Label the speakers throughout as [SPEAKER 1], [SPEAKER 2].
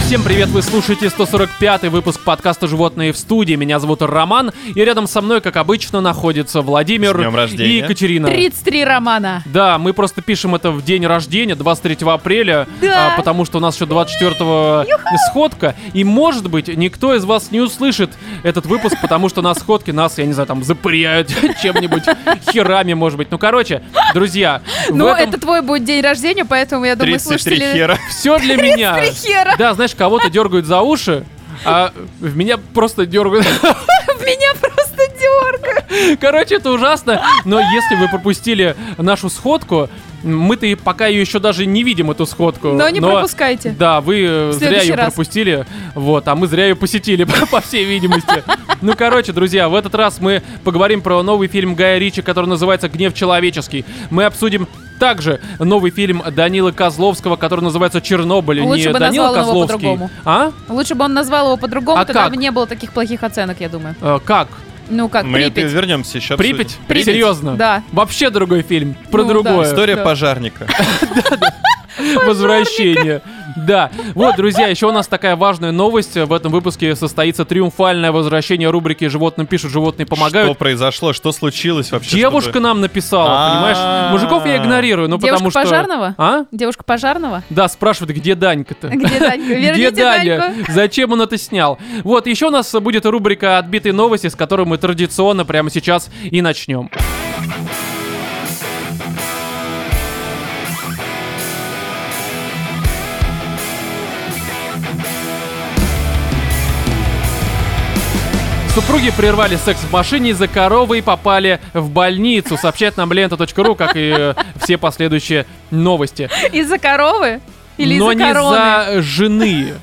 [SPEAKER 1] Всем привет, вы слушаете 145-й выпуск подкаста «Животные в студии». Меня зовут Роман, и рядом со мной, как обычно, находится Владимир
[SPEAKER 2] С днем
[SPEAKER 1] и
[SPEAKER 2] рождения.
[SPEAKER 1] Екатерина.
[SPEAKER 3] 33 романа.
[SPEAKER 1] Да, мы просто пишем это в день рождения, 23 апреля,
[SPEAKER 3] Да.
[SPEAKER 1] а, потому что у нас еще 24 сходка, и, может быть, никто из вас не услышит этот выпуск, потому что на сходке нас, я не знаю, там, запыряют чем-нибудь, херами, может быть. Ну, короче, друзья,
[SPEAKER 3] Ну,
[SPEAKER 1] в этом
[SPEAKER 3] это твой будет день рождения, поэтому я думаю,
[SPEAKER 2] 33
[SPEAKER 3] слушатели...
[SPEAKER 2] хера.
[SPEAKER 1] все для меня.
[SPEAKER 3] Три хера.
[SPEAKER 1] Да, знаешь, кого-то дергают за уши, а в меня просто дергают.
[SPEAKER 3] В меня просто дергают.
[SPEAKER 1] Короче, это ужасно. Но если вы пропустили нашу сходку, мы-то и пока ее еще даже не видим, эту сходку.
[SPEAKER 3] Но не пропускайте.
[SPEAKER 1] Да, вы э, зря
[SPEAKER 3] следующий
[SPEAKER 1] ее
[SPEAKER 3] раз.
[SPEAKER 1] пропустили, вот, а мы зря ее посетили, по по всей видимости. Ну, короче, друзья, в этот раз мы поговорим про новый фильм Гая Ричи, который называется «Гнев человеческий». Мы обсудим также новый фильм Данилы Козловского, который называется «Чернобыль».
[SPEAKER 3] Лучше
[SPEAKER 1] не
[SPEAKER 3] бы
[SPEAKER 1] Данила
[SPEAKER 3] назвал его
[SPEAKER 1] Козловский.
[SPEAKER 3] по-другому.
[SPEAKER 1] а?
[SPEAKER 3] Лучше бы он назвал его по-другому,
[SPEAKER 1] А
[SPEAKER 3] тогда
[SPEAKER 1] как?
[SPEAKER 3] бы не было таких плохих оценок, я думаю.
[SPEAKER 1] Э, как?
[SPEAKER 3] Ну как,
[SPEAKER 2] Мы это
[SPEAKER 3] Припять.
[SPEAKER 2] вернемся еще. обсудим.
[SPEAKER 1] Припять?
[SPEAKER 3] Припять.
[SPEAKER 1] Серьезно?
[SPEAKER 3] Да.
[SPEAKER 1] Вообще другой фильм. Про
[SPEAKER 3] Ну, да.
[SPEAKER 1] другое.
[SPEAKER 2] История
[SPEAKER 3] Да.
[SPEAKER 2] пожарника.
[SPEAKER 1] возвращение. Да. Вот, друзья, еще у нас такая важная новость. В этом выпуске состоится триумфальное возвращение рубрики «Животным пишут, животные
[SPEAKER 2] Что
[SPEAKER 1] помогают».
[SPEAKER 2] произошло? Что случилось вообще?
[SPEAKER 1] Девушка
[SPEAKER 2] чтобы-
[SPEAKER 1] нам написала, понимаешь?
[SPEAKER 2] А-а-а.
[SPEAKER 1] Мужиков я игнорирую, ну
[SPEAKER 3] Девушка
[SPEAKER 1] потому что...
[SPEAKER 3] пожарного?
[SPEAKER 1] А?
[SPEAKER 3] Девушка пожарного?
[SPEAKER 1] Да, спрашивают, где Данька-то?
[SPEAKER 3] Где Данька?
[SPEAKER 1] Где
[SPEAKER 3] Верните
[SPEAKER 1] Даня?
[SPEAKER 3] Даньку.
[SPEAKER 1] Зачем он это снял? Вот, еще у нас будет рубрика «Отбитые новости», с которой мы традиционно прямо сейчас и начнем. Супруги прервали секс в машине из-за коровы и попали в больницу. Сообщает нам лента.ру, как и э, все последующие новости.
[SPEAKER 3] Из-за коровы? Или
[SPEAKER 1] Но
[SPEAKER 3] из-за
[SPEAKER 1] не
[SPEAKER 3] короны? А.
[SPEAKER 1] за жены.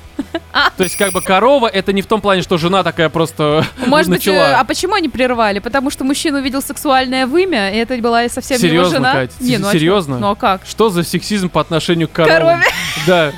[SPEAKER 1] То есть, как бы корова, это не в том плане, что жена такая просто
[SPEAKER 3] Может быть,
[SPEAKER 1] начала.
[SPEAKER 3] э, а почему они прервали? Потому что мужчина увидел сексуальное вымя, и это была и совсем не его
[SPEAKER 1] Серьезно,
[SPEAKER 3] жена.
[SPEAKER 1] Кать?
[SPEAKER 3] Не, ну а чё?
[SPEAKER 1] Серьезно?
[SPEAKER 3] Ну а как?
[SPEAKER 1] Что за сексизм по отношению к корове?
[SPEAKER 3] Корове.
[SPEAKER 1] Да.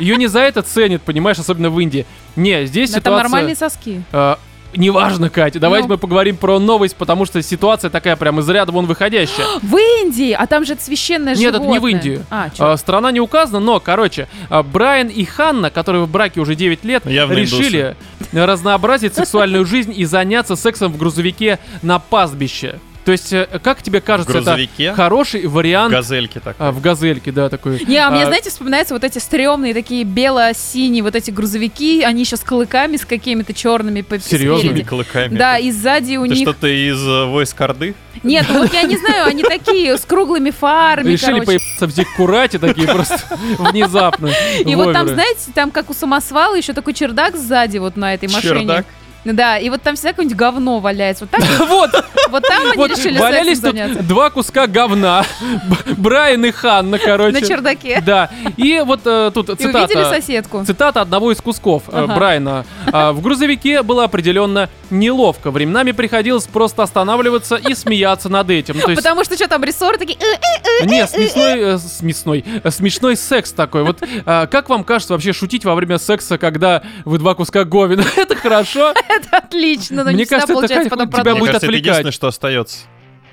[SPEAKER 1] Ее не за это ценят, понимаешь, особенно в Индии. Не, здесь
[SPEAKER 3] Да Там
[SPEAKER 1] ситуация...
[SPEAKER 3] нормальные соски.
[SPEAKER 1] э, Неважно, Катя, давайте
[SPEAKER 3] Ну.
[SPEAKER 1] мы поговорим про новость, потому что ситуация такая прям из ряда вон выходящая.
[SPEAKER 3] В Индии! А там же это священное
[SPEAKER 1] Нет, это
[SPEAKER 3] животное.
[SPEAKER 1] не в Индию.
[SPEAKER 3] А, чё?
[SPEAKER 1] А, страна не указана, но, короче, а, Брайан и Ханна, которые в браке уже 9 лет,
[SPEAKER 2] Ну, явно
[SPEAKER 1] решили разнообразить сексуальную жизнь и заняться сексом в грузовике на пастбище. То есть, э, как тебе кажется,
[SPEAKER 2] грузовике?
[SPEAKER 1] это хороший вариант
[SPEAKER 2] Газельки так.
[SPEAKER 1] а, в газельке, да, такой.
[SPEAKER 3] Не, а мне,
[SPEAKER 1] А,
[SPEAKER 3] знаете, вспоминаются вот эти стрёмные такие бело-синие вот эти грузовики, они еще с клыками, с какими-то черными по
[SPEAKER 1] Серьёзно?
[SPEAKER 2] Такими
[SPEAKER 3] спереди.
[SPEAKER 2] клыками.
[SPEAKER 3] Да, и сзади у
[SPEAKER 2] Ты
[SPEAKER 3] них...
[SPEAKER 2] что-то из э, войск Орды?
[SPEAKER 3] Нет, ну вот я не знаю, они такие с круглыми фарами,
[SPEAKER 1] Решили
[SPEAKER 3] короче.
[SPEAKER 1] поебаться в декурате такие просто внезапно.
[SPEAKER 3] И вот там,
[SPEAKER 1] воверы.
[SPEAKER 3] знаете, там как у самосвала еще такой чердак сзади вот на этой машине.
[SPEAKER 2] Чердак?
[SPEAKER 3] Да, и вот там всегда какое-нибудь говно валяется. Вот, так,
[SPEAKER 1] Вот,
[SPEAKER 3] вот там они
[SPEAKER 1] вот
[SPEAKER 3] решили
[SPEAKER 1] валялись
[SPEAKER 3] сексом
[SPEAKER 1] тут
[SPEAKER 3] заняться.
[SPEAKER 1] два куска говна. Б- Брайан и Ханна, короче.
[SPEAKER 3] На чердаке.
[SPEAKER 1] Да. И вот э, тут
[SPEAKER 3] И увидели
[SPEAKER 1] цитата.
[SPEAKER 3] соседку.
[SPEAKER 1] Цитата одного из кусков э,
[SPEAKER 3] Ага.
[SPEAKER 1] Брайана. А, В грузовике было определенно неловко. Временами приходилось просто останавливаться и смеяться над этим. Ну, То есть,
[SPEAKER 3] Потому что что там, рессоры такие... «Э, э,
[SPEAKER 1] не, смешной, э, смешной, э, смешной секс такой. Вот э, как вам кажется вообще шутить во время секса, когда вы два куска говен? Это хорошо?
[SPEAKER 3] Это отлично, но
[SPEAKER 1] Мне
[SPEAKER 3] не всегда
[SPEAKER 1] кажется, это
[SPEAKER 3] получается
[SPEAKER 1] как
[SPEAKER 3] потом
[SPEAKER 1] у тебя
[SPEAKER 2] Мне
[SPEAKER 3] продолжить.
[SPEAKER 1] будет
[SPEAKER 2] кажется, это
[SPEAKER 1] отвлекать.
[SPEAKER 2] единственное, что остается.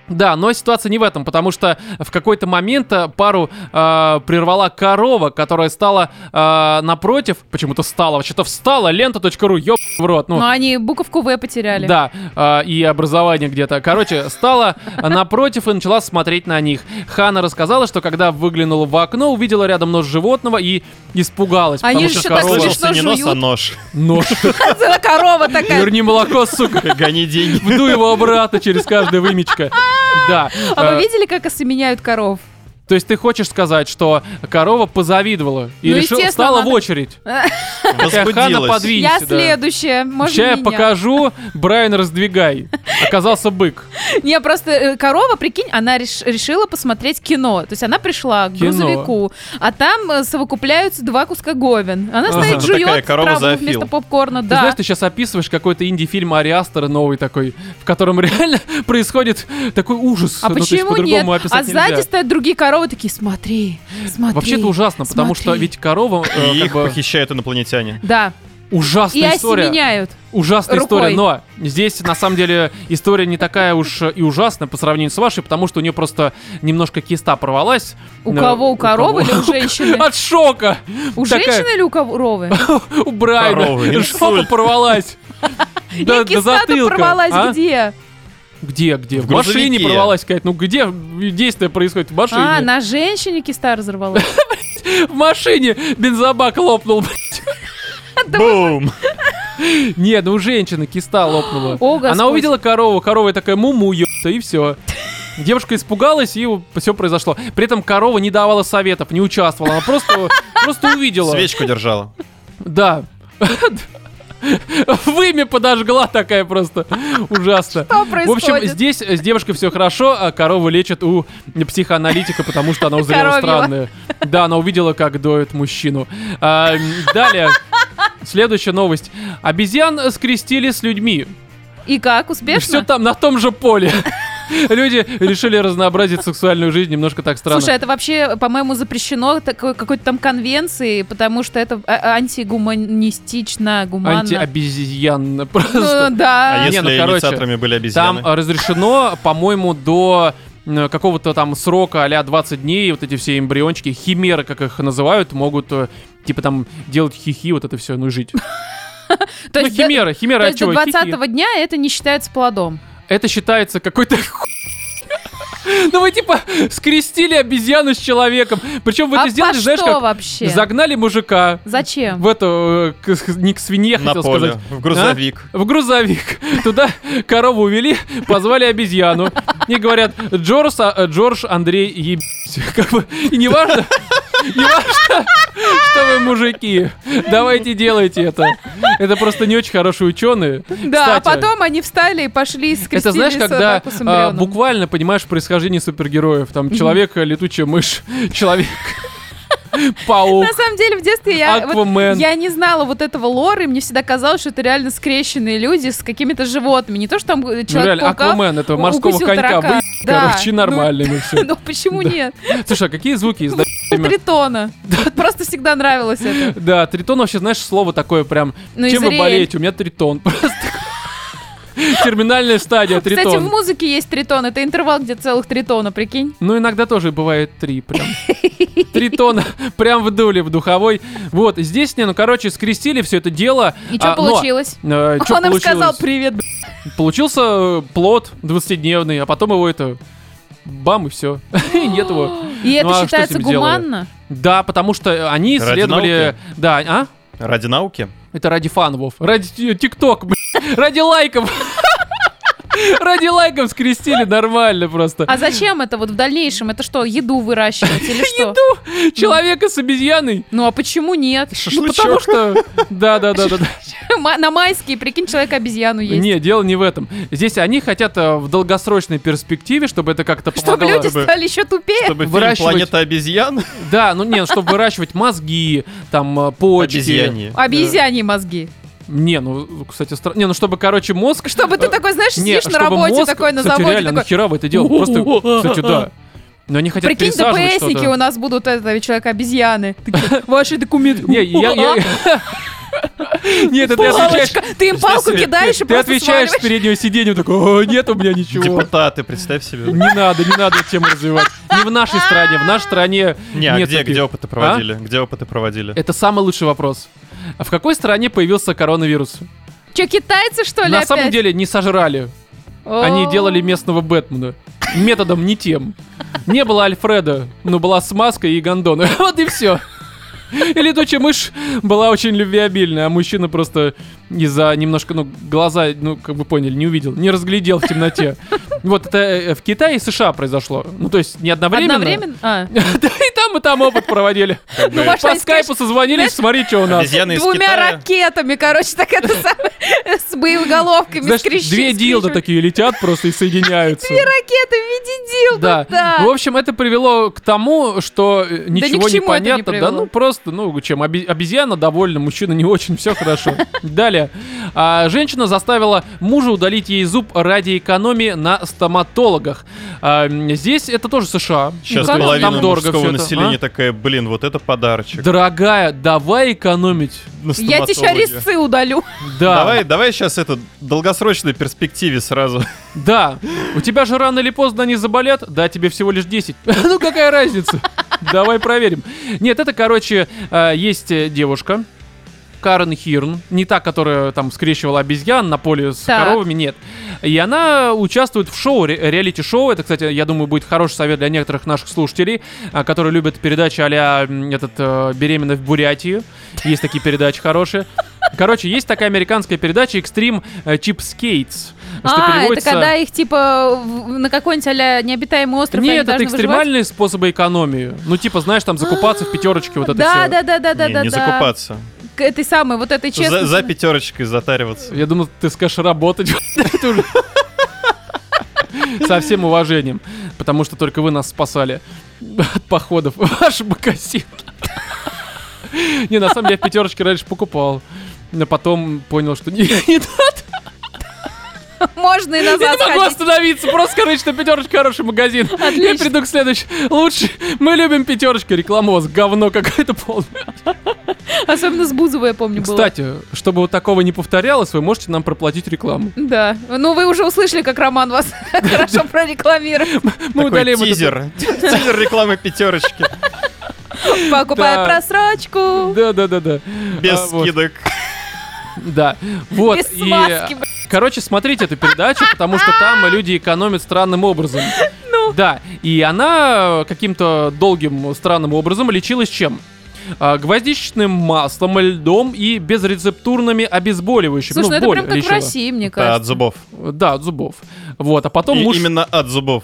[SPEAKER 1] Да, но ситуация не в этом, потому что в какой-то момент э, пару э, прервала корова, которая стала э, напротив, почему-то стала, вообще-то встала, лента.ру, ёб в рот. Ну,
[SPEAKER 3] Но они буковку В потеряли.
[SPEAKER 1] Да, а, и образование где-то. Короче, стала напротив и начала смотреть на них. Хана рассказала, что когда выглянула в окно, увидела рядом нос животного и испугалась.
[SPEAKER 3] Они
[SPEAKER 1] потому
[SPEAKER 3] же
[SPEAKER 1] что
[SPEAKER 3] так
[SPEAKER 1] корова...
[SPEAKER 3] слышишь,
[SPEAKER 2] Слышался не
[SPEAKER 3] что
[SPEAKER 2] нос, а
[SPEAKER 3] жуют?
[SPEAKER 2] нож.
[SPEAKER 1] Нож.
[SPEAKER 3] Целая корова такая.
[SPEAKER 1] Верни молоко, сука.
[SPEAKER 2] Гони деньги.
[SPEAKER 1] Вду его обратно через каждое вымечко. Да.
[SPEAKER 3] А
[SPEAKER 1] Э,
[SPEAKER 3] вы видели, как осеменяют коров?
[SPEAKER 1] То есть ты хочешь сказать, что корова позавидовала и
[SPEAKER 3] Ну,
[SPEAKER 1] решила,
[SPEAKER 3] естественно,
[SPEAKER 1] стала в
[SPEAKER 3] надо.
[SPEAKER 1] очередь. Такая Хана
[SPEAKER 2] Возбудилась.
[SPEAKER 1] подвинься.
[SPEAKER 3] Я
[SPEAKER 1] да.
[SPEAKER 3] следующая, можно
[SPEAKER 1] Ща я
[SPEAKER 3] меня?
[SPEAKER 1] покажу, Брайан, раздвигай. Оказался бык.
[SPEAKER 3] Не, просто э, корова, прикинь, она реш- решила посмотреть кино. То есть она пришла к
[SPEAKER 1] Кино.
[SPEAKER 3] грузовику, а там э, совокупляются два куска говен. Она
[SPEAKER 1] Ага.
[SPEAKER 3] стоит,
[SPEAKER 2] Ну, такая
[SPEAKER 3] жует
[SPEAKER 2] корова
[SPEAKER 3] траву
[SPEAKER 2] зоофил.
[SPEAKER 3] вместо попкорна,
[SPEAKER 1] Ты
[SPEAKER 3] да.
[SPEAKER 1] знаешь, ты сейчас описываешь какой-то инди-фильм Ари Астера новый такой, в котором реально происходит такой ужас.
[SPEAKER 3] а
[SPEAKER 1] Ну, то есть
[SPEAKER 3] почему
[SPEAKER 1] по-другому
[SPEAKER 3] нет?
[SPEAKER 1] описать
[SPEAKER 3] А сзади
[SPEAKER 1] нельзя.
[SPEAKER 3] стоят другие коровы такие, смотри, смотри.
[SPEAKER 1] Вообще-то ужасно, потому что
[SPEAKER 3] смотри».
[SPEAKER 1] ведь корова... э,
[SPEAKER 2] И
[SPEAKER 1] как
[SPEAKER 2] их
[SPEAKER 1] бы-
[SPEAKER 2] похищают инопланетяне.
[SPEAKER 3] Да.
[SPEAKER 1] Ужасная
[SPEAKER 3] И
[SPEAKER 1] история.
[SPEAKER 3] осеменяют.
[SPEAKER 1] Ужасная
[SPEAKER 3] Рукой.
[SPEAKER 1] история, но здесь на самом деле история не такая уж и ужасная по сравнению с вашей, потому что у нее просто немножко киста порвалась.
[SPEAKER 3] У
[SPEAKER 1] Э,
[SPEAKER 3] кого? У коровы
[SPEAKER 1] кого? А
[SPEAKER 3] или у женщины?
[SPEAKER 1] От шока!
[SPEAKER 3] У
[SPEAKER 1] такая-
[SPEAKER 3] женщины или у коровы?
[SPEAKER 1] У Брайана.
[SPEAKER 2] Коровы,
[SPEAKER 1] Жопа
[SPEAKER 2] инсульт.
[SPEAKER 1] порвалась.
[SPEAKER 3] Я киста-то порвалась
[SPEAKER 1] А?
[SPEAKER 3] где?
[SPEAKER 1] Где, где?
[SPEAKER 2] В
[SPEAKER 1] В машине
[SPEAKER 2] грузовике.
[SPEAKER 1] порвалась какая-то. Ну где действие происходит? В машине.
[SPEAKER 3] А, на женщине киста разорвалась.
[SPEAKER 1] В машине бензобак лопнул.
[SPEAKER 2] Бум!
[SPEAKER 1] Не, ну у женщины киста лопнула.
[SPEAKER 3] О, Господь.
[SPEAKER 1] Она увидела корову, корова такая муму ебта, и все. Девушка испугалась, и все произошло. При этом корова не давала советов, не участвовала. Она просто, просто увидела.
[SPEAKER 2] Свечку держала.
[SPEAKER 1] Да. Вымя подожгла такая просто. Ужасно.
[SPEAKER 3] Что
[SPEAKER 1] В общем,
[SPEAKER 3] происходит?
[SPEAKER 1] здесь э, с девушкой все хорошо, а корову лечат у психоаналитика, потому что она узрела
[SPEAKER 3] Коровьего.
[SPEAKER 1] странное. Да, она увидела, как доет мужчину. А, м, Далее. Следующая новость. Обезьян скрестили с людьми.
[SPEAKER 3] И как,
[SPEAKER 1] Все
[SPEAKER 3] успешно?
[SPEAKER 1] там, на том же поле. Люди решили разнообразить сексуальную жизнь немножко так странно.
[SPEAKER 3] Слушай, это вообще, по-моему, запрещено такой, какой-то там конвенции, потому что это а- антигуманистично, гуманно.
[SPEAKER 1] Антиобезьян
[SPEAKER 3] Ну,
[SPEAKER 1] просто.
[SPEAKER 3] да.
[SPEAKER 2] А
[SPEAKER 1] Не,
[SPEAKER 2] если
[SPEAKER 1] ну, короче,
[SPEAKER 2] инициаторами были
[SPEAKER 1] Там
[SPEAKER 2] обезьяны?
[SPEAKER 1] э, разрешено, по-моему, до э, какого-то там срока а-ля 20 дней вот эти все эмбриончики, химеры, как их называют, могут э, типа там делать хихи, вот это все, ну и жить.
[SPEAKER 3] То
[SPEAKER 1] ну
[SPEAKER 3] есть до-
[SPEAKER 1] химера,
[SPEAKER 3] то
[SPEAKER 1] химера от
[SPEAKER 3] есть до
[SPEAKER 1] чего? Хихи.
[SPEAKER 3] 20 дня это не считается плодом.
[SPEAKER 1] Это считается какой-то ху- Ну вы типа скрестили обезьяну с человеком. Причем вы
[SPEAKER 3] а
[SPEAKER 1] это сделали,
[SPEAKER 3] по
[SPEAKER 1] знаешь,
[SPEAKER 3] что
[SPEAKER 1] как
[SPEAKER 3] вообще?
[SPEAKER 1] загнали мужика
[SPEAKER 3] Зачем?
[SPEAKER 1] в эту, э, к- не к свинье,
[SPEAKER 2] На
[SPEAKER 1] хотел
[SPEAKER 2] поле,
[SPEAKER 1] сказать. а?
[SPEAKER 2] в грузовик.
[SPEAKER 1] в грузовик. Туда корову увели, позвали обезьяну. И говорят, Джордж, а, Джордж Андрей, ебись. Как бы, и не важно, не важно, что вы мужики. Давайте делайте это. Это просто не очень хорошие ученые.
[SPEAKER 3] Да, а
[SPEAKER 1] Кстати,
[SPEAKER 3] потом э, они встали и пошли и
[SPEAKER 1] это знаешь,
[SPEAKER 3] скрестили
[SPEAKER 1] когда
[SPEAKER 3] собаку с
[SPEAKER 1] а,
[SPEAKER 3] эмбрионом.
[SPEAKER 1] буквально понимаешь происхождение супергероев. Там человек, э, летучая мышь, человек, паук.
[SPEAKER 3] На самом деле, в детстве я, вот
[SPEAKER 1] Аквамен.
[SPEAKER 3] я не знала вот этого лора, и мне всегда казалось, что это реально скрещенные люди с какими-то животными. Не то, что там э,
[SPEAKER 1] Ну реально,
[SPEAKER 3] человек-паука
[SPEAKER 1] Аквамен, этого морского
[SPEAKER 3] укусил
[SPEAKER 1] конька.
[SPEAKER 3] таракана.
[SPEAKER 1] Вы,
[SPEAKER 3] Да,
[SPEAKER 1] короче,
[SPEAKER 3] ну,
[SPEAKER 1] нормальный мы все.
[SPEAKER 3] Ну почему
[SPEAKER 1] Да.
[SPEAKER 3] нет?
[SPEAKER 1] Слушай, а какие звуки издают? имя?
[SPEAKER 3] Тритона. Просто всегда нравилось это.
[SPEAKER 1] Да, тритон вообще, знаешь, слово такое прям.
[SPEAKER 3] Ну,
[SPEAKER 1] Чем вы
[SPEAKER 3] Израиль.
[SPEAKER 1] болеете? У меня тритон. Просто терминальная стадия
[SPEAKER 3] Кстати, в
[SPEAKER 1] тритон.
[SPEAKER 3] музыке есть тритон. Это интервал, где целых тритона, прикинь.
[SPEAKER 1] Ну, иногда тоже бывает три прям. Три тона прям вдули в духовой. Вот, здесь, не, ну, короче, скрестили все это дело.
[SPEAKER 3] И что
[SPEAKER 1] А, но,
[SPEAKER 3] получилось?
[SPEAKER 1] э, чё
[SPEAKER 3] Он им сказал
[SPEAKER 1] получилось?
[SPEAKER 3] привет. б***ь».
[SPEAKER 1] Получился э, плод 20-дневный, а потом его это... Бам, и все. И нет его.
[SPEAKER 3] И
[SPEAKER 1] Ну, а
[SPEAKER 3] это
[SPEAKER 1] что с
[SPEAKER 3] считается
[SPEAKER 1] ним делали?
[SPEAKER 3] гуманно?
[SPEAKER 1] Да, потому что они
[SPEAKER 2] Ради
[SPEAKER 1] исследовали...
[SPEAKER 2] науки?
[SPEAKER 1] Да, а?
[SPEAKER 2] Ради науки?
[SPEAKER 1] Это ради фанвов. Ради ти- тикток, блин. Ради лайков. Ради лайков скрестили нормально просто.
[SPEAKER 3] А зачем это вот в дальнейшем? Это что, еду выращивать или что?
[SPEAKER 1] Человека с обезьяной.
[SPEAKER 3] Ну а почему нет?
[SPEAKER 1] Ну, потому что... Да, да, да, да. да.
[SPEAKER 3] Ма- На майские, прикинь, человек обезьяну есть.
[SPEAKER 1] Не, дело не в этом. Здесь они хотят э, в долгосрочной перспективе, чтобы это как-то
[SPEAKER 3] Чтобы
[SPEAKER 1] помогало-
[SPEAKER 3] люди
[SPEAKER 2] бы-
[SPEAKER 3] стали еще тупее.
[SPEAKER 2] Чтобы фильм
[SPEAKER 1] Выращивать-
[SPEAKER 2] «Планета обезьян»
[SPEAKER 1] Да, ну не, ну, чтобы выращивать мозги, там, э, почки.
[SPEAKER 2] обезьяне.
[SPEAKER 3] Обезьяньи мозги.
[SPEAKER 1] Не, ну, кстати, странно. Не, ну, чтобы, короче, мозг...
[SPEAKER 3] Чтобы ты
[SPEAKER 1] Э,
[SPEAKER 3] такой, знаешь,
[SPEAKER 1] Не,
[SPEAKER 3] сидишь на
[SPEAKER 1] чтобы
[SPEAKER 3] работе,
[SPEAKER 1] мозг-
[SPEAKER 3] такой на
[SPEAKER 1] Кстати,
[SPEAKER 3] заводе,
[SPEAKER 1] реально,
[SPEAKER 3] такой,
[SPEAKER 1] нахера вы это делали? Просто, кстати, да. Но они хотят
[SPEAKER 3] Прикинь,
[SPEAKER 1] пересаживать
[SPEAKER 3] ДПСники
[SPEAKER 1] что-то.
[SPEAKER 3] у нас будут это человек-обезьяны. Такие, Ваши документы.
[SPEAKER 1] Не, я... я- Нет, это ты отвечаешь...
[SPEAKER 3] Палочка. Ты им палку
[SPEAKER 2] Здравствуйте.
[SPEAKER 3] кидаешь и
[SPEAKER 1] Ты
[SPEAKER 3] просто
[SPEAKER 1] отвечаешь с
[SPEAKER 3] сваливаешь.
[SPEAKER 1] переднего сиденья, такой, «О, нет у меня ничего.
[SPEAKER 2] Депутаты, представь себе.
[SPEAKER 1] Не надо, не надо эту тему развивать. Не в нашей стране, в нашей стране
[SPEAKER 2] Не, а
[SPEAKER 1] нет
[SPEAKER 2] где,
[SPEAKER 1] таких.
[SPEAKER 2] где опыты проводили? Где опыты проводили?
[SPEAKER 1] Это самый лучший вопрос. А в какой стране появился коронавирус?
[SPEAKER 3] Че, китайцы, что ли,
[SPEAKER 1] На
[SPEAKER 3] опять?
[SPEAKER 1] самом деле не сожрали.
[SPEAKER 3] О.
[SPEAKER 1] Они делали местного Бэтмена. Методом не тем. Не было Альфреда, но была смазка и гондоны. Вот и все. И летучая мышь была очень любвеобильная, а мужчина просто из-за немножко, ну, глаза, ну, как вы поняли, не увидел, не разглядел в темноте. Вот это э, в Китае и США произошло. Ну, то есть не одновременно.
[SPEAKER 3] Одновременно? А.
[SPEAKER 1] Да и там, и там опыт проводили.
[SPEAKER 2] Как бы
[SPEAKER 3] Ну, ваш-
[SPEAKER 1] По скайпу созвонились, смотри, что у нас.
[SPEAKER 2] Обезьяны из
[SPEAKER 3] Двумя
[SPEAKER 2] Китая.
[SPEAKER 3] ракетами, короче, так это самое. С боеголовками,
[SPEAKER 1] Знаешь,
[SPEAKER 3] с крещ-
[SPEAKER 1] две
[SPEAKER 3] с
[SPEAKER 1] дилда
[SPEAKER 3] крещенками.
[SPEAKER 1] такие летят просто и соединяются.
[SPEAKER 3] Ракеты в виде дилда,
[SPEAKER 1] Да. В общем, это привело к тому, что э,
[SPEAKER 3] ни к
[SPEAKER 1] ничего
[SPEAKER 3] чему это
[SPEAKER 1] не
[SPEAKER 3] не
[SPEAKER 1] понятно. да,
[SPEAKER 3] привело.
[SPEAKER 1] ну просто, ну чем оби- обезьяна довольна, мужчина не очень, все хорошо. Далее. А, женщина заставила мужа удалить ей зуб ради экономии на стоматологах. А, м, здесь это тоже США.
[SPEAKER 2] Сейчас
[SPEAKER 1] Ну, конечно,
[SPEAKER 2] половина
[SPEAKER 1] там дорого
[SPEAKER 2] мужского
[SPEAKER 1] всё это,
[SPEAKER 2] населения
[SPEAKER 1] а?
[SPEAKER 2] такая, блин, вот это подарочек.
[SPEAKER 1] Дорогая, давай экономить.
[SPEAKER 2] На
[SPEAKER 3] Я тебе сейчас
[SPEAKER 2] стоматологию.
[SPEAKER 3] резцы удалю.
[SPEAKER 1] Да.
[SPEAKER 2] Давай, давай сейчас это долгосрочной перспективе сразу.
[SPEAKER 1] Да. У тебя же рано или поздно они заболят. Да, тебе всего лишь 10. Ну какая разница? Давай проверим. Нет, это, короче, э, есть э, девушка. Карен Хирн, не та, которая там скрещивала обезьян на поле с
[SPEAKER 3] Так.
[SPEAKER 1] коровами, нет. И она участвует в шоу, ре- реалити-шоу. Это, кстати, я думаю, будет хороший совет для некоторых наших слушателей, а, которые любят передачи а-ля м, этот, э, «Беременна в Бурятии». Есть такие передачи хорошие. Короче, есть такая американская передача «Экстрим э, Чип Скейтс», что
[SPEAKER 3] а, это
[SPEAKER 1] переводится...
[SPEAKER 3] когда их типа в- на какой-нибудь а необитаемый остров они
[SPEAKER 1] Нет, это
[SPEAKER 3] должны выживать?
[SPEAKER 1] экстремальные способы экономии. Ну, типа, знаешь, там закупаться в пятерочке, вот это
[SPEAKER 3] да,
[SPEAKER 1] все.
[SPEAKER 3] да, да, да, да,
[SPEAKER 2] не,
[SPEAKER 3] да,
[SPEAKER 2] не
[SPEAKER 3] да.
[SPEAKER 2] закупаться.
[SPEAKER 3] К этой самой, вот этой честности.
[SPEAKER 2] За, за пятерочкой затариваться.
[SPEAKER 1] Я думал, ты скажешь работать. Это уже- Со всем уважением. Потому что только вы нас спасали от походов. Ваш магазин. Не, на самом деле, я в пятерочке раньше покупал. Но потом понял, что не, не надо.
[SPEAKER 3] Можно и
[SPEAKER 1] Я не
[SPEAKER 3] назад
[SPEAKER 1] могу
[SPEAKER 3] сходить.
[SPEAKER 1] остановиться. Просто скажи, что пятерочка хороший магазин. Я
[SPEAKER 3] Отлично.
[SPEAKER 1] приду к следующему. Лучше. Мы любим пятерочку. Рекламоз. Говно какое-то полное.
[SPEAKER 3] Особенно с Бузовой, я помню, было.
[SPEAKER 1] Кстати, чтобы вот такого не повторялось, вы можете нам проплатить рекламу.
[SPEAKER 3] Да. Ну, вы уже услышали, как Роман вас хорошо прорекламировал.
[SPEAKER 1] Мы
[SPEAKER 2] Такой
[SPEAKER 1] удалим этот- А,
[SPEAKER 2] тизер. Тизер рекламы пятерочки.
[SPEAKER 3] Покупай
[SPEAKER 1] Да.
[SPEAKER 3] просрочку.
[SPEAKER 1] Да, да, да, да.
[SPEAKER 2] Без
[SPEAKER 1] А, вот.
[SPEAKER 2] скидок.
[SPEAKER 1] Да. Вот.
[SPEAKER 3] Без
[SPEAKER 1] и, э,
[SPEAKER 3] смазки, б***ь.
[SPEAKER 1] Короче, смотрите эту передачу, потому что там люди экономят странным образом.
[SPEAKER 3] Ну.
[SPEAKER 1] Да. И она каким-то долгим странным образом лечилась чем? А, Гвоздичным маслом, льдом и безрецептурными обезболивающими.
[SPEAKER 3] Слушай, ну
[SPEAKER 1] ну,
[SPEAKER 3] это
[SPEAKER 1] боль
[SPEAKER 3] прям как в
[SPEAKER 1] лечила.
[SPEAKER 3] России, мне
[SPEAKER 2] Да,
[SPEAKER 3] кажется.
[SPEAKER 2] А, от зубов.
[SPEAKER 1] Да, от зубов. Вот, а потом
[SPEAKER 2] И-
[SPEAKER 1] муж...
[SPEAKER 2] Именно от зубов.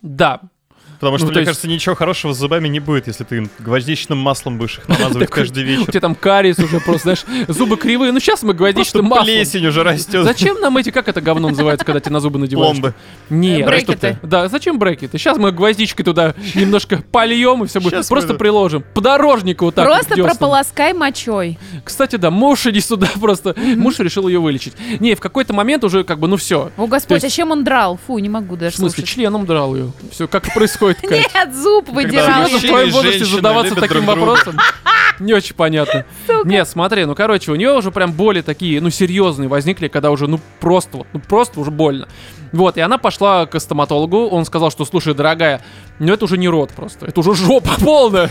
[SPEAKER 1] Да.
[SPEAKER 2] Потому что,
[SPEAKER 1] Ну, то
[SPEAKER 2] мне
[SPEAKER 1] есть-
[SPEAKER 2] кажется, ничего хорошего с зубами не будет, если ты им гвоздичным маслом будешь их намазывать каждый
[SPEAKER 1] У
[SPEAKER 2] вечер.
[SPEAKER 1] тебя там кариес уже просто, знаешь, зубы кривые. Ну сейчас мы
[SPEAKER 2] Потому что
[SPEAKER 1] гвоздичным маслом.
[SPEAKER 2] плесень уже растет.
[SPEAKER 1] Зачем нам эти, как это говно называется, когда тебе на зубы надеваешь?
[SPEAKER 2] Пломбы.
[SPEAKER 1] Нет.
[SPEAKER 3] Э, брекеты.
[SPEAKER 1] Да, зачем брекеты? Сейчас мы гвоздичкой туда немножко польем и все будет.
[SPEAKER 2] Щас
[SPEAKER 1] Просто
[SPEAKER 2] мы-
[SPEAKER 1] приложим. Подорожника вот так. вот
[SPEAKER 3] Просто
[SPEAKER 1] дёсном.
[SPEAKER 3] прополоскай мочой.
[SPEAKER 1] Кстати, да, муж иди сюда просто. Муж решил ее вылечить. Не, в какой-то момент уже как бы, ну все.
[SPEAKER 3] О,
[SPEAKER 1] То
[SPEAKER 3] Господь,
[SPEAKER 1] есть-
[SPEAKER 3] а чем он драл? Фу, не могу
[SPEAKER 1] В
[SPEAKER 3] даже
[SPEAKER 1] смысле,
[SPEAKER 3] слушать.
[SPEAKER 1] членом драл ее. Все, как происходит, Кать?
[SPEAKER 3] Нет, зуб
[SPEAKER 2] Когда
[SPEAKER 3] выдирал.
[SPEAKER 1] Серьезно, в
[SPEAKER 2] мужчины
[SPEAKER 1] твоем
[SPEAKER 2] и
[SPEAKER 1] возрасте
[SPEAKER 2] женщины
[SPEAKER 1] задаваться
[SPEAKER 2] любят
[SPEAKER 1] таким
[SPEAKER 2] друг друга.
[SPEAKER 1] вопросом? Не очень понятно. Нет, смотри, ну короче, у нее уже прям боли такие, ну серьезные возникли, когда уже, ну просто, вот, ну просто уже больно. Вот, и она пошла к стоматологу, он сказал, что, слушай, дорогая, ну это уже не рот просто, это уже жопа полная.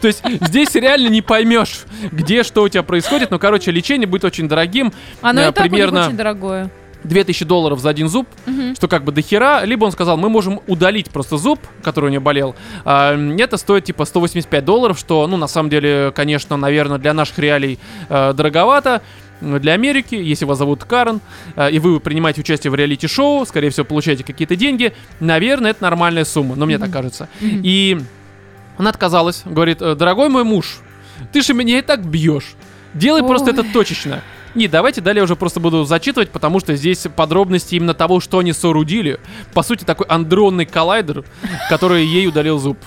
[SPEAKER 1] То есть здесь реально не поймешь, где что у тебя происходит. Ну, короче, лечение будет очень дорогим.
[SPEAKER 3] Оно
[SPEAKER 1] Э,
[SPEAKER 3] и так у них
[SPEAKER 1] примерно
[SPEAKER 3] очень дорогое.
[SPEAKER 1] 2000 долларов за один зуб,
[SPEAKER 3] Мгм.
[SPEAKER 1] что как бы до хера. Либо он сказал, мы можем удалить просто зуб, который у нее болел. А, м, это стоит типа 185 долларов, что, ну, на самом деле, конечно, наверное, для наших реалий э, дороговато. М, э, Для Америки, если вас зовут Карен, э, и вы принимаете участие в реалити-шоу, скорее всего, получаете какие-то деньги, наверное, это нормальная сумма, но мне так кажется.
[SPEAKER 3] Мгм.
[SPEAKER 1] И она отказалась, говорит, «Э, дорогой мой муж, ты же меня и так бьешь. Делай просто
[SPEAKER 3] Ой.
[SPEAKER 1] это точечно. И давайте далее уже просто буду зачитывать, потому что здесь подробности именно того, что они соорудили. По сути, такой андронный коллайдер, который ей удалил зуб.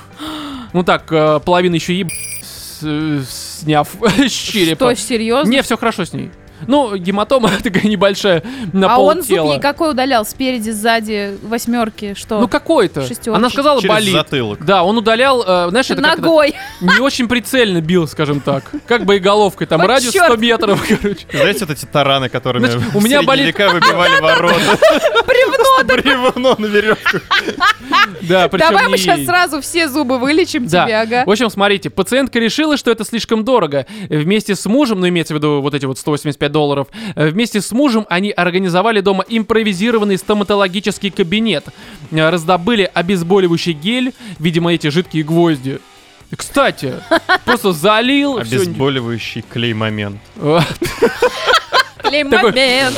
[SPEAKER 1] Ну так, э, половина еще еб... с- э, сняв с черепа.
[SPEAKER 3] Что, серьезно?
[SPEAKER 1] Не, все хорошо с ней. Ну, гематома такая небольшая на
[SPEAKER 3] А
[SPEAKER 1] пол
[SPEAKER 3] он зуб
[SPEAKER 1] тела.
[SPEAKER 3] ей какой удалял? Спереди, сзади, восьмерки, что?
[SPEAKER 1] Ну какой-то.
[SPEAKER 3] Шестерки.
[SPEAKER 1] Она сказала,
[SPEAKER 2] Через
[SPEAKER 1] болит.
[SPEAKER 2] затылок.
[SPEAKER 1] Да, он удалял, э, знаешь, это как это-
[SPEAKER 3] Ногой.
[SPEAKER 1] не очень прицельно бил, скажем так. Как боеголовкой, там
[SPEAKER 3] О,
[SPEAKER 1] радиус
[SPEAKER 3] чёрт.
[SPEAKER 1] 100 метров, короче.
[SPEAKER 2] Знаете, вот эти тараны, которыми
[SPEAKER 1] Значит, у
[SPEAKER 2] у
[SPEAKER 1] меня
[SPEAKER 2] меня
[SPEAKER 1] болит-
[SPEAKER 2] века выбивали ворота.
[SPEAKER 3] Бревно.
[SPEAKER 2] Бревно на веревку.
[SPEAKER 1] Да, причем
[SPEAKER 3] Давай
[SPEAKER 1] не
[SPEAKER 3] мы сейчас
[SPEAKER 1] ей.
[SPEAKER 3] сразу все зубы вылечим
[SPEAKER 1] Да.
[SPEAKER 3] тебе, ага.
[SPEAKER 1] В общем, смотрите, пациентка решила, что это слишком дорого. Вместе с мужем, ну имеется в виду вот эти вот 185 долларов, э, вместе с мужем они организовали дома импровизированный стоматологический кабинет. Э, Раздобыли обезболивающий гель, видимо, эти жидкие гвозди. Кстати, просто
[SPEAKER 2] А
[SPEAKER 1] залил. всё.
[SPEAKER 2] Обезболивающий клей момент.
[SPEAKER 3] Клей
[SPEAKER 1] такой-
[SPEAKER 3] момент.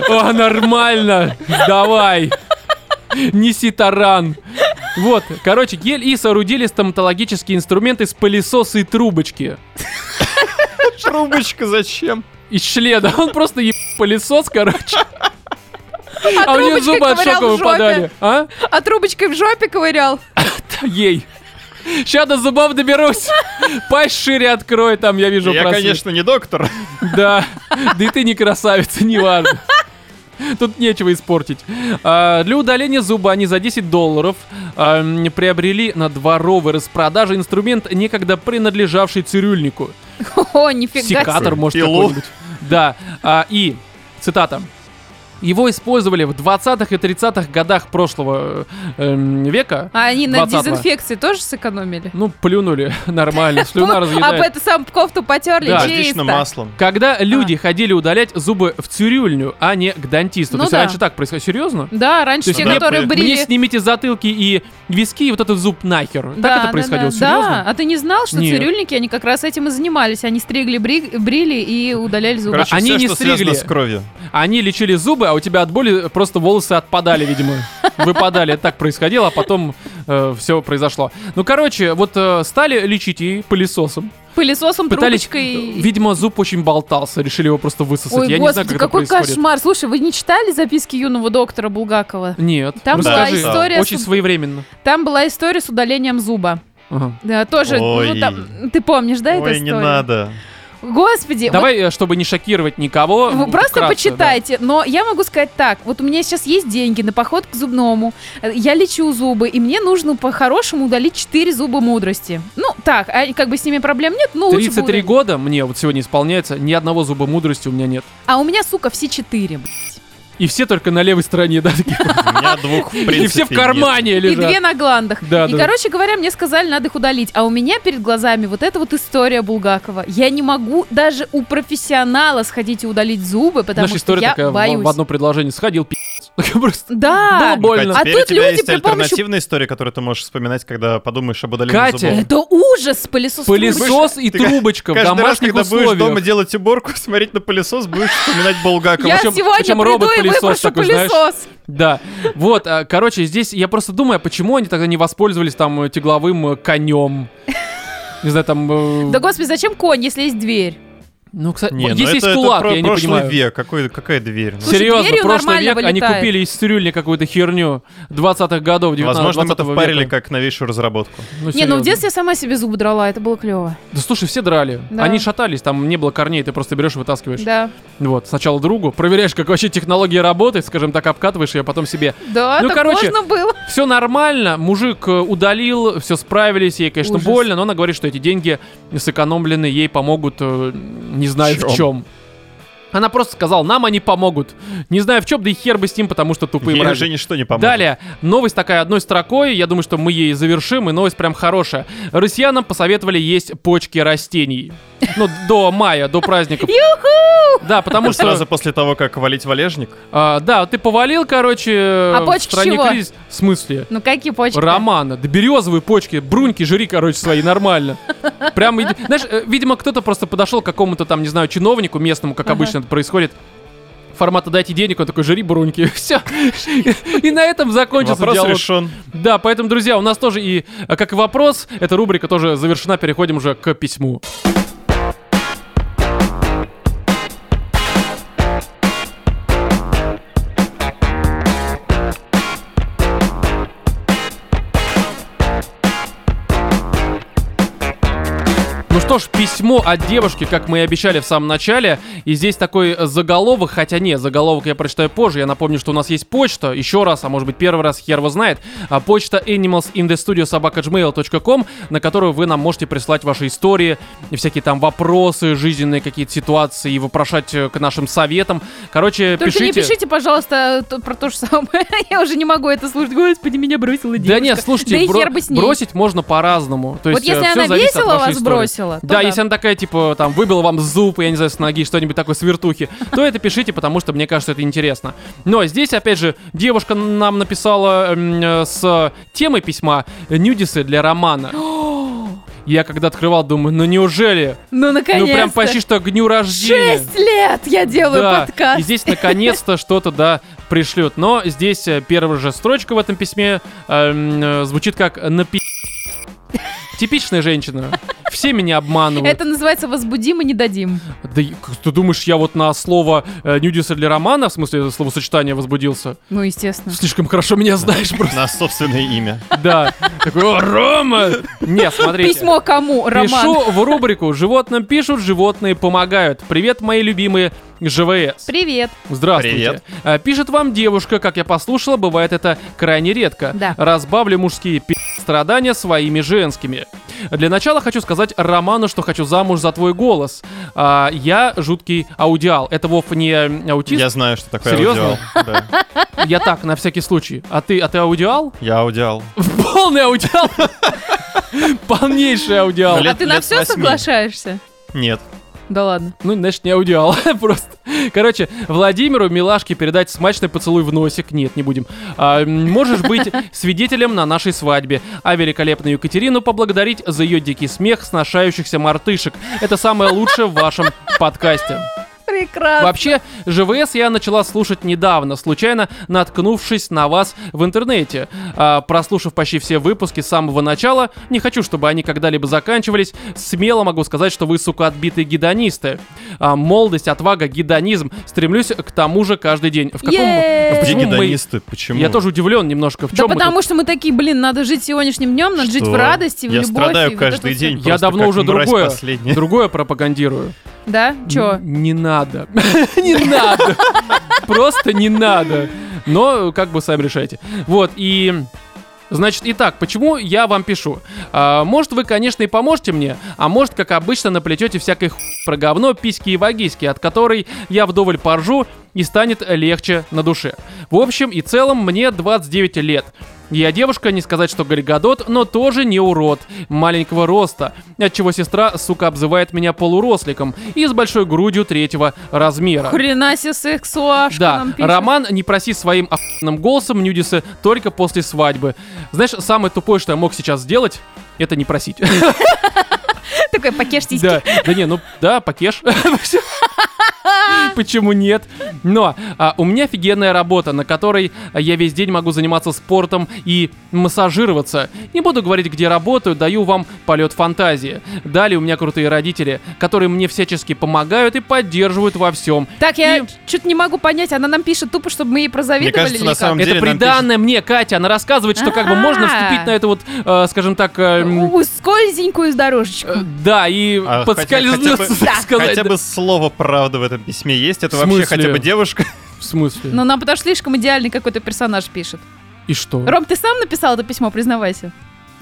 [SPEAKER 1] О, нормально, давай. Неси таран. Вот, короче, гель и соорудили стоматологические инструменты с пылесоса и трубочки.
[SPEAKER 2] Трубочка зачем?
[SPEAKER 1] из шлена. Он просто еб пылесос, короче. А, у нее
[SPEAKER 3] трубочкой
[SPEAKER 1] зубы от
[SPEAKER 3] ковырял
[SPEAKER 1] шока
[SPEAKER 3] в жопе.
[SPEAKER 1] выпадали. А?
[SPEAKER 3] А трубочкой в жопе ковырял.
[SPEAKER 1] Ей. Сейчас до зубов доберусь. Пасть шире открой, там я вижу
[SPEAKER 2] Я,
[SPEAKER 1] просвет.
[SPEAKER 2] конечно, не доктор.
[SPEAKER 1] Да. Да и ты не красавица, неважно. Тут нечего испортить. А, для удаления зуба они за 10 долларов а, м, приобрели на дворовой распродаже инструмент, некогда принадлежавший цирюльнику.
[SPEAKER 3] О, нифига себе.
[SPEAKER 1] Секатор, может,
[SPEAKER 2] Пилу.
[SPEAKER 1] какой-нибудь. Да. А, и, цитата. Его использовали в 20-х и 30-х годах прошлого э, эм, века.
[SPEAKER 3] А они на
[SPEAKER 1] 20-го.
[SPEAKER 3] дезинфекции тоже сэкономили? а
[SPEAKER 1] Ну, плюнули нормально, слюна
[SPEAKER 3] Об
[SPEAKER 1] разъедает.
[SPEAKER 3] это сам кофту потерли
[SPEAKER 1] Да.
[SPEAKER 2] Гвоздичным
[SPEAKER 3] чисто.
[SPEAKER 2] маслом.
[SPEAKER 1] Когда
[SPEAKER 3] А.
[SPEAKER 1] люди ходили удалять зубы в цирюльню, а не к дантисту.
[SPEAKER 3] Ну
[SPEAKER 1] То есть
[SPEAKER 3] да.
[SPEAKER 1] раньше так происходило. Серьезно?
[SPEAKER 3] Да, раньше
[SPEAKER 1] То есть ну,
[SPEAKER 3] те,
[SPEAKER 2] мне-
[SPEAKER 3] которые
[SPEAKER 2] мне
[SPEAKER 1] Мне
[SPEAKER 3] брили...
[SPEAKER 1] снимите затылки и виски, и вот этот зуб нахер.
[SPEAKER 3] Да,
[SPEAKER 1] так это
[SPEAKER 3] да,
[SPEAKER 1] происходило?
[SPEAKER 3] да, Да,
[SPEAKER 1] Серьезно?
[SPEAKER 3] а ты не знал, что
[SPEAKER 1] Нет.
[SPEAKER 3] цирюльники, они как раз этим и занимались. Они стригли, бри- брили и удаляли зубы.
[SPEAKER 2] Короче,
[SPEAKER 1] они
[SPEAKER 2] все,
[SPEAKER 1] не
[SPEAKER 2] что связано
[SPEAKER 1] стригли.
[SPEAKER 2] с кровью.
[SPEAKER 1] Они лечили зубы, а у тебя от боли просто волосы отпадали, видимо. Выпадали. Так происходило, а потом все произошло. Ну, короче, вот э, стали лечить и пылесосом.
[SPEAKER 3] Пылесосом,
[SPEAKER 1] Пытались...
[SPEAKER 3] трубочкой.
[SPEAKER 1] э, Видимо, зуб очень болтался, решили его просто высосать.
[SPEAKER 3] Ой,
[SPEAKER 1] Я не знаю,
[SPEAKER 3] господи,
[SPEAKER 1] как это
[SPEAKER 3] какой
[SPEAKER 1] происходит.
[SPEAKER 3] кошмар. Слушай, вы не читали записки юного доктора Булгакова?
[SPEAKER 1] Нет,
[SPEAKER 3] Там
[SPEAKER 1] расскажи.
[SPEAKER 3] была история
[SPEAKER 1] Очень
[SPEAKER 3] с-
[SPEAKER 1] своевременно.
[SPEAKER 3] Там была история с удалением зуба.
[SPEAKER 1] Ага.
[SPEAKER 3] Да, тоже, ну
[SPEAKER 2] Ой.
[SPEAKER 3] там, ты помнишь, да, эту
[SPEAKER 2] Ой, не
[SPEAKER 3] историю?
[SPEAKER 2] надо.
[SPEAKER 3] Господи, вот
[SPEAKER 1] Давай, э, чтобы не шокировать никого.
[SPEAKER 3] Вы
[SPEAKER 1] м,
[SPEAKER 3] просто
[SPEAKER 1] вкратце,
[SPEAKER 3] почитайте. Но я могу сказать так: вот у меня сейчас есть деньги на поход к зубному. э, Я лечу зубы, и мне нужно по-хорошему удалить 4 зуба мудрости. Ну, так, а как бы с ними проблем нет, ну
[SPEAKER 1] да.
[SPEAKER 3] лучше. бы
[SPEAKER 1] 33
[SPEAKER 3] удалить.
[SPEAKER 1] года мне вот сегодня исполняется, ни одного зуба мудрости у меня нет.
[SPEAKER 3] А у меня, сука, все 4.
[SPEAKER 1] И все только на левой стороне, да, такие.
[SPEAKER 2] У меня двух, в принципе,
[SPEAKER 1] И все в
[SPEAKER 2] нет.
[SPEAKER 1] кармане
[SPEAKER 3] И две
[SPEAKER 1] лежат.
[SPEAKER 3] на гландах.
[SPEAKER 1] Да,
[SPEAKER 3] и,
[SPEAKER 1] да.
[SPEAKER 3] короче говоря, мне сказали, надо их удалить. А у меня перед глазами вот эта вот история Булгакова. Я не могу даже у профессионала сходить и удалить зубы, потому
[SPEAKER 1] Наша
[SPEAKER 3] что
[SPEAKER 1] история
[SPEAKER 3] я
[SPEAKER 1] такая в-
[SPEAKER 3] боюсь.
[SPEAKER 1] в одно предложение сходил, пи***. Просто
[SPEAKER 3] Да.
[SPEAKER 1] было больно.
[SPEAKER 2] Катя,
[SPEAKER 3] А
[SPEAKER 2] теперь
[SPEAKER 3] тут
[SPEAKER 2] у тебя
[SPEAKER 3] люди
[SPEAKER 2] есть
[SPEAKER 3] при помощи-
[SPEAKER 2] альтернативная история, которую ты можешь вспоминать, когда подумаешь об удалении
[SPEAKER 1] Катя,
[SPEAKER 2] зубов.
[SPEAKER 3] Это ужас, пылесос.
[SPEAKER 1] Пылесос и
[SPEAKER 2] Ты
[SPEAKER 1] трубочка в
[SPEAKER 2] Каждый раз,
[SPEAKER 1] домашних
[SPEAKER 2] когда будешь дома
[SPEAKER 1] условиях.
[SPEAKER 2] делать уборку, смотреть на пылесос, будешь вспоминать Булгакова. Ну,
[SPEAKER 3] Я
[SPEAKER 1] Причем-
[SPEAKER 3] сегодня
[SPEAKER 1] причем
[SPEAKER 3] приду и
[SPEAKER 1] робот-пылесос
[SPEAKER 3] выброшу
[SPEAKER 1] такой, знаешь,
[SPEAKER 3] пылесос.
[SPEAKER 1] Да. Вот, а, короче, здесь я просто думаю, а почему они тогда не воспользовались там э, тягловым э, конем? Не знаю, там... э,
[SPEAKER 3] Да господи, зачем конь, если есть дверь?
[SPEAKER 1] Ну, кстати,
[SPEAKER 2] Не, ну
[SPEAKER 1] если есть
[SPEAKER 2] это- это
[SPEAKER 1] кулак,
[SPEAKER 2] про-
[SPEAKER 1] я не
[SPEAKER 2] прошлый
[SPEAKER 1] понимаю.
[SPEAKER 2] век. Какой, какая дверь? Ну,
[SPEAKER 3] Слушай,
[SPEAKER 1] Серьезно,
[SPEAKER 3] дверью
[SPEAKER 1] прошлый
[SPEAKER 3] нормально
[SPEAKER 1] век они
[SPEAKER 3] вылетает.
[SPEAKER 1] купили из цирюльни какую-то херню 20-х годов, 19
[SPEAKER 2] Возможно, им это
[SPEAKER 1] 20-го
[SPEAKER 2] впарили
[SPEAKER 1] века.
[SPEAKER 2] как новейшую разработку.
[SPEAKER 3] Не, ну
[SPEAKER 1] серьезно.
[SPEAKER 3] в детстве я сама себе зубы драла, это было клево.
[SPEAKER 1] Да слушай, все драли.
[SPEAKER 3] Да.
[SPEAKER 1] Они шатались, там не было корней, ты просто берешь и вытаскиваешь.
[SPEAKER 3] Да.
[SPEAKER 1] Вот, сначала другу, проверяешь, как вообще технология работает, скажем так, обкатываешь ее, потом себе.
[SPEAKER 3] Да,
[SPEAKER 1] Ну,
[SPEAKER 3] так
[SPEAKER 1] короче,
[SPEAKER 3] можно было.
[SPEAKER 1] Все нормально, мужик э, удалил, все справились, ей, конечно,
[SPEAKER 3] Ужас.
[SPEAKER 1] больно, но она говорит, что эти деньги сэкономлены, ей помогут, э, не знаю в
[SPEAKER 2] Чём?
[SPEAKER 1] чем. Она просто сказала, нам они помогут. Не знаю в чем, да и хер бы с ним, потому что тупые
[SPEAKER 2] Ей
[SPEAKER 1] мрази.
[SPEAKER 2] уже ничто не поможет.
[SPEAKER 1] Далее, новость такая одной строкой, я думаю, что мы ей завершим, и новость прям хорошая. Россиянам посоветовали есть почки растений. Ну, до мая, до праздников. Да, потому
[SPEAKER 2] Потому что
[SPEAKER 1] что...
[SPEAKER 2] сразу после того, как валить валежник,
[SPEAKER 1] А, да, ты повалил, короче, а
[SPEAKER 3] почки
[SPEAKER 1] в стране
[SPEAKER 3] чего?
[SPEAKER 1] кризис. В смысле?
[SPEAKER 3] Ну какие почки?
[SPEAKER 1] Романа. Да березовые почки, бруньки жри, короче, свои нормально. Прям, иди- знаешь, э, видимо, кто-то просто подошел к какому-то там, не знаю, чиновнику местному, как
[SPEAKER 3] Ага.
[SPEAKER 1] обычно это происходит. Формата дайте денег, он такой, жри бруньки. Все. И на этом закончился
[SPEAKER 2] вопрос
[SPEAKER 1] диалог.
[SPEAKER 2] решен.
[SPEAKER 1] Да, поэтому, друзья, у нас тоже и, э, как и вопрос, эта рубрика тоже завершена. Переходим уже к письму. Ну что ж, письмо от девушки, как мы и обещали в самом начале. И здесь такой э, заголовок, хотя не, заголовок я прочитаю позже. Я напомню, что у нас есть почта, еще раз, а может быть первый раз, хер его знает. А, Почта animalsinthestudio.gmail.com, на которую вы нам можете прислать ваши истории, и всякие там вопросы, жизненные какие-то ситуации, и вопрошать э, к нашим советам. Короче,
[SPEAKER 3] Только
[SPEAKER 1] пишите.
[SPEAKER 3] не пишите, пожалуйста, то- про то же самое. Я уже не могу это слушать. Господи, меня бросила девушка.
[SPEAKER 1] Да нет, слушайте,
[SPEAKER 3] Да и
[SPEAKER 1] бро-
[SPEAKER 3] хер бы с ней.
[SPEAKER 1] бросить можно по-разному. То
[SPEAKER 3] Вот
[SPEAKER 1] есть, э,
[SPEAKER 3] если
[SPEAKER 1] всё
[SPEAKER 3] она
[SPEAKER 1] зависит от
[SPEAKER 3] весело
[SPEAKER 1] вашей
[SPEAKER 3] вас
[SPEAKER 1] истории.
[SPEAKER 3] бросила, то
[SPEAKER 1] Да,
[SPEAKER 3] да.
[SPEAKER 1] если она такая, типа, там, выбила вам зуб, я не знаю, с ноги, что-нибудь такое, с вертухи, то это пишите, потому что мне кажется, это интересно. Но здесь, опять же, девушка нам написала м, э, с темой письма «Нюдисы для романа». Я когда открывал, думаю, ну неужели?
[SPEAKER 3] Ну наконец-то.
[SPEAKER 1] Ну прям почти что к дню рождения.
[SPEAKER 3] Шесть лет я делаю
[SPEAKER 1] Да,
[SPEAKER 3] подкаст.
[SPEAKER 1] И здесь наконец-то что-то, да, пришлют. Но здесь э, первая же строчка в этом письме эм, э, звучит как «напи...» Типичная женщина. Все меня обманывают.
[SPEAKER 3] Это называется «возбудим и не дадим».
[SPEAKER 1] Да и- как ты думаешь, я вот на слово э, нюдиса для романа, в смысле э, словосочетание возбудился?
[SPEAKER 3] Ну, естественно.
[SPEAKER 1] Слишком хорошо меня знаешь просто.
[SPEAKER 2] На собственное имя.
[SPEAKER 1] Да. Такой, о, Рома! Не, смотрите.
[SPEAKER 3] Письмо кому, Роман?
[SPEAKER 1] Пишу в рубрику «Животным пишут, животные помогают». Привет, мои любимые ЖВС.
[SPEAKER 3] Привет.
[SPEAKER 1] Здравствуйте.
[SPEAKER 2] Привет.
[SPEAKER 1] А, Пишет вам девушка, как я послушала, бывает это крайне редко.
[SPEAKER 3] Да.
[SPEAKER 1] Разбавлю мужские пи*** страдания своими женскими. Для начала хочу сказать Роману, что хочу замуж за твой голос. А, я жуткий аудиал. Это Вов не аутист?
[SPEAKER 2] Я знаю, что такое
[SPEAKER 1] Серьезно?
[SPEAKER 2] аудиал. Да.
[SPEAKER 1] Я, так, на всякий случай. А ты, а ты аудиал?
[SPEAKER 2] Я аудиал.
[SPEAKER 1] Полный аудиал! Полнейший аудиал.
[SPEAKER 2] Лет-
[SPEAKER 3] а ты на
[SPEAKER 2] лет
[SPEAKER 3] все
[SPEAKER 2] восьми.
[SPEAKER 3] соглашаешься?
[SPEAKER 2] Нет.
[SPEAKER 3] Да ладно.
[SPEAKER 1] Ну, значит, не аудиал, просто. Короче, Владимиру Милашке передать смачный поцелуй в носик. Нет, не будем. А, м, можешь быть свидетелем на нашей свадьбе. А великолепную Екатерину поблагодарить за ее дикий смех сношающихся мартышек. Это самое лучшее в вашем подкасте.
[SPEAKER 3] Прекрасно.
[SPEAKER 1] Вообще, ЖВС я начала слушать недавно, случайно наткнувшись на вас в интернете. А, прослушав почти все выпуски с самого начала, не хочу, чтобы они когда-либо заканчивались, смело могу сказать, что вы, сука, отбитые гедонисты. А, молодость, отвага, гедонизм. Стремлюсь к тому же каждый день. В каком...
[SPEAKER 3] Е-е-е.
[SPEAKER 1] в
[SPEAKER 2] Где
[SPEAKER 1] почему мы-
[SPEAKER 2] гедонисты? Почему?
[SPEAKER 1] Я тоже удивлен немножко. В
[SPEAKER 3] Да
[SPEAKER 1] чем мы
[SPEAKER 3] потому
[SPEAKER 1] тут?
[SPEAKER 3] что мы такие, блин, надо жить сегодняшним днем, надо жить в
[SPEAKER 2] Что?
[SPEAKER 3] радости, в
[SPEAKER 2] Я
[SPEAKER 3] любовь. и
[SPEAKER 2] страдаю
[SPEAKER 3] вот это
[SPEAKER 2] каждый
[SPEAKER 3] всё.
[SPEAKER 2] день.
[SPEAKER 1] Я
[SPEAKER 2] просто
[SPEAKER 1] давно
[SPEAKER 2] как
[SPEAKER 1] уже
[SPEAKER 2] мразь
[SPEAKER 1] другое,
[SPEAKER 2] последняя.
[SPEAKER 1] другое пропагандирую.
[SPEAKER 3] Да? Чё?
[SPEAKER 1] Н- Не надо. Не надо. Просто не надо. Но как бы сами решайте. Вот, и... Значит, итак, почему я вам пишу? А, может, вы, конечно, и поможете мне, а может, как обычно, наплетете всякой ху... про говно, письки и вагиськи, от которой я вдоволь поржу и станет легче на душе. В общем и целом, мне 29 лет. Я девушка, не сказать, что Гальгадот, но тоже не урод, маленького роста, отчего сестра, сука, обзывает меня полуросликом и с большой грудью третьего размера.
[SPEAKER 3] Хрена себе сексуашка
[SPEAKER 1] Да,
[SPEAKER 3] нам пишет.
[SPEAKER 1] Роман, не проси своим охуенным голосом нюдисы только после свадьбы. Знаешь, самое тупое, что я мог сейчас сделать, это не просить.
[SPEAKER 3] Такой пакет сиськи.
[SPEAKER 1] Да, да не, ну да, покеш. Всё. Почему нет? Но а, у меня офигенная работа, на которой я весь день могу заниматься спортом и массажироваться. Не буду говорить, где работаю, даю вам полет фантазии. Далее у меня крутые родители, которые мне всячески помогают и поддерживают во всем.
[SPEAKER 3] Так,
[SPEAKER 1] И-
[SPEAKER 3] я что-то не могу понять, она нам пишет тупо, чтобы мы ей прозавидовали
[SPEAKER 2] Мне кажется,
[SPEAKER 3] или
[SPEAKER 2] на
[SPEAKER 3] как?
[SPEAKER 2] самом
[SPEAKER 1] Это
[SPEAKER 2] деле нам
[SPEAKER 1] приданное мне, Катя. Она рассказывает, что как бы можно
[SPEAKER 3] А-а.
[SPEAKER 1] вступить на эту вот, э, скажем так, э, м,
[SPEAKER 3] У- скользенькую дорожечку.
[SPEAKER 1] э, да, и
[SPEAKER 2] А, хотя-
[SPEAKER 1] подскользнуться,
[SPEAKER 2] хотя бы-
[SPEAKER 1] так
[SPEAKER 3] Да.
[SPEAKER 1] сказать.
[SPEAKER 2] Хотя бы слово правда в этом письме есть. Это
[SPEAKER 1] В
[SPEAKER 2] вообще
[SPEAKER 1] смысле?
[SPEAKER 2] хотя бы девушка.
[SPEAKER 1] В смысле?
[SPEAKER 3] Но нам потому что слишком идеальный какой-то персонаж пишет.
[SPEAKER 1] И что?
[SPEAKER 3] Ром, ты сам написал это письмо, признавайся.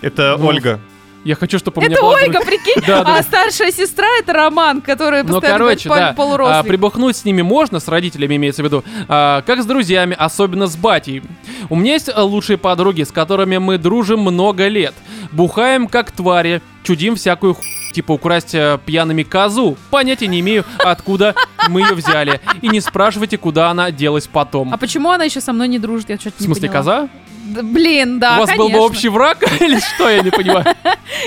[SPEAKER 2] Это
[SPEAKER 1] Ну,
[SPEAKER 2] Ольга.
[SPEAKER 1] Я хочу, чтобы у меня
[SPEAKER 3] это
[SPEAKER 1] была
[SPEAKER 3] Ольга, прикинь,
[SPEAKER 1] Да, да.
[SPEAKER 3] а старшая сестра это Роман, который
[SPEAKER 1] Ну,
[SPEAKER 3] постоянно
[SPEAKER 1] короче, да,
[SPEAKER 3] говорит, «Пол- полурослик».
[SPEAKER 1] а, прибухнуть с ними можно, с родителями имеется в виду, а, как с друзьями, особенно с батей. У меня есть а, лучшие подруги, с которыми мы дружим много лет. Бухаем как твари, чудим всякую ху... Типа украсть э, пьяными козу. Понятия не имею, откуда мы ее взяли. И не спрашивайте, куда она делась потом.
[SPEAKER 3] А почему она еще со мной не дружит? Я что-то
[SPEAKER 1] в смысле,
[SPEAKER 3] не поняла.
[SPEAKER 1] коза?
[SPEAKER 3] Да, блин, да,
[SPEAKER 1] У вас был бы
[SPEAKER 3] конечно.
[SPEAKER 1] общий враг или что, я не понимаю.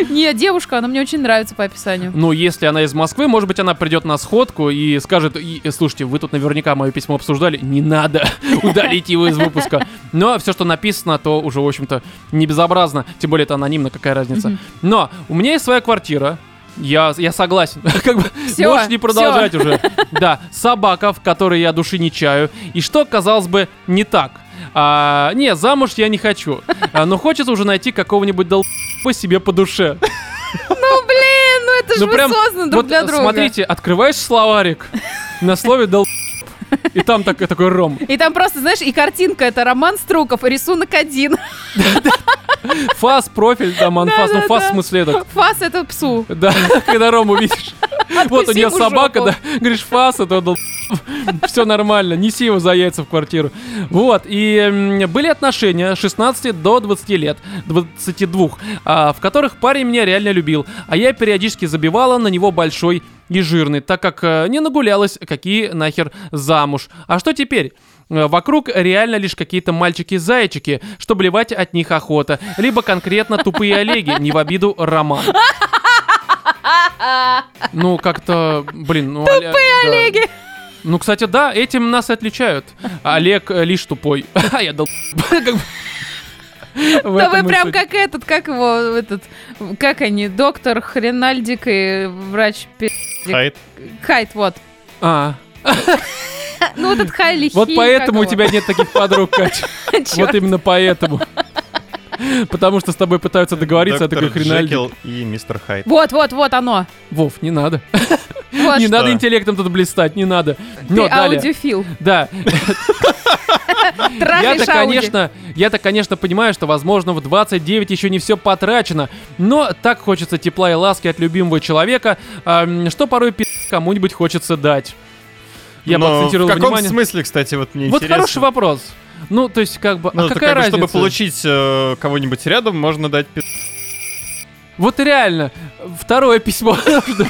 [SPEAKER 3] Нет, девушка, она мне очень нравится по описанию.
[SPEAKER 1] Ну, если она из Москвы, может быть, она придет на сходку и скажет, «И, э, слушайте, вы тут наверняка мое письмо обсуждали, не надо удалить его из выпуска. Но все, что написано, то уже, в общем-то, не безобразно. Тем более, это анонимно, какая разница.
[SPEAKER 3] Мгм.
[SPEAKER 1] Но у меня есть своя квартира. Я, я согласен. Как бы
[SPEAKER 3] Всё,
[SPEAKER 1] можешь не продолжать уже. Да, собака, в которой я души не чаю. И что, казалось бы, не так. А, не, замуж я не хочу. А, но хочется уже найти какого-нибудь дол... по себе по душе.
[SPEAKER 3] Ну, блин, ну это же
[SPEAKER 1] Ну,
[SPEAKER 3] вы
[SPEAKER 1] прям
[SPEAKER 3] созданы друг
[SPEAKER 1] Вот,
[SPEAKER 3] для
[SPEAKER 1] э,
[SPEAKER 3] друга.
[SPEAKER 1] Смотрите, открываешь словарик на слове дол... И там так- такой ром.
[SPEAKER 3] И там просто, знаешь, и картинка это Роман Струков, и рисунок один.
[SPEAKER 1] Фас, профиль, там, анфас. Ну,
[SPEAKER 3] да,
[SPEAKER 1] фас в
[SPEAKER 3] да.
[SPEAKER 1] смысле этот.
[SPEAKER 3] Фас это псу.
[SPEAKER 1] Да, когда Рому видишь. Вот у
[SPEAKER 3] Откуси
[SPEAKER 1] нее
[SPEAKER 3] ему
[SPEAKER 1] собака,
[SPEAKER 3] жопу.
[SPEAKER 1] да. Говоришь, фас, это дол... Все нормально, неси его за яйца в квартиру. Вот, и м, были отношения с 16 до 20 лет, 22, а, в которых парень меня реально любил, а я периодически забивала на него большой и жирный, так как э, не нагулялась, какие нахер замуж. А что теперь? Э, Вокруг реально лишь какие-то мальчики-зайчики, что блевать от них охота. Либо конкретно тупые Олеги, не в обиду Роман. Ну, как-то, блин, ну... Тупые Олеги! Ну, кстати, да, этим нас и отличают. Олег э, лишь тупой. А я дал... как бы. В
[SPEAKER 3] Да
[SPEAKER 1] этом
[SPEAKER 3] вы
[SPEAKER 1] и
[SPEAKER 3] прям
[SPEAKER 1] суть.
[SPEAKER 3] как этот, как его, этот, как они, доктор Хренальдик и врач Пи-
[SPEAKER 2] Хайт.
[SPEAKER 3] Хайт, вот.
[SPEAKER 1] А,
[SPEAKER 3] Ну вот этот Хай лихий.
[SPEAKER 1] вот поэтому у
[SPEAKER 3] как его?
[SPEAKER 1] тебя нет таких подруг, Катя. Вот
[SPEAKER 3] Чёрт.
[SPEAKER 1] именно поэтому. Потому что с тобой пытаются договориться, а ты
[SPEAKER 2] Доктор
[SPEAKER 1] такой хренальдик.
[SPEAKER 2] Джекил и мистер Хайт.
[SPEAKER 3] Вот, вот, вот оно.
[SPEAKER 1] Вов, не надо.
[SPEAKER 3] Вот
[SPEAKER 1] Не
[SPEAKER 3] что
[SPEAKER 1] надо
[SPEAKER 2] что?
[SPEAKER 1] интеллектом тут блистать, не надо.
[SPEAKER 3] ты
[SPEAKER 1] Но далее.
[SPEAKER 3] аудиофил.
[SPEAKER 1] Да,
[SPEAKER 3] Травишь
[SPEAKER 1] Я-то,
[SPEAKER 3] ауди.
[SPEAKER 1] конечно, я-то, конечно, понимаю, что, возможно, в 29 еще не все потрачено, но так хочется тепла и ласки от любимого человека, а, м, что порой пи*** кому-нибудь хочется дать. Я
[SPEAKER 2] Но
[SPEAKER 1] поакцентировал
[SPEAKER 2] В каком
[SPEAKER 1] внимание.
[SPEAKER 2] смысле, кстати, вот мне
[SPEAKER 1] Вот
[SPEAKER 2] интересно.
[SPEAKER 1] хороший вопрос. Ну, то есть, как бы,
[SPEAKER 2] Ну,
[SPEAKER 1] а
[SPEAKER 2] это
[SPEAKER 1] какая
[SPEAKER 2] как бы,
[SPEAKER 1] разница?
[SPEAKER 2] чтобы получить э, кого-нибудь рядом, можно дать пи***.
[SPEAKER 1] Вот реально, второе письмо.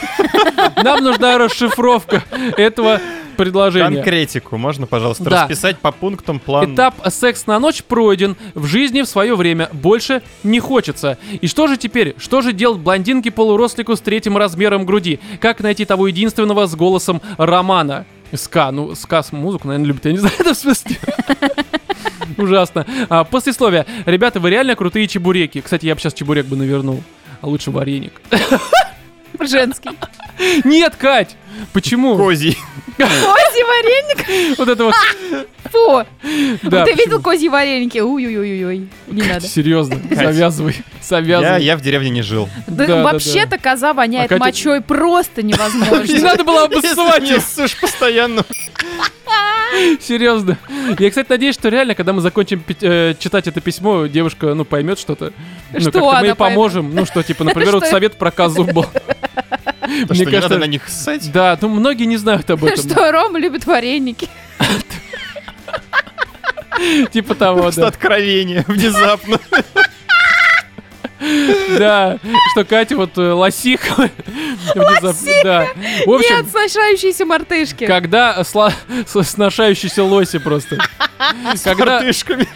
[SPEAKER 1] Нам нужна расшифровка этого предложения.
[SPEAKER 2] конкретику. Можно, пожалуйста,
[SPEAKER 1] Да.
[SPEAKER 2] расписать по пунктам план.
[SPEAKER 1] Этап секс на ночь пройден, в жизни в свое время больше не хочется. И что же теперь? Что же делать блондинке полурослику с третьим размером груди? Как найти того единственного с голосом Романа? Ска, ну, ска с- музыку, наверное, любит, я не знаю, это в смысле. Ужасно. А, послесловие. Ребята, вы реально крутые чебуреки. Кстати, я бы сейчас чебурек бы навернул. А лучше вареник.
[SPEAKER 3] Женский.
[SPEAKER 1] Нет, Кать! Почему?
[SPEAKER 2] Козий.
[SPEAKER 3] Козий вареник?
[SPEAKER 1] Вот это вот.
[SPEAKER 3] Фу.
[SPEAKER 1] Да,
[SPEAKER 3] Ты
[SPEAKER 1] почему?
[SPEAKER 3] видел козьи вареники? Уй-уй-уй-уй. Не надо.
[SPEAKER 1] Серьезно, завязывай.
[SPEAKER 2] Я,
[SPEAKER 1] Завязывай.
[SPEAKER 2] я в деревне не жил.
[SPEAKER 3] Да,
[SPEAKER 1] Да, да,
[SPEAKER 3] вообще-то коза
[SPEAKER 1] А
[SPEAKER 3] воняет
[SPEAKER 1] Катя-
[SPEAKER 3] мочой просто
[SPEAKER 1] Не
[SPEAKER 3] невозможно.
[SPEAKER 1] надо было
[SPEAKER 2] Если
[SPEAKER 1] обоссывать
[SPEAKER 2] не ссышь постоянно.
[SPEAKER 1] Серьезно. Я, кстати, надеюсь, что реально, когда мы закончим пи- э, читать это письмо, девушка, ну, поймет что-то. Ну,
[SPEAKER 3] Что
[SPEAKER 1] как-то мы
[SPEAKER 3] она
[SPEAKER 1] ей
[SPEAKER 3] поймет?
[SPEAKER 1] поможем. Ну, что, типа, например, вот
[SPEAKER 3] Что?
[SPEAKER 1] совет про козу был.
[SPEAKER 2] То, что не надо на них ссать.
[SPEAKER 1] Да, ну, многие не знают об этом.
[SPEAKER 3] Что Рома любит вареники.
[SPEAKER 1] Типа того,
[SPEAKER 2] Просто
[SPEAKER 1] да.
[SPEAKER 2] откровение внезапно.
[SPEAKER 1] Да, что Катя вот э, лосиха. Лосиха! Да. В общем,
[SPEAKER 3] Нет, сношающиеся мартышки.
[SPEAKER 1] когда сла- с- сношающиеся лоси просто. Когда...
[SPEAKER 2] Мартышками.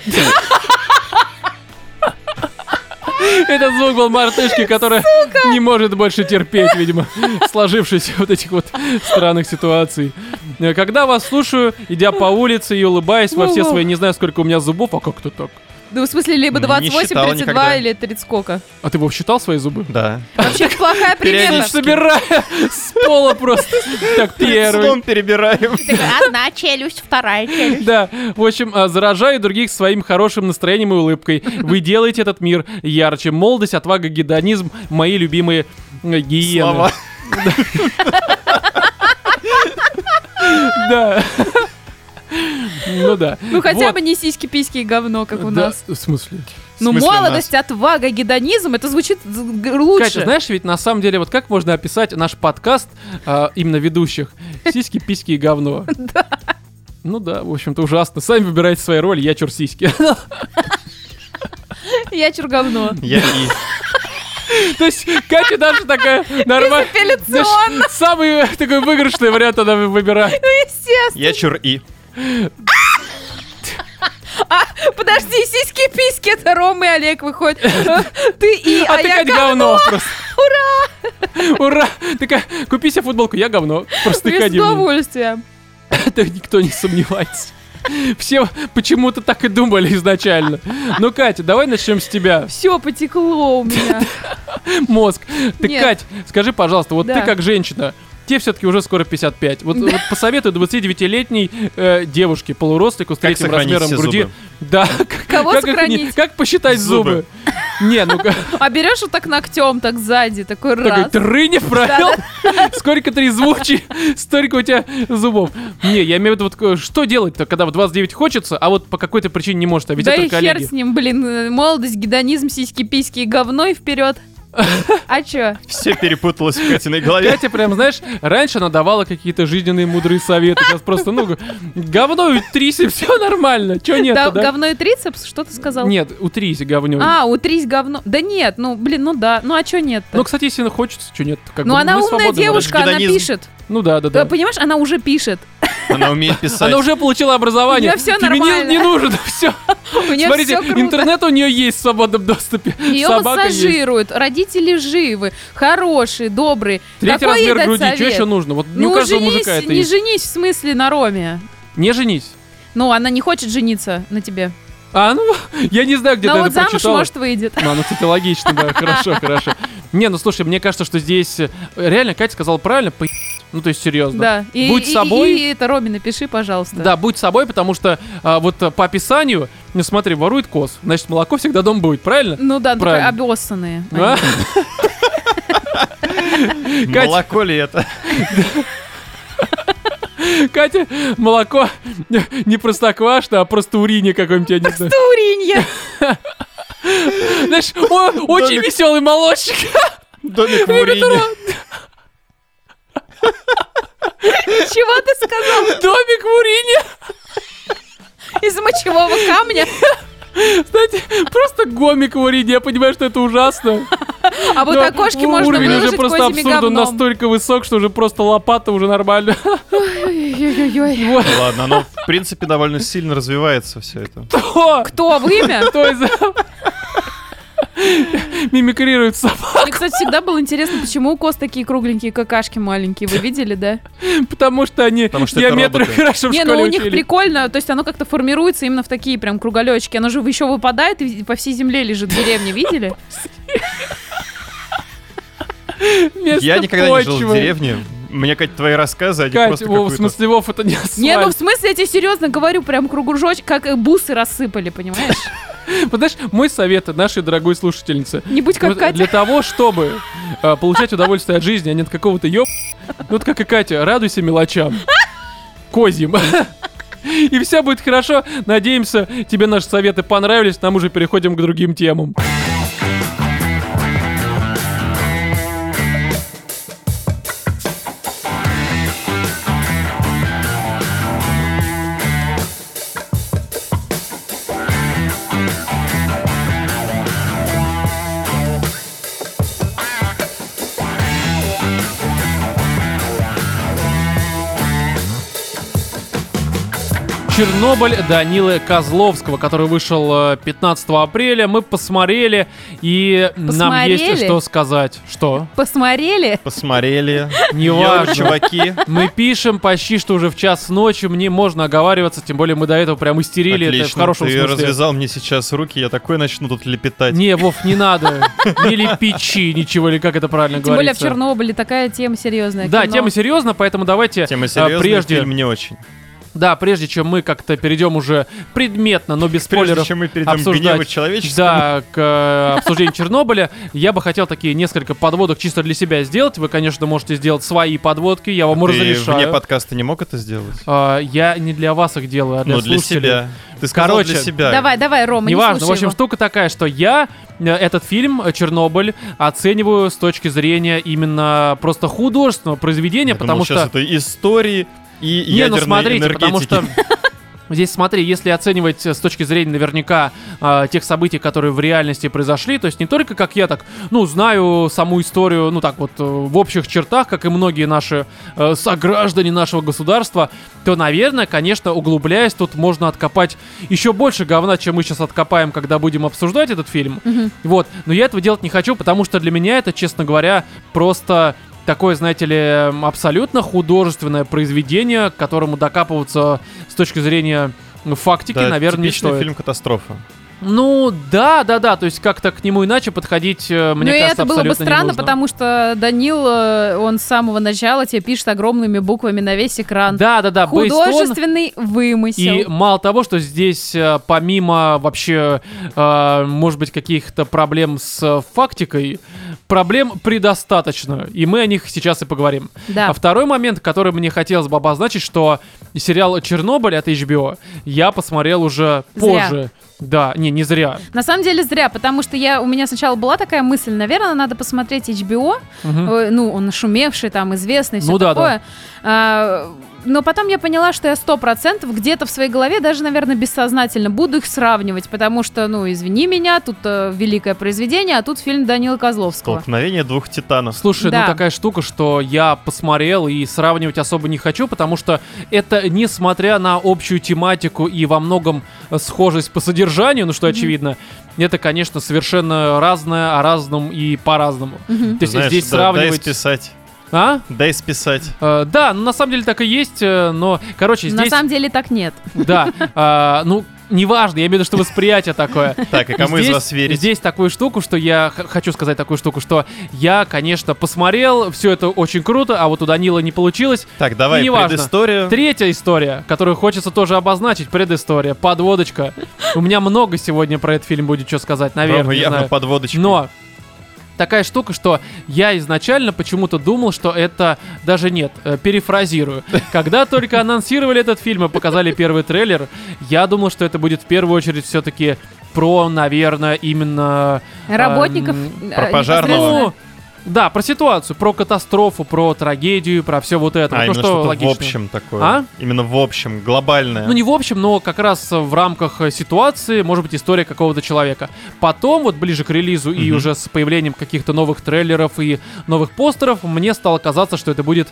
[SPEAKER 1] Этот звук был мартышки, которая не может больше терпеть, видимо, сложившись вот этих вот странных ситуаций. Э, Когда вас слушаю, идя по улице и улыбаясь во все
[SPEAKER 3] Во-во.
[SPEAKER 1] свои, не знаю, сколько у меня зубов, а как-то так?
[SPEAKER 3] Ну, в смысле, либо
[SPEAKER 2] Не
[SPEAKER 3] 28,
[SPEAKER 2] считал
[SPEAKER 3] 32
[SPEAKER 2] никогда.
[SPEAKER 3] или 30 сколько.
[SPEAKER 1] А ты Вов, считал свои зубы?
[SPEAKER 2] Да.
[SPEAKER 3] Вообще плохая примета.
[SPEAKER 2] Периодически.
[SPEAKER 1] Собирая с пола просто. Так, первый.
[SPEAKER 2] Перед перебираем.
[SPEAKER 3] Одна челюсть, вторая челюсть.
[SPEAKER 1] Да, в общем, а, заражаю других своим хорошим настроением и улыбкой. Вы делаете этот мир ярче. Молодость, отвага, гедонизм — мои любимые э, гиены.
[SPEAKER 2] Слова.
[SPEAKER 1] Да. Ну да.
[SPEAKER 3] Ну хотя
[SPEAKER 1] Вот.
[SPEAKER 3] бы не сиськи-письки и говно, как у
[SPEAKER 1] Да,
[SPEAKER 3] нас.
[SPEAKER 1] В смысле?
[SPEAKER 3] Ну,
[SPEAKER 2] В смысле у нас?
[SPEAKER 3] молодость, отвага, гедонизм, это звучит з- г- лучше.
[SPEAKER 1] Катя, знаешь, ведь на самом деле, вот как можно описать наш подкаст а, именно ведущих? Сиськи, письки и говно. Да. Ну да, в общем-то ужасно. Сами выбирайте свои роли, я чур сиськи.
[SPEAKER 3] Я чурговно.
[SPEAKER 2] Я и...
[SPEAKER 1] То есть Катя даже такая нормальная.
[SPEAKER 3] Безапелляционно,
[SPEAKER 1] Самый э, такой выигрышный вариант она выбирает.
[SPEAKER 3] естественно.
[SPEAKER 2] Я чур и.
[SPEAKER 3] Подожди, сиськи-письки, это Рома и Олег выходят. Ты и, а,
[SPEAKER 1] А ты,
[SPEAKER 3] я
[SPEAKER 1] Кать,
[SPEAKER 3] говно.
[SPEAKER 1] говно просто. Ура! Ура! Такая, купи себе футболку, я говно. Просто
[SPEAKER 3] Без
[SPEAKER 1] ходи в ней.
[SPEAKER 3] удовольствия.
[SPEAKER 1] Это никто не сомневается. Все почему-то так и думали изначально. Ну, Катя, давай начнем с тебя.
[SPEAKER 3] Все потекло у меня.
[SPEAKER 1] Мозг. Ты,
[SPEAKER 3] Нет.
[SPEAKER 1] Кать, скажи, пожалуйста, вот
[SPEAKER 3] Да.
[SPEAKER 1] ты как женщина, тебе все-таки уже скоро 55. Вот, вот посоветуй 29-летней э, девушке, полурослику с
[SPEAKER 2] Как
[SPEAKER 1] третьим
[SPEAKER 2] сохранить
[SPEAKER 1] размером
[SPEAKER 2] все
[SPEAKER 1] груди.
[SPEAKER 2] зубы?
[SPEAKER 1] Да, как,
[SPEAKER 3] Кого
[SPEAKER 1] как их
[SPEAKER 3] сохранить?
[SPEAKER 1] не- как посчитать зубы? Не, ну как
[SPEAKER 3] А берешь вот так ногтем, так сзади, такой
[SPEAKER 1] такой
[SPEAKER 3] раз.
[SPEAKER 1] трынев провел. Сколько трезвучий, столько у тебя зубов. Не, я имею в виду, вот э, что делать-то, когда в 29 хочется, а вот по какой-то причине не может, а ведь
[SPEAKER 3] да
[SPEAKER 1] это
[SPEAKER 3] и хер
[SPEAKER 1] коллеги.
[SPEAKER 3] с ним, блин, э, молодость, гедонизм, сиськи-письки и говно и вперед. А чё?
[SPEAKER 2] Все перепуталось в Катиной голове.
[SPEAKER 1] Катя прям, знаешь, раньше она давала какие-то жизненные мудрые советы. Сейчас просто, ну, г- говно утрись, все нормально. Чего нет
[SPEAKER 3] Да,
[SPEAKER 1] да?
[SPEAKER 3] Говно и трицепс? Что ты сказал?
[SPEAKER 1] Нет, утрись, говнё.
[SPEAKER 3] А, утрись говно. Да нет, ну, блин, ну да. Ну а чё нет-то?
[SPEAKER 1] Ну, кстати, если она хочется, что нет, как
[SPEAKER 3] Ну,
[SPEAKER 1] бы
[SPEAKER 3] она
[SPEAKER 1] мы
[SPEAKER 3] умная
[SPEAKER 1] свободны в этом.
[SPEAKER 3] девушка, она
[SPEAKER 2] Гедонизм.
[SPEAKER 3] пишет.
[SPEAKER 1] Ну да, да,
[SPEAKER 3] Э,
[SPEAKER 1] да.
[SPEAKER 3] Понимаешь, она уже пишет.
[SPEAKER 2] Она умеет писать.
[SPEAKER 1] Она уже получила образование.
[SPEAKER 3] У неё всё
[SPEAKER 1] Феминизм
[SPEAKER 3] нормально.
[SPEAKER 1] не нужен, все.
[SPEAKER 3] У нее
[SPEAKER 1] Смотрите,
[SPEAKER 3] все круто.
[SPEAKER 1] интернет у нее есть в свободном доступе.
[SPEAKER 3] Ее
[SPEAKER 1] Собака есть.
[SPEAKER 3] массажируют, родители живы, хорошие, добрые.
[SPEAKER 1] Третий
[SPEAKER 3] Какой ей
[SPEAKER 1] размер
[SPEAKER 3] дать
[SPEAKER 1] груди, что
[SPEAKER 3] совет?
[SPEAKER 1] еще нужно? Вот не у
[SPEAKER 3] Ну,
[SPEAKER 1] каждого
[SPEAKER 3] женись,
[SPEAKER 1] мужика это
[SPEAKER 3] не
[SPEAKER 1] есть.
[SPEAKER 3] женись в смысле на Роме.
[SPEAKER 1] Не женись.
[SPEAKER 3] Ну, она не хочет жениться на тебе.
[SPEAKER 1] А, ну, я не знаю, где
[SPEAKER 3] Но
[SPEAKER 1] ты
[SPEAKER 3] а вот
[SPEAKER 1] это
[SPEAKER 3] замуж,
[SPEAKER 1] прочитала.
[SPEAKER 3] может, выйдет.
[SPEAKER 1] Ну, ну, кстати, логично, да, хорошо, хорошо. Не, ну, слушай, мне кажется, что здесь... э, Реально, Катя сказала правильно, по***. Ну, то есть, серьезно.
[SPEAKER 3] Да. И,
[SPEAKER 1] Будь
[SPEAKER 3] и-
[SPEAKER 1] собой.
[SPEAKER 3] И, это, Роме, напиши, пожалуйста.
[SPEAKER 1] Да, будь собой, потому что а, вот а, по описанию, ну смотри, ворует коз, значит молоко всегда дома будет, правильно?
[SPEAKER 3] Ну да, такой
[SPEAKER 1] Правильно.
[SPEAKER 3] обоссанные.
[SPEAKER 1] А? Кать-
[SPEAKER 2] Молоко ли это?
[SPEAKER 1] Катя, молоко не простоквашно, а просто урине какой-нибудь, я не знаю.
[SPEAKER 3] Туринья.
[SPEAKER 1] Знаешь, о, очень
[SPEAKER 2] Домик.
[SPEAKER 1] веселый молочник.
[SPEAKER 2] Домик в Урине.
[SPEAKER 3] Чего ты сказал?
[SPEAKER 1] Домик в урине.
[SPEAKER 3] Из мочевого камня?
[SPEAKER 1] Кстати, просто гомик в урине. Я понимаю, что это ужасно.
[SPEAKER 3] А вот
[SPEAKER 1] Но
[SPEAKER 3] окошки
[SPEAKER 1] Ну, у-
[SPEAKER 3] можно
[SPEAKER 1] Уровень уже
[SPEAKER 3] выложить
[SPEAKER 1] просто
[SPEAKER 3] козьими
[SPEAKER 1] абсурд, он
[SPEAKER 3] говном.
[SPEAKER 1] настолько высок, что уже просто лопата уже нормально.
[SPEAKER 3] Ой-ой-ой.
[SPEAKER 1] Вот.
[SPEAKER 2] Ладно, оно в принципе довольно сильно развивается все это.
[SPEAKER 1] О,
[SPEAKER 3] Кто, вымя?
[SPEAKER 1] Кто из... Мимикрирует собак,
[SPEAKER 3] Мне, кстати, всегда было интересно, почему у коз такие кругленькие какашки маленькие. Вы видели, да?
[SPEAKER 1] потому что они
[SPEAKER 2] Потому что это
[SPEAKER 1] геометрию
[SPEAKER 2] роботы.
[SPEAKER 1] хорошо в
[SPEAKER 3] Не,
[SPEAKER 1] школе
[SPEAKER 3] ну у них
[SPEAKER 1] учили.
[SPEAKER 3] прикольно, то есть оно как-то формируется именно в такие прям круголечки. Оно же еще выпадает и по всей земле лежит в деревне, видели?
[SPEAKER 1] Вместо
[SPEAKER 2] Я никогда не жил в
[SPEAKER 1] почвы.
[SPEAKER 2] деревне. Мне, Кать, твои рассказы, они
[SPEAKER 1] Кать,
[SPEAKER 2] просто
[SPEAKER 1] Вов, в
[SPEAKER 2] какую-то-
[SPEAKER 1] смысле, Вов, это не
[SPEAKER 3] Не, ну в
[SPEAKER 1] асфальт.
[SPEAKER 3] смысле, я тебе серьезно говорю, прям кругужочек, как э, бусы рассыпали, понимаешь?
[SPEAKER 1] Вот Знаешь, мой совет нашей дорогой слушательнице.
[SPEAKER 3] Не будь как
[SPEAKER 1] Вот Ну, Для
[SPEAKER 3] Катя.
[SPEAKER 1] того, чтобы э, получать удовольствие от жизни, а не от какого-то ёб... Ну вот как и Катя, радуйся мелочам. Козьим. И все будет хорошо. Надеемся, тебе наши советы понравились. Нам уже переходим к другим темам. Чернобыль Данилы Козловского, который вышел э, 15 апреля. Мы посмотрели, и нам есть
[SPEAKER 3] Посмотрели?
[SPEAKER 1] что сказать. Что?
[SPEAKER 3] Посмотрели?
[SPEAKER 2] Посмотрели.
[SPEAKER 1] Неважно.
[SPEAKER 2] Йоу, чуваки.
[SPEAKER 3] А?
[SPEAKER 1] Мы пишем почти что уже в час ночи, мне можно оговариваться, тем более мы до этого прям истерили, это в
[SPEAKER 2] Отлично,
[SPEAKER 1] хорошем
[SPEAKER 2] ты
[SPEAKER 1] смысле.
[SPEAKER 2] развязал мне сейчас руки, я такое начну тут лепетать.
[SPEAKER 1] Не, Вов, не надо. Или печи, ничего, или как это правильно
[SPEAKER 3] Тем более в
[SPEAKER 1] говорится.
[SPEAKER 3] Чернобыле такая тема серьезная. ну,
[SPEAKER 1] Да,
[SPEAKER 3] кино.
[SPEAKER 1] тема серьезна, поэтому давайте
[SPEAKER 2] Тема
[SPEAKER 1] а,
[SPEAKER 2] серьезная,
[SPEAKER 1] прежде,
[SPEAKER 2] фильм не очень.
[SPEAKER 1] да, прежде чем мы как-то перейдем уже предметно, но без
[SPEAKER 2] Прежде
[SPEAKER 1] спойлеров
[SPEAKER 2] чем мы перейдем к
[SPEAKER 1] обсуждать.
[SPEAKER 2] гневу человеческому,
[SPEAKER 1] Да, к э, обсуждению Чернобыля. Я бы хотел такие несколько подводок чисто для себя сделать. Вы, конечно, можете сделать свои подводки, я вам
[SPEAKER 2] ты вне
[SPEAKER 1] разрешаю.
[SPEAKER 2] подкаста не мог это сделать?
[SPEAKER 1] А, Я не для вас их делаю, а для
[SPEAKER 2] Ну, для
[SPEAKER 1] слушателей.
[SPEAKER 2] себя. Ты сказал
[SPEAKER 1] Короче,
[SPEAKER 2] для себя.
[SPEAKER 3] Давай, давай, Рома, не
[SPEAKER 1] Неважно,
[SPEAKER 3] слушай
[SPEAKER 1] в общем,
[SPEAKER 3] его.
[SPEAKER 1] штука такая, что я э, этот фильм э, «Чернобыль» оцениваю с точки зрения именно просто художественного произведения,
[SPEAKER 2] Я думал,
[SPEAKER 1] потому что...
[SPEAKER 2] сейчас это истории и
[SPEAKER 1] Не, ну
[SPEAKER 2] ядерной
[SPEAKER 1] смотрите, потому
[SPEAKER 2] энергетики.
[SPEAKER 1] что... Здесь, смотри, если оценивать э, с точки зрения наверняка э, тех событий, которые в реальности произошли, то есть не только как я так, ну, знаю саму историю, ну, так вот, э, в общих чертах, как и многие наши э, сограждане нашего государства, то, наверное, конечно, углубляясь, тут можно откопать еще больше говна, чем мы сейчас откопаем, когда будем обсуждать этот фильм.
[SPEAKER 3] Мгм.
[SPEAKER 1] Вот, но я этого делать не хочу, потому что для меня это, честно говоря, просто такое, знаете ли, м, абсолютно художественное произведение, к которому докапываться с точки зрения ну, фактики,
[SPEAKER 2] Да,
[SPEAKER 1] наверное, не
[SPEAKER 2] типичный
[SPEAKER 1] стоит.
[SPEAKER 2] фильм «Катастрофа».
[SPEAKER 1] Ну, да, да, да, то есть как-то к нему иначе подходить, э, мне
[SPEAKER 3] ну и
[SPEAKER 1] кажется,
[SPEAKER 3] это было бы
[SPEAKER 1] абсолютно не
[SPEAKER 3] странно,
[SPEAKER 1] нужно.
[SPEAKER 3] потому что Данил, э, он с самого начала тебе пишет огромными буквами на весь экран.
[SPEAKER 1] Да, да, да, based on-
[SPEAKER 3] Художественный вымысел.
[SPEAKER 1] И мало того, что здесь э, помимо вообще, э, может быть, каких-то проблем с э, фактикой, проблем предостаточно, и мы о них сейчас и поговорим.
[SPEAKER 3] Да.
[SPEAKER 1] А второй момент, который мне хотелось бы обозначить, что сериал «Чернобыль» от HBO я посмотрел уже
[SPEAKER 3] Зря.
[SPEAKER 1] позже. Да, не, не зря.
[SPEAKER 3] На самом деле зря, потому что я, у меня сначала была такая мысль, наверное, надо посмотреть HBO,
[SPEAKER 1] Мгм.
[SPEAKER 3] Э, ну, он шумевший, там, известный, все
[SPEAKER 1] Ну да,
[SPEAKER 3] такое. А, но потом я поняла, что я сто процентов где-то в своей голове, даже, наверное, бессознательно буду их сравнивать, потому что, ну, извини меня, тут э, великое произведение, а тут фильм Данила Козловского.
[SPEAKER 2] Столкновение двух титанов.
[SPEAKER 1] Слушай,
[SPEAKER 3] Да.
[SPEAKER 1] ну такая штука, что я посмотрел и сравнивать особо не хочу, потому что это, несмотря на общую тематику и во многом э, схожесть по содержанию, ну что очевидно, это, конечно, совершенно разное, о разном и по-разному.
[SPEAKER 3] Мгм.
[SPEAKER 1] То есть
[SPEAKER 2] Знаешь,
[SPEAKER 1] здесь
[SPEAKER 2] да- Дай
[SPEAKER 1] сравнивать...
[SPEAKER 2] списать.
[SPEAKER 1] а?
[SPEAKER 2] Дай списать.
[SPEAKER 1] Э, да, ну на самом деле так и есть, э, но, короче,
[SPEAKER 3] На
[SPEAKER 1] здесь...
[SPEAKER 3] самом деле так нет.
[SPEAKER 1] Да, а, ну неважно, я имею в виду, что восприятие такое.
[SPEAKER 2] Так, и кому а из
[SPEAKER 1] Здесь-
[SPEAKER 2] вас верить?
[SPEAKER 1] Здесь такую штуку, что я х- хочу сказать такую штуку, что я, конечно, посмотрел, все это очень круто, а вот у Данила не получилось.
[SPEAKER 2] Так, давай
[SPEAKER 1] неважно.
[SPEAKER 2] предысторию.
[SPEAKER 1] Третья история, которую хочется тоже обозначить, предыстория, подводочка. У меня много сегодня про этот фильм будет что сказать,
[SPEAKER 2] Рома
[SPEAKER 1] наверное. не
[SPEAKER 2] явно
[SPEAKER 1] знаю. Ну, а,
[SPEAKER 2] подводочка.
[SPEAKER 1] Но такая штука, что я изначально почему-то думал, что это даже нет, э, перефразирую. Когда только анонсировали этот фильм и показали первый трейлер, я думал, что это будет в первую очередь все-таки про, наверное, именно... эм,
[SPEAKER 3] Работников. э,
[SPEAKER 2] про пожарного.
[SPEAKER 1] ну,
[SPEAKER 3] непосредственно.
[SPEAKER 1] да, про ситуацию, про катастрофу, про трагедию, про все вот это.
[SPEAKER 2] А,
[SPEAKER 1] ну,
[SPEAKER 2] именно
[SPEAKER 1] что
[SPEAKER 2] что-то
[SPEAKER 1] логично.
[SPEAKER 2] в общем такое.
[SPEAKER 1] А?
[SPEAKER 2] Именно в общем, глобальное.
[SPEAKER 1] Ну, не в общем, но как раз э, в рамках э, ситуации, может быть, история какого-то человека. Потом, вот ближе к релизу и
[SPEAKER 2] Мгм.
[SPEAKER 1] уже с появлением каких-то новых трейлеров и новых постеров, мне стало казаться, что это будет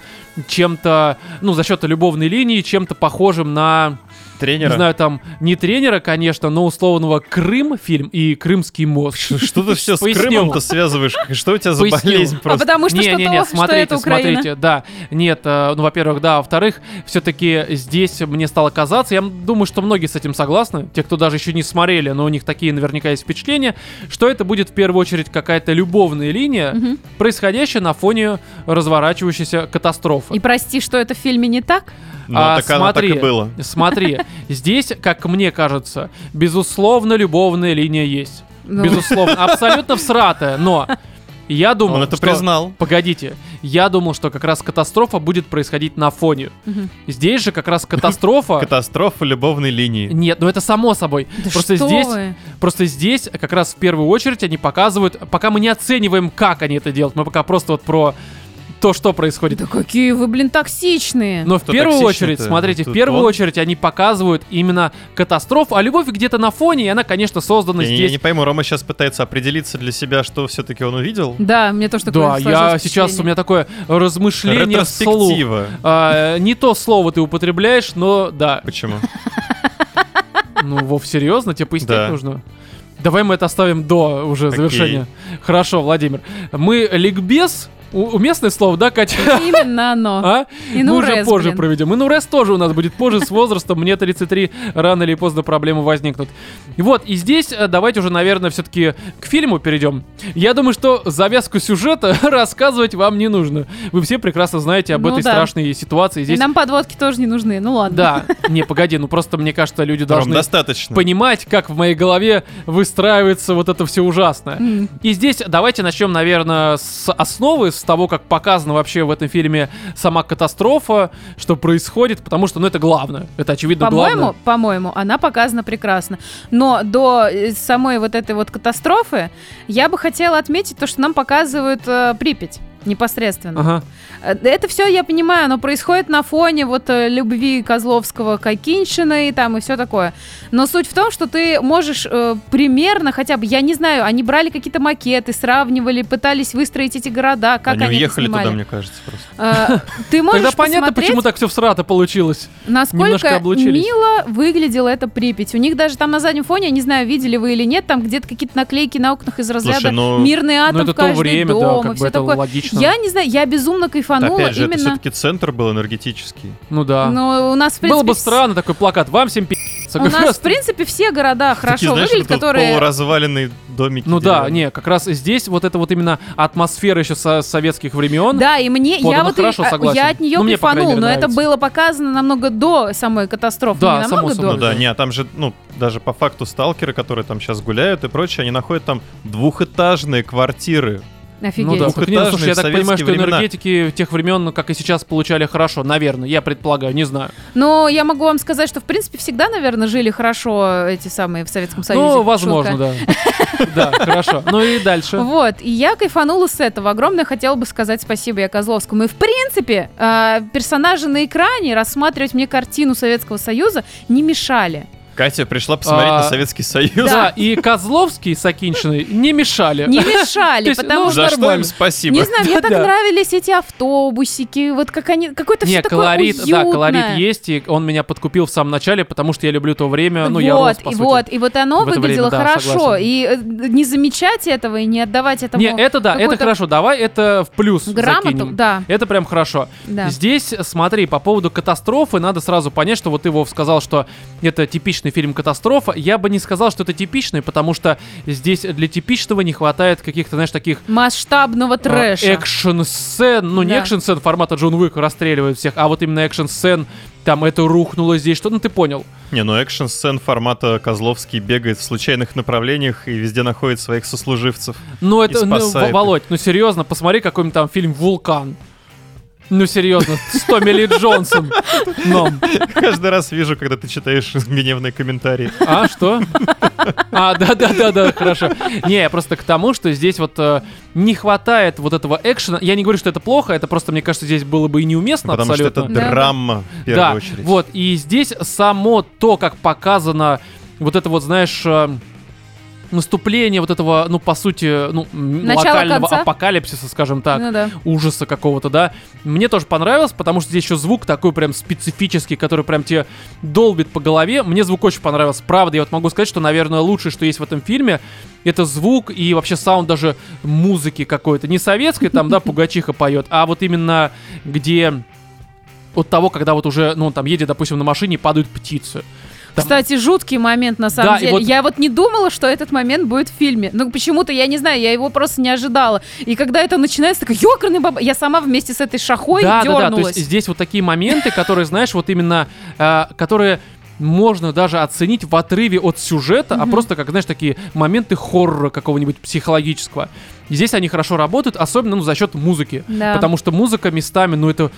[SPEAKER 1] чем-то, ну, за счет любовной линии, чем-то похожим на,
[SPEAKER 2] Тренера.
[SPEAKER 1] не знаю, там, не тренера, конечно, но условного Крым фильм и Крымский мост.
[SPEAKER 2] Ш- Что ты все с
[SPEAKER 1] Пояснил.
[SPEAKER 2] Крымом-то связываешь? Что у тебя за
[SPEAKER 1] Пояснил.
[SPEAKER 2] болезнь
[SPEAKER 3] А
[SPEAKER 2] просто?
[SPEAKER 3] потому что
[SPEAKER 1] не,
[SPEAKER 3] что
[SPEAKER 1] не,
[SPEAKER 3] то,
[SPEAKER 1] не,
[SPEAKER 3] что
[SPEAKER 1] смотрите,
[SPEAKER 3] это Украина.
[SPEAKER 1] смотрите, да, нет, э, ну, во-первых, да, во-вторых, все-таки здесь мне стало казаться, я м- думаю, что многие с этим согласны, те, кто даже еще не смотрели, но у них такие наверняка есть впечатления, что это будет в первую очередь какая-то любовная линия,
[SPEAKER 3] Мгм.
[SPEAKER 1] происходящая на фоне разворачивающейся катастрофы.
[SPEAKER 3] И прости, что это в фильме не так.
[SPEAKER 2] Ну,
[SPEAKER 1] А,
[SPEAKER 2] так оно так и было.
[SPEAKER 1] Смотри, здесь, как мне кажется, безусловно, любовная линия есть.
[SPEAKER 3] Ну.
[SPEAKER 1] Безусловно, абсолютно всратая, но я думаю,
[SPEAKER 2] Он это
[SPEAKER 1] Ну, что...
[SPEAKER 2] признал.
[SPEAKER 1] Погодите, я думал, что как раз катастрофа будет происходить на фоне.
[SPEAKER 3] Мгм.
[SPEAKER 1] Здесь же как раз катастрофа.
[SPEAKER 2] Катастрофа любовной линии.
[SPEAKER 1] Нет, ну это само собой.
[SPEAKER 3] Да
[SPEAKER 1] просто
[SPEAKER 3] что
[SPEAKER 1] здесь,
[SPEAKER 3] вы.
[SPEAKER 1] просто здесь как раз в первую очередь они показывают, пока мы не оцениваем, как они это делают, мы пока просто вот про то, что происходит.
[SPEAKER 3] Да какие вы, блин, токсичные.
[SPEAKER 1] Но в
[SPEAKER 2] Кто
[SPEAKER 1] первую
[SPEAKER 2] токсичный-то?
[SPEAKER 1] очередь, смотрите, в
[SPEAKER 2] Тут
[SPEAKER 1] первую
[SPEAKER 2] он.
[SPEAKER 1] очередь они показывают именно катастрофу, а любовь где-то на фоне, и она, конечно, создана
[SPEAKER 2] Я, не- я
[SPEAKER 1] здесь.
[SPEAKER 2] не пойму, Рома сейчас пытается определиться для себя, что все-таки он увидел.
[SPEAKER 3] Да, мне тоже такое
[SPEAKER 1] Да, я
[SPEAKER 3] сложилось
[SPEAKER 1] сейчас, у
[SPEAKER 3] впечатление.
[SPEAKER 1] меня такое размышление вслух.
[SPEAKER 2] Ретроспектива.
[SPEAKER 1] А, не то слово ты употребляешь, но да.
[SPEAKER 2] Почему?
[SPEAKER 1] Ну, Вов, серьезно? Тебе пояснить
[SPEAKER 2] Да.
[SPEAKER 1] нужно? Давай мы это оставим до уже
[SPEAKER 2] Окей.
[SPEAKER 1] завершения. Хорошо, Владимир. Мы ликбез... у- Уместное слово, да, Катя?
[SPEAKER 3] Именно оно.
[SPEAKER 1] А?
[SPEAKER 3] И
[SPEAKER 1] мы
[SPEAKER 3] ну
[SPEAKER 1] уже
[SPEAKER 3] раз,
[SPEAKER 1] позже
[SPEAKER 3] блин.
[SPEAKER 1] проведем. И Нурес тоже у нас будет позже с возрастом. Мне 33, рано или поздно проблемы возникнут. Вот, и здесь э, давайте уже, наверное, все-таки к фильму перейдем. Я думаю, что завязку сюжета рассказывать вам не нужно. Вы все прекрасно знаете об
[SPEAKER 3] Ну
[SPEAKER 1] этой
[SPEAKER 3] да.
[SPEAKER 1] страшной ситуации.
[SPEAKER 3] И
[SPEAKER 1] Здесь
[SPEAKER 3] нам подводки тоже не нужны. Ну ладно.
[SPEAKER 1] да, не, погоди, ну просто мне кажется, люди
[SPEAKER 2] Ром,
[SPEAKER 1] должны
[SPEAKER 2] достаточно.
[SPEAKER 1] понимать, как в моей голове выстраивается вот это все ужасное.
[SPEAKER 3] М.
[SPEAKER 1] И здесь давайте начнем, наверное, с основы, с того, как показана вообще в этом фильме сама катастрофа, что происходит, потому что, ну, это главное. Это, очевидно,
[SPEAKER 3] По-моему,
[SPEAKER 1] главное.
[SPEAKER 3] по-моему, она показана прекрасно. Но до э, самой вот этой вот катастрофы я бы хотела отметить то, что нам показывают э, Припять непосредственно.
[SPEAKER 1] Ага.
[SPEAKER 3] Э, Это все я понимаю, но происходит на фоне вот э, любви Козловского к Акиньшиной и там и все такое. Но суть в том, что ты можешь э, примерно хотя бы, я не знаю, они брали какие-то макеты, сравнивали, пытались выстроить эти города, как они,
[SPEAKER 2] Они
[SPEAKER 3] это
[SPEAKER 2] уехали
[SPEAKER 3] снимали.
[SPEAKER 2] туда, мне кажется, просто.
[SPEAKER 3] Э, Ты можешь
[SPEAKER 1] Тогда понятно,
[SPEAKER 3] посмотреть,
[SPEAKER 1] почему так все всрато получилось. немножко
[SPEAKER 3] насколько
[SPEAKER 1] облучились.
[SPEAKER 3] мило выглядела эта Припять. У них даже там на заднем фоне, я не знаю, видели вы или нет, там где-то какие-то наклейки на окнах из разряда
[SPEAKER 2] ну,
[SPEAKER 3] «Мирный атом
[SPEAKER 1] Но это
[SPEAKER 3] в
[SPEAKER 1] то
[SPEAKER 3] каждый
[SPEAKER 1] время, да,
[SPEAKER 3] дом» и
[SPEAKER 1] как бы
[SPEAKER 3] все
[SPEAKER 1] это
[SPEAKER 3] такое.
[SPEAKER 1] логично.
[SPEAKER 3] Я не знаю, я безумно кайфанула
[SPEAKER 2] Опять же, это
[SPEAKER 3] А ну, именно.
[SPEAKER 2] все-таки центр был энергетический.
[SPEAKER 1] Ну да.
[SPEAKER 3] Но у нас, в принципе,
[SPEAKER 1] Было бы
[SPEAKER 3] вс-
[SPEAKER 1] странно такой плакат. Вам всем пи***ц.
[SPEAKER 3] У нас, в принципе, все города
[SPEAKER 2] Такие,
[SPEAKER 3] хорошо
[SPEAKER 2] знаешь,
[SPEAKER 3] выглядят,
[SPEAKER 2] вот тут
[SPEAKER 3] которые...
[SPEAKER 2] полуразваленные домики.
[SPEAKER 1] Ну да,
[SPEAKER 2] деревянные.
[SPEAKER 1] не, как раз здесь вот это вот именно атмосфера еще со советских времен.
[SPEAKER 3] Да, и мне, я
[SPEAKER 1] Подано
[SPEAKER 3] вот и-
[SPEAKER 1] Ну, хорошо,
[SPEAKER 3] а,
[SPEAKER 1] согласен.
[SPEAKER 3] я от нее
[SPEAKER 1] Ну, мне, по крайней
[SPEAKER 3] кайфанула,
[SPEAKER 1] мере,
[SPEAKER 3] но это
[SPEAKER 1] нравится.
[SPEAKER 3] было показано намного до самой катастрофы,
[SPEAKER 1] Да,
[SPEAKER 3] не
[SPEAKER 1] само
[SPEAKER 3] намного
[SPEAKER 1] собой.
[SPEAKER 2] Ну
[SPEAKER 3] до.
[SPEAKER 2] да, не, а там же, ну, даже по факту сталкеры, которые там сейчас гуляют и прочее, они находят там двухэтажные квартиры.
[SPEAKER 3] Офигеть.
[SPEAKER 1] Ну да,
[SPEAKER 2] Двухэтажные
[SPEAKER 1] как минимум, слушай, я так
[SPEAKER 2] советские
[SPEAKER 1] понимаю, что
[SPEAKER 2] времена.
[SPEAKER 1] энергетики тех времен, ну, как и сейчас, получали хорошо, наверное, я предполагаю, не знаю.
[SPEAKER 3] Но я могу вам сказать, что, в принципе, всегда, наверное, жили хорошо эти самые в Советском Союзе.
[SPEAKER 1] ну,
[SPEAKER 3] Шутка.
[SPEAKER 1] возможно, да. Да, хорошо. Ну и дальше.
[SPEAKER 3] Вот, и я кайфанула с этого. Огромное хотела бы сказать спасибо я Козловскому. И, в принципе, э, персонажи на экране рассматривать мне картину Советского Союза не мешали.
[SPEAKER 2] Катя пришла посмотреть
[SPEAKER 1] А,
[SPEAKER 2] на Советский Союз.
[SPEAKER 1] Да, и Козловский с Акиньшиной не мешали.
[SPEAKER 3] Не
[SPEAKER 1] То
[SPEAKER 3] мешали,
[SPEAKER 1] есть,
[SPEAKER 3] потому
[SPEAKER 1] ну,
[SPEAKER 3] что...
[SPEAKER 2] За что им
[SPEAKER 1] нормально.
[SPEAKER 2] спасибо.
[SPEAKER 3] Не знаю, мне так
[SPEAKER 1] Да.
[SPEAKER 3] нравились эти автобусики, вот как они, какой-то
[SPEAKER 1] Не,
[SPEAKER 3] все такое
[SPEAKER 1] колорит, да, колорит
[SPEAKER 3] уютное.
[SPEAKER 1] есть, и он меня подкупил в самом начале, потому что я люблю то время, ну,
[SPEAKER 3] вот,
[SPEAKER 1] я рос, по
[SPEAKER 3] и
[SPEAKER 1] сути.
[SPEAKER 3] вот, и вот оно
[SPEAKER 1] в это
[SPEAKER 3] выглядело
[SPEAKER 1] время, да,
[SPEAKER 3] хорошо.
[SPEAKER 1] согласен.
[SPEAKER 3] И э, не замечать этого и не отдавать этому
[SPEAKER 1] Не, это да, это
[SPEAKER 3] какую-то
[SPEAKER 1] хорошо, давай это в плюс
[SPEAKER 3] грамоту,
[SPEAKER 1] закинем.
[SPEAKER 3] да,
[SPEAKER 1] Это прям хорошо.
[SPEAKER 3] да.
[SPEAKER 1] Здесь, смотри, по поводу катастрофы надо сразу понять, что вот ты, Вов, сказал, что это типичная типичный фильм «Катастрофа». Я бы не сказал, что это типичный, потому что здесь для типичного не хватает каких-то, знаешь, таких
[SPEAKER 3] Масштабного трэша.
[SPEAKER 1] А, экшен сцен, ну не
[SPEAKER 3] Да.
[SPEAKER 1] экшен сцен формата Джон Уик расстреливает всех, а вот именно экшен сцен, там это рухнуло здесь, что, ну ты понял.
[SPEAKER 2] Не, ну экшн-сцен формата Козловский бегает в случайных направлениях и везде находит своих сослуживцев.
[SPEAKER 1] Ну это, ну,
[SPEAKER 2] спасает
[SPEAKER 1] В-
[SPEAKER 2] их.
[SPEAKER 1] Володь, ну серьезно, посмотри какой-нибудь там фильм «Вулкан». Ну серьезно, с Томми Ли Джонсом. Но.
[SPEAKER 2] Каждый раз вижу, когда ты читаешь гневные комментарии.
[SPEAKER 1] А, что? А, да-да-да-да, хорошо. Не, я просто к тому, что здесь вот э, не хватает вот этого экшена. Я не говорю, что это плохо, это просто, мне кажется, здесь было бы и неуместно
[SPEAKER 2] Потому что
[SPEAKER 1] абсолютно.
[SPEAKER 2] это
[SPEAKER 3] Да, да.
[SPEAKER 2] драма, в первую
[SPEAKER 1] да,
[SPEAKER 2] очередь.
[SPEAKER 1] вот, и здесь само то, как показано вот это вот, знаешь... э, наступление вот этого, ну, по сути, ну, м,
[SPEAKER 3] Начало
[SPEAKER 1] локального
[SPEAKER 3] конца.
[SPEAKER 1] апокалипсиса, скажем так
[SPEAKER 3] Ну да.
[SPEAKER 1] ужаса какого-то, да. Мне тоже понравилось, потому что здесь еще звук такой прям специфический, который прям тебе долбит по голове. Мне звук очень понравился, правда. Я вот могу сказать, что, наверное, лучшее, что есть в этом фильме, это звук и вообще саунд даже музыки какой-то. Не советской там, да, Пугачиха поет, а вот именно где от того, когда вот уже, ну, он там едет, допустим, на машине, и падают птицы. Там-
[SPEAKER 3] Кстати, жуткий момент на самом
[SPEAKER 1] Да, и
[SPEAKER 3] деле.
[SPEAKER 1] вот-
[SPEAKER 3] Я вот не думала, что этот момент будет в фильме. Ну почему-то я не знаю, я его просто не ожидала. И когда это начинается, такой ёкарный баба, я сама вместе с этой шахой
[SPEAKER 1] да, да, да, то
[SPEAKER 3] дернулась.
[SPEAKER 1] есть здесь вот такие моменты, которые, знаешь, вот именно, э, которые можно даже оценить в отрыве от сюжета, а просто как, знаешь, такие моменты хоррора какого-нибудь психологического. И здесь они хорошо работают, особенно ну, за счет музыки.
[SPEAKER 3] Да.
[SPEAKER 1] Потому что музыка местами, ну это